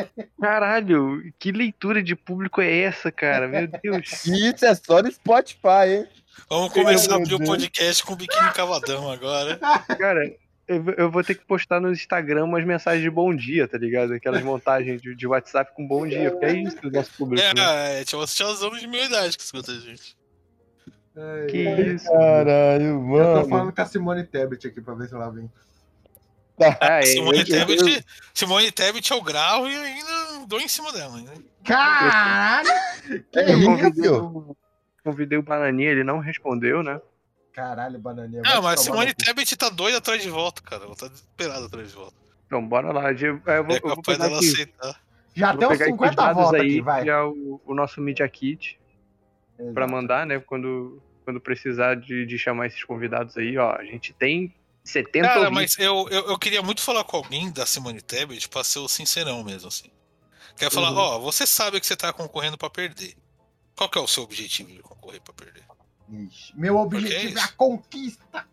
Speaker 8: Caralho, que leitura de público é essa, cara? Meu Deus.
Speaker 10: Isso é só no Spotify, hein?
Speaker 4: Vamos começar
Speaker 8: Meu
Speaker 4: a abrir o
Speaker 8: Deus.
Speaker 4: podcast com o biquíni cavadão agora.
Speaker 8: Cara, eu, vou- eu vou ter que postar no Instagram umas mensagens de bom dia, tá ligado? Aquelas montagens de, de WhatsApp com bom dia, porque é isso do nosso público. né?
Speaker 4: É, é, tipo, os tiazão de meia idade que escuta a gente. É.
Speaker 8: Que
Speaker 6: É.
Speaker 8: isso.
Speaker 10: Caralho,
Speaker 6: Eu tô
Speaker 10: mano.
Speaker 6: falando com a Simone Tebet aqui pra ver se ela vem.
Speaker 10: Ah,
Speaker 4: é, Simone,
Speaker 10: eu- eu-
Speaker 4: Tebet, Simone Tebet eu gravo e ainda dou em cima dela. né?
Speaker 6: Caralho! Que
Speaker 8: Eu convidei,
Speaker 6: isso?
Speaker 8: o- convidei o Bananinha, ele não respondeu, né?
Speaker 6: Caralho, bananinha. vai
Speaker 4: Não,
Speaker 6: te
Speaker 4: mas
Speaker 6: tomar
Speaker 4: Simone
Speaker 6: no cu.
Speaker 4: Tebet tá doida atrás de volta, cara. Ela tá desesperada atrás de volta.
Speaker 8: Então, bora lá. Eu, eu vou,
Speaker 4: É
Speaker 8: eu vou
Speaker 4: capaz
Speaker 8: pegar
Speaker 4: dela
Speaker 8: aqui,
Speaker 4: aceitar.
Speaker 6: Já
Speaker 8: vou
Speaker 6: tem uns
Speaker 8: pegar aqui os
Speaker 6: 50
Speaker 8: dados
Speaker 6: votos
Speaker 8: aí,
Speaker 6: aqui, vai.
Speaker 8: que é o, o nosso Media Kit, pra mandar, né? Quando, quando precisar de, de chamar esses convidados aí, ó. A gente tem 70
Speaker 4: Cara,
Speaker 8: ouvintes.
Speaker 4: mas eu, eu, eu queria muito falar com alguém da Simone Tebet pra ser o sincerão mesmo, assim. Quer falar,
Speaker 8: Uhum.
Speaker 4: ó, você sabe que você tá concorrendo pra perder. Qual que é o seu objetivo de concorrer pra perder?
Speaker 6: Meu objetivo é a conquista.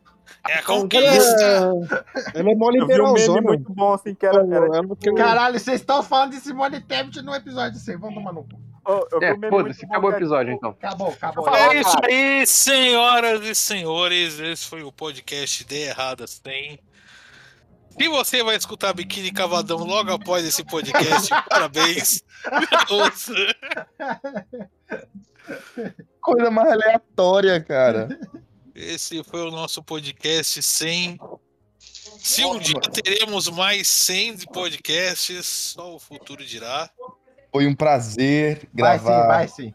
Speaker 4: É a conquista!
Speaker 12: Ela é mó
Speaker 7: Eu vi um meme
Speaker 12: liberalzona.
Speaker 7: muito bom, assim, que era. era
Speaker 12: Ela é não
Speaker 7: tipo,
Speaker 6: Caralho, vocês estão falando de Simone Tebet no episódio 100. Vamos tomar no cu.
Speaker 7: oh, eu vi um
Speaker 8: É,
Speaker 7: meme muito
Speaker 8: foda-se,
Speaker 7: bom,
Speaker 8: acabou o
Speaker 7: que era,
Speaker 8: episódio, então.
Speaker 6: Acabou, acabou.
Speaker 4: É isso aí, senhoras e senhores. Esse foi o podcast de Erradas Tem. Se você vai escutar Biquíni Cavadão logo após
Speaker 8: *laughs*
Speaker 4: esse podcast, parabéns. Ouça.
Speaker 10: Coisa mais aleatória, cara.
Speaker 4: Esse foi o nosso podcast 100. Se um dia teremos mais 100 de podcasts, só o futuro dirá.
Speaker 10: Foi um prazer
Speaker 6: Vai sim,
Speaker 10: gravar
Speaker 6: vai sim.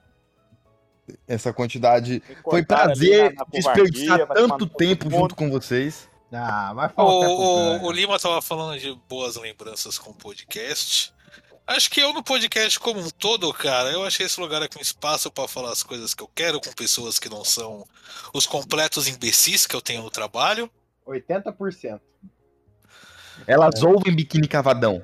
Speaker 10: essa quantidade. Foi
Speaker 6: cortaram
Speaker 10: prazer
Speaker 6: ali na- na
Speaker 10: desperdiçar
Speaker 6: covardia, vai tomar
Speaker 10: tanto
Speaker 6: no cu
Speaker 10: tempo
Speaker 6: do
Speaker 10: junto
Speaker 6: mundo.
Speaker 10: com vocês.
Speaker 6: Ah, vai
Speaker 4: O,
Speaker 6: falar o tempo
Speaker 4: o-
Speaker 6: todo.
Speaker 4: o Lima estava falando de boas lembranças com o podcast. Acho que eu no podcast como um todo, cara, eu achei esse lugar aqui um espaço para falar as coisas que eu quero com pessoas que não são os completos imbecis que eu tenho no trabalho.
Speaker 6: 80%.
Speaker 10: Elas
Speaker 6: É.
Speaker 10: ouvem biquíni cavadão.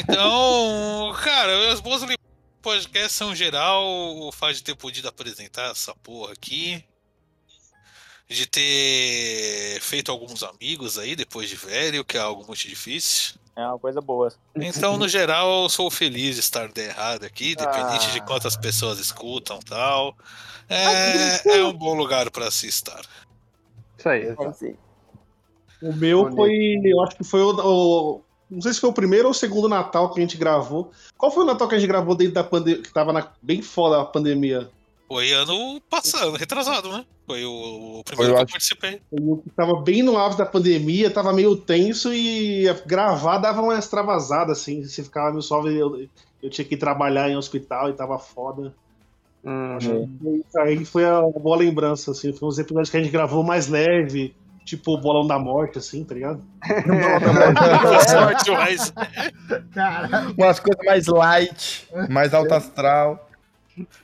Speaker 4: Então, cara, as boas lembranças do podcast são geral, o fato de ter podido apresentar essa porra aqui, de ter feito alguns amigos aí depois de velho, que é algo muito difícil.
Speaker 7: É uma coisa boa.
Speaker 4: Então, no geral, eu sou feliz de estar de errado aqui, dependente de quantas pessoas escutam e tal. É, é um bom lugar para se estar.
Speaker 8: Isso aí.
Speaker 12: O meu foi. Eu acho que foi o, o- Não sei se foi o primeiro ou o segundo Natal que a gente gravou. Qual foi o Natal que a gente gravou dentro da pandemia? Que tava na- bem foda a pandemia.
Speaker 4: Foi ano passado, retrasado, né? Foi o, o
Speaker 10: Foi,
Speaker 4: primeiro
Speaker 10: eu
Speaker 4: que eu
Speaker 10: acho.
Speaker 12: *laughs*
Speaker 4: participei.
Speaker 12: Eu um tava bem no auge da pandemia, tava meio tenso e gravar dava uma extravasada, assim. Você ficava meio só. Eu, eu tinha que ir trabalhar em hospital e tava foda. Acho que foi isso aí foi a boa lembrança, assim. Foi uns episódios que a gente gravou mais leve, tipo o Bolão da Morte, assim, tá ligado?
Speaker 6: É.
Speaker 4: Sorte, mas...
Speaker 10: *laughs* Umas coisas mais light, mais alto astral.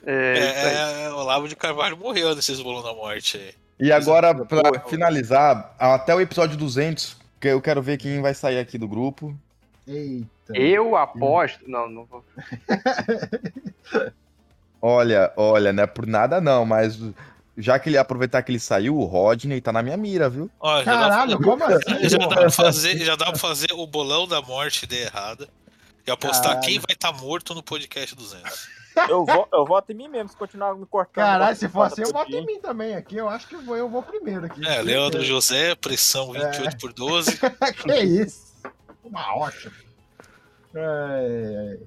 Speaker 4: É, o Olavo de Carvalho morreu nesses bolão da morte aí.
Speaker 10: E agora, pra finalizar, até o episódio 200, que eu quero ver quem vai sair aqui do grupo.
Speaker 6: Eita.
Speaker 8: Eu aposto. Não, não vou.
Speaker 10: Olha, olha, não é por nada não, mas já que ele aproveitar que ele saiu, o Rodney tá na minha mira, viu?
Speaker 4: Ó, já dá-
Speaker 10: Caralho, como
Speaker 4: *laughs*
Speaker 10: assim,
Speaker 4: já dá, pra
Speaker 10: porra?
Speaker 4: fazer, já dá pra fazer o bolão da morte de errada e apostar
Speaker 7: Caralho.
Speaker 4: quem vai estar morto no podcast 200.
Speaker 7: Eu, vo- eu voto em mim mesmo, se continuar me cortando.
Speaker 4: Caralho,
Speaker 7: voto-
Speaker 4: se
Speaker 6: for assim, eu
Speaker 7: voto
Speaker 6: voto em mim também aqui. Eu acho que eu vou, eu vou primeiro aqui.
Speaker 4: É, Leandro José, pressão
Speaker 10: É.
Speaker 4: 28 por 12.
Speaker 6: *laughs* que isso? Uma rocha. Ai, ai.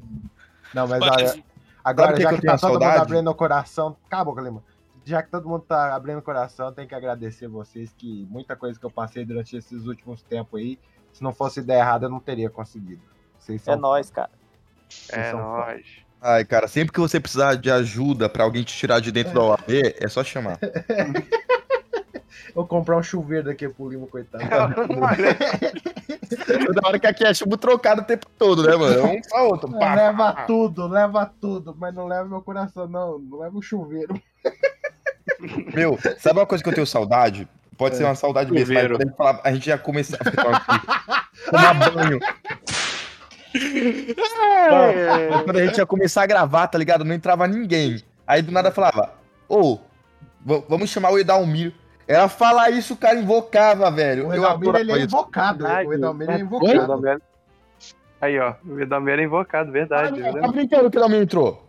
Speaker 6: Não, mas
Speaker 4: Mas-
Speaker 6: olha, agora
Speaker 10: Sabe o que
Speaker 6: já
Speaker 10: que
Speaker 6: que,
Speaker 10: eu
Speaker 6: tá todo
Speaker 10: tenho saudade?
Speaker 6: mundo abrindo o coração. Acabou, Calima. Já que todo mundo tá abrindo o coração, tem que agradecer vocês que muita coisa que eu passei durante esses últimos tempos aí, se não fosse ideia errada, eu não teria conseguido. Vocês são
Speaker 7: É nóis, cara.
Speaker 8: É
Speaker 6: são
Speaker 8: nóis.
Speaker 10: Ai, cara, sempre que você precisar de ajuda pra alguém te tirar de dentro da OAB, é só chamar.
Speaker 6: Vou comprar um chuveiro daqui pro Lima, coitado.
Speaker 10: Toda hora que aqui é chumbo trocado o tempo todo, né, mano? Um pra outro.
Speaker 6: É,
Speaker 10: pá.
Speaker 6: leva tudo, leva tudo, mas não leva meu coração, não. Não leva o chuveiro.
Speaker 10: Meu, sabe uma coisa que eu tenho saudade? Pode ser uma saudade mesmo, mas
Speaker 8: Chuveiro.
Speaker 10: quando a gente falava- a gente já começava a falar aqui, tomar banho.
Speaker 12: Tá.
Speaker 10: Mas Quando a gente ia começar a gravar, tá ligado? Não entrava ninguém. Aí do nada falava, ô, va- vamos chamar o Edalmiro. Ela falar isso, o cara invocava, velho.
Speaker 6: O
Speaker 10: Eu
Speaker 6: Edalmiro,
Speaker 10: adorava
Speaker 6: ele é
Speaker 10: isso.
Speaker 6: invocado. O Edalmiro é
Speaker 8: Oi? Tá
Speaker 6: invocado.
Speaker 8: Edalmiro- Aí, ó, o Edalmiro é invocado, verdade. eu
Speaker 10: Tá
Speaker 8: lembro.
Speaker 10: brincando que o Edalmiro entrou?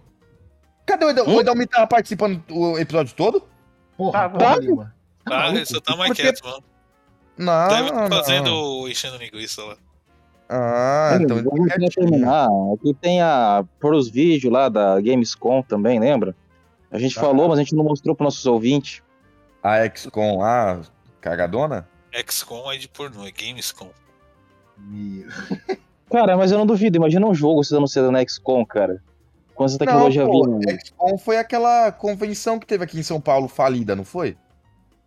Speaker 10: Cadê o
Speaker 4: Hum?
Speaker 10: Edalmiro? O Edalmiro tava participando do episódio todo?
Speaker 6: Porra,
Speaker 10: tá.
Speaker 4: Ah, você tá mais
Speaker 10: Porque-
Speaker 4: quieto, mano.
Speaker 10: Não,
Speaker 4: Deve
Speaker 10: não.
Speaker 4: estar fazendo enchendo linguiça lá.
Speaker 10: Ah,
Speaker 2: Olha,
Speaker 10: então ele
Speaker 2: vamos tentar terminar. Aqui tem a pros vídeos lá da Gamescom também, lembra? A gente
Speaker 10: Ah.
Speaker 2: falou, mas a gente não mostrou para nossos ouvintes.
Speaker 10: A XCOM lá, cagadona?
Speaker 4: XCOM é de pornô, é Gamescom.
Speaker 2: Cara, mas eu não duvido. Imagina um jogo se não sendo na XCOM, cara. Com essa tecnologia né?
Speaker 10: pô,
Speaker 8: é
Speaker 2: vindo.
Speaker 10: XCOM foi aquela convenção que teve aqui em São Paulo falida, não foi?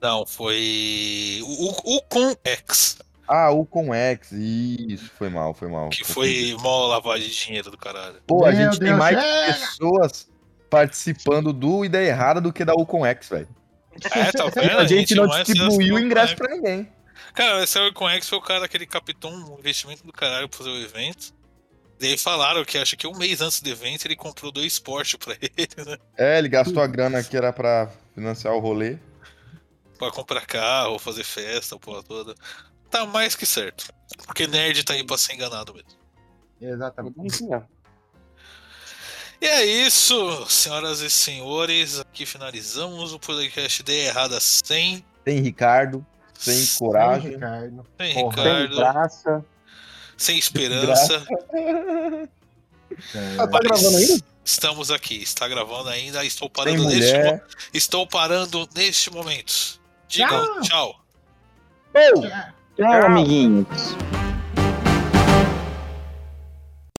Speaker 4: Não, foi. O, o, o com X,
Speaker 10: Ah, o com X, isso, foi mal, foi mal.
Speaker 4: que foi mó lavagem de dinheiro do
Speaker 10: *laughs*
Speaker 4: caralho.
Speaker 10: Pô, a
Speaker 6: Meu
Speaker 10: gente tem
Speaker 6: Deus,
Speaker 10: mais
Speaker 6: chega!
Speaker 10: pessoas participando do Ideia Errada do que da U com X, velho.
Speaker 4: É, tá vendo?
Speaker 10: A gente não
Speaker 4: é
Speaker 10: distribuiu o
Speaker 4: acessou-
Speaker 10: ingresso pra ninguém.
Speaker 4: Cara, esse Oricon X foi o cara que ele captou um investimento do caralho pra fazer o evento. Daí falaram que acho que um mês antes do evento ele comprou dois Porsche pra ele, *laughs* né?
Speaker 10: É, ele gastou a grana que era pra financiar o rolê.
Speaker 4: Pra comprar carro, fazer festa, porra toda. Tá mais que certo. Porque nerd tá aí pra ser enganado mesmo.
Speaker 6: Exatamente.
Speaker 4: E é isso, senhoras e senhores. Aqui finalizamos o podcast de Errada 100.
Speaker 10: Sem Ricardo, sem coragem.
Speaker 6: Sem Ricardo.
Speaker 4: Sem
Speaker 10: Porra.
Speaker 4: Ricardo.
Speaker 10: Sem graça.
Speaker 4: Sem esperança.
Speaker 10: Ah, tá gravando ainda?
Speaker 4: Estamos aqui. Está gravando ainda. Estou parando
Speaker 10: Sem
Speaker 4: neste
Speaker 10: mulher.
Speaker 4: mo- Estou parando neste momento.
Speaker 17: Digam tchau.
Speaker 4: Tchau, amiguinhos.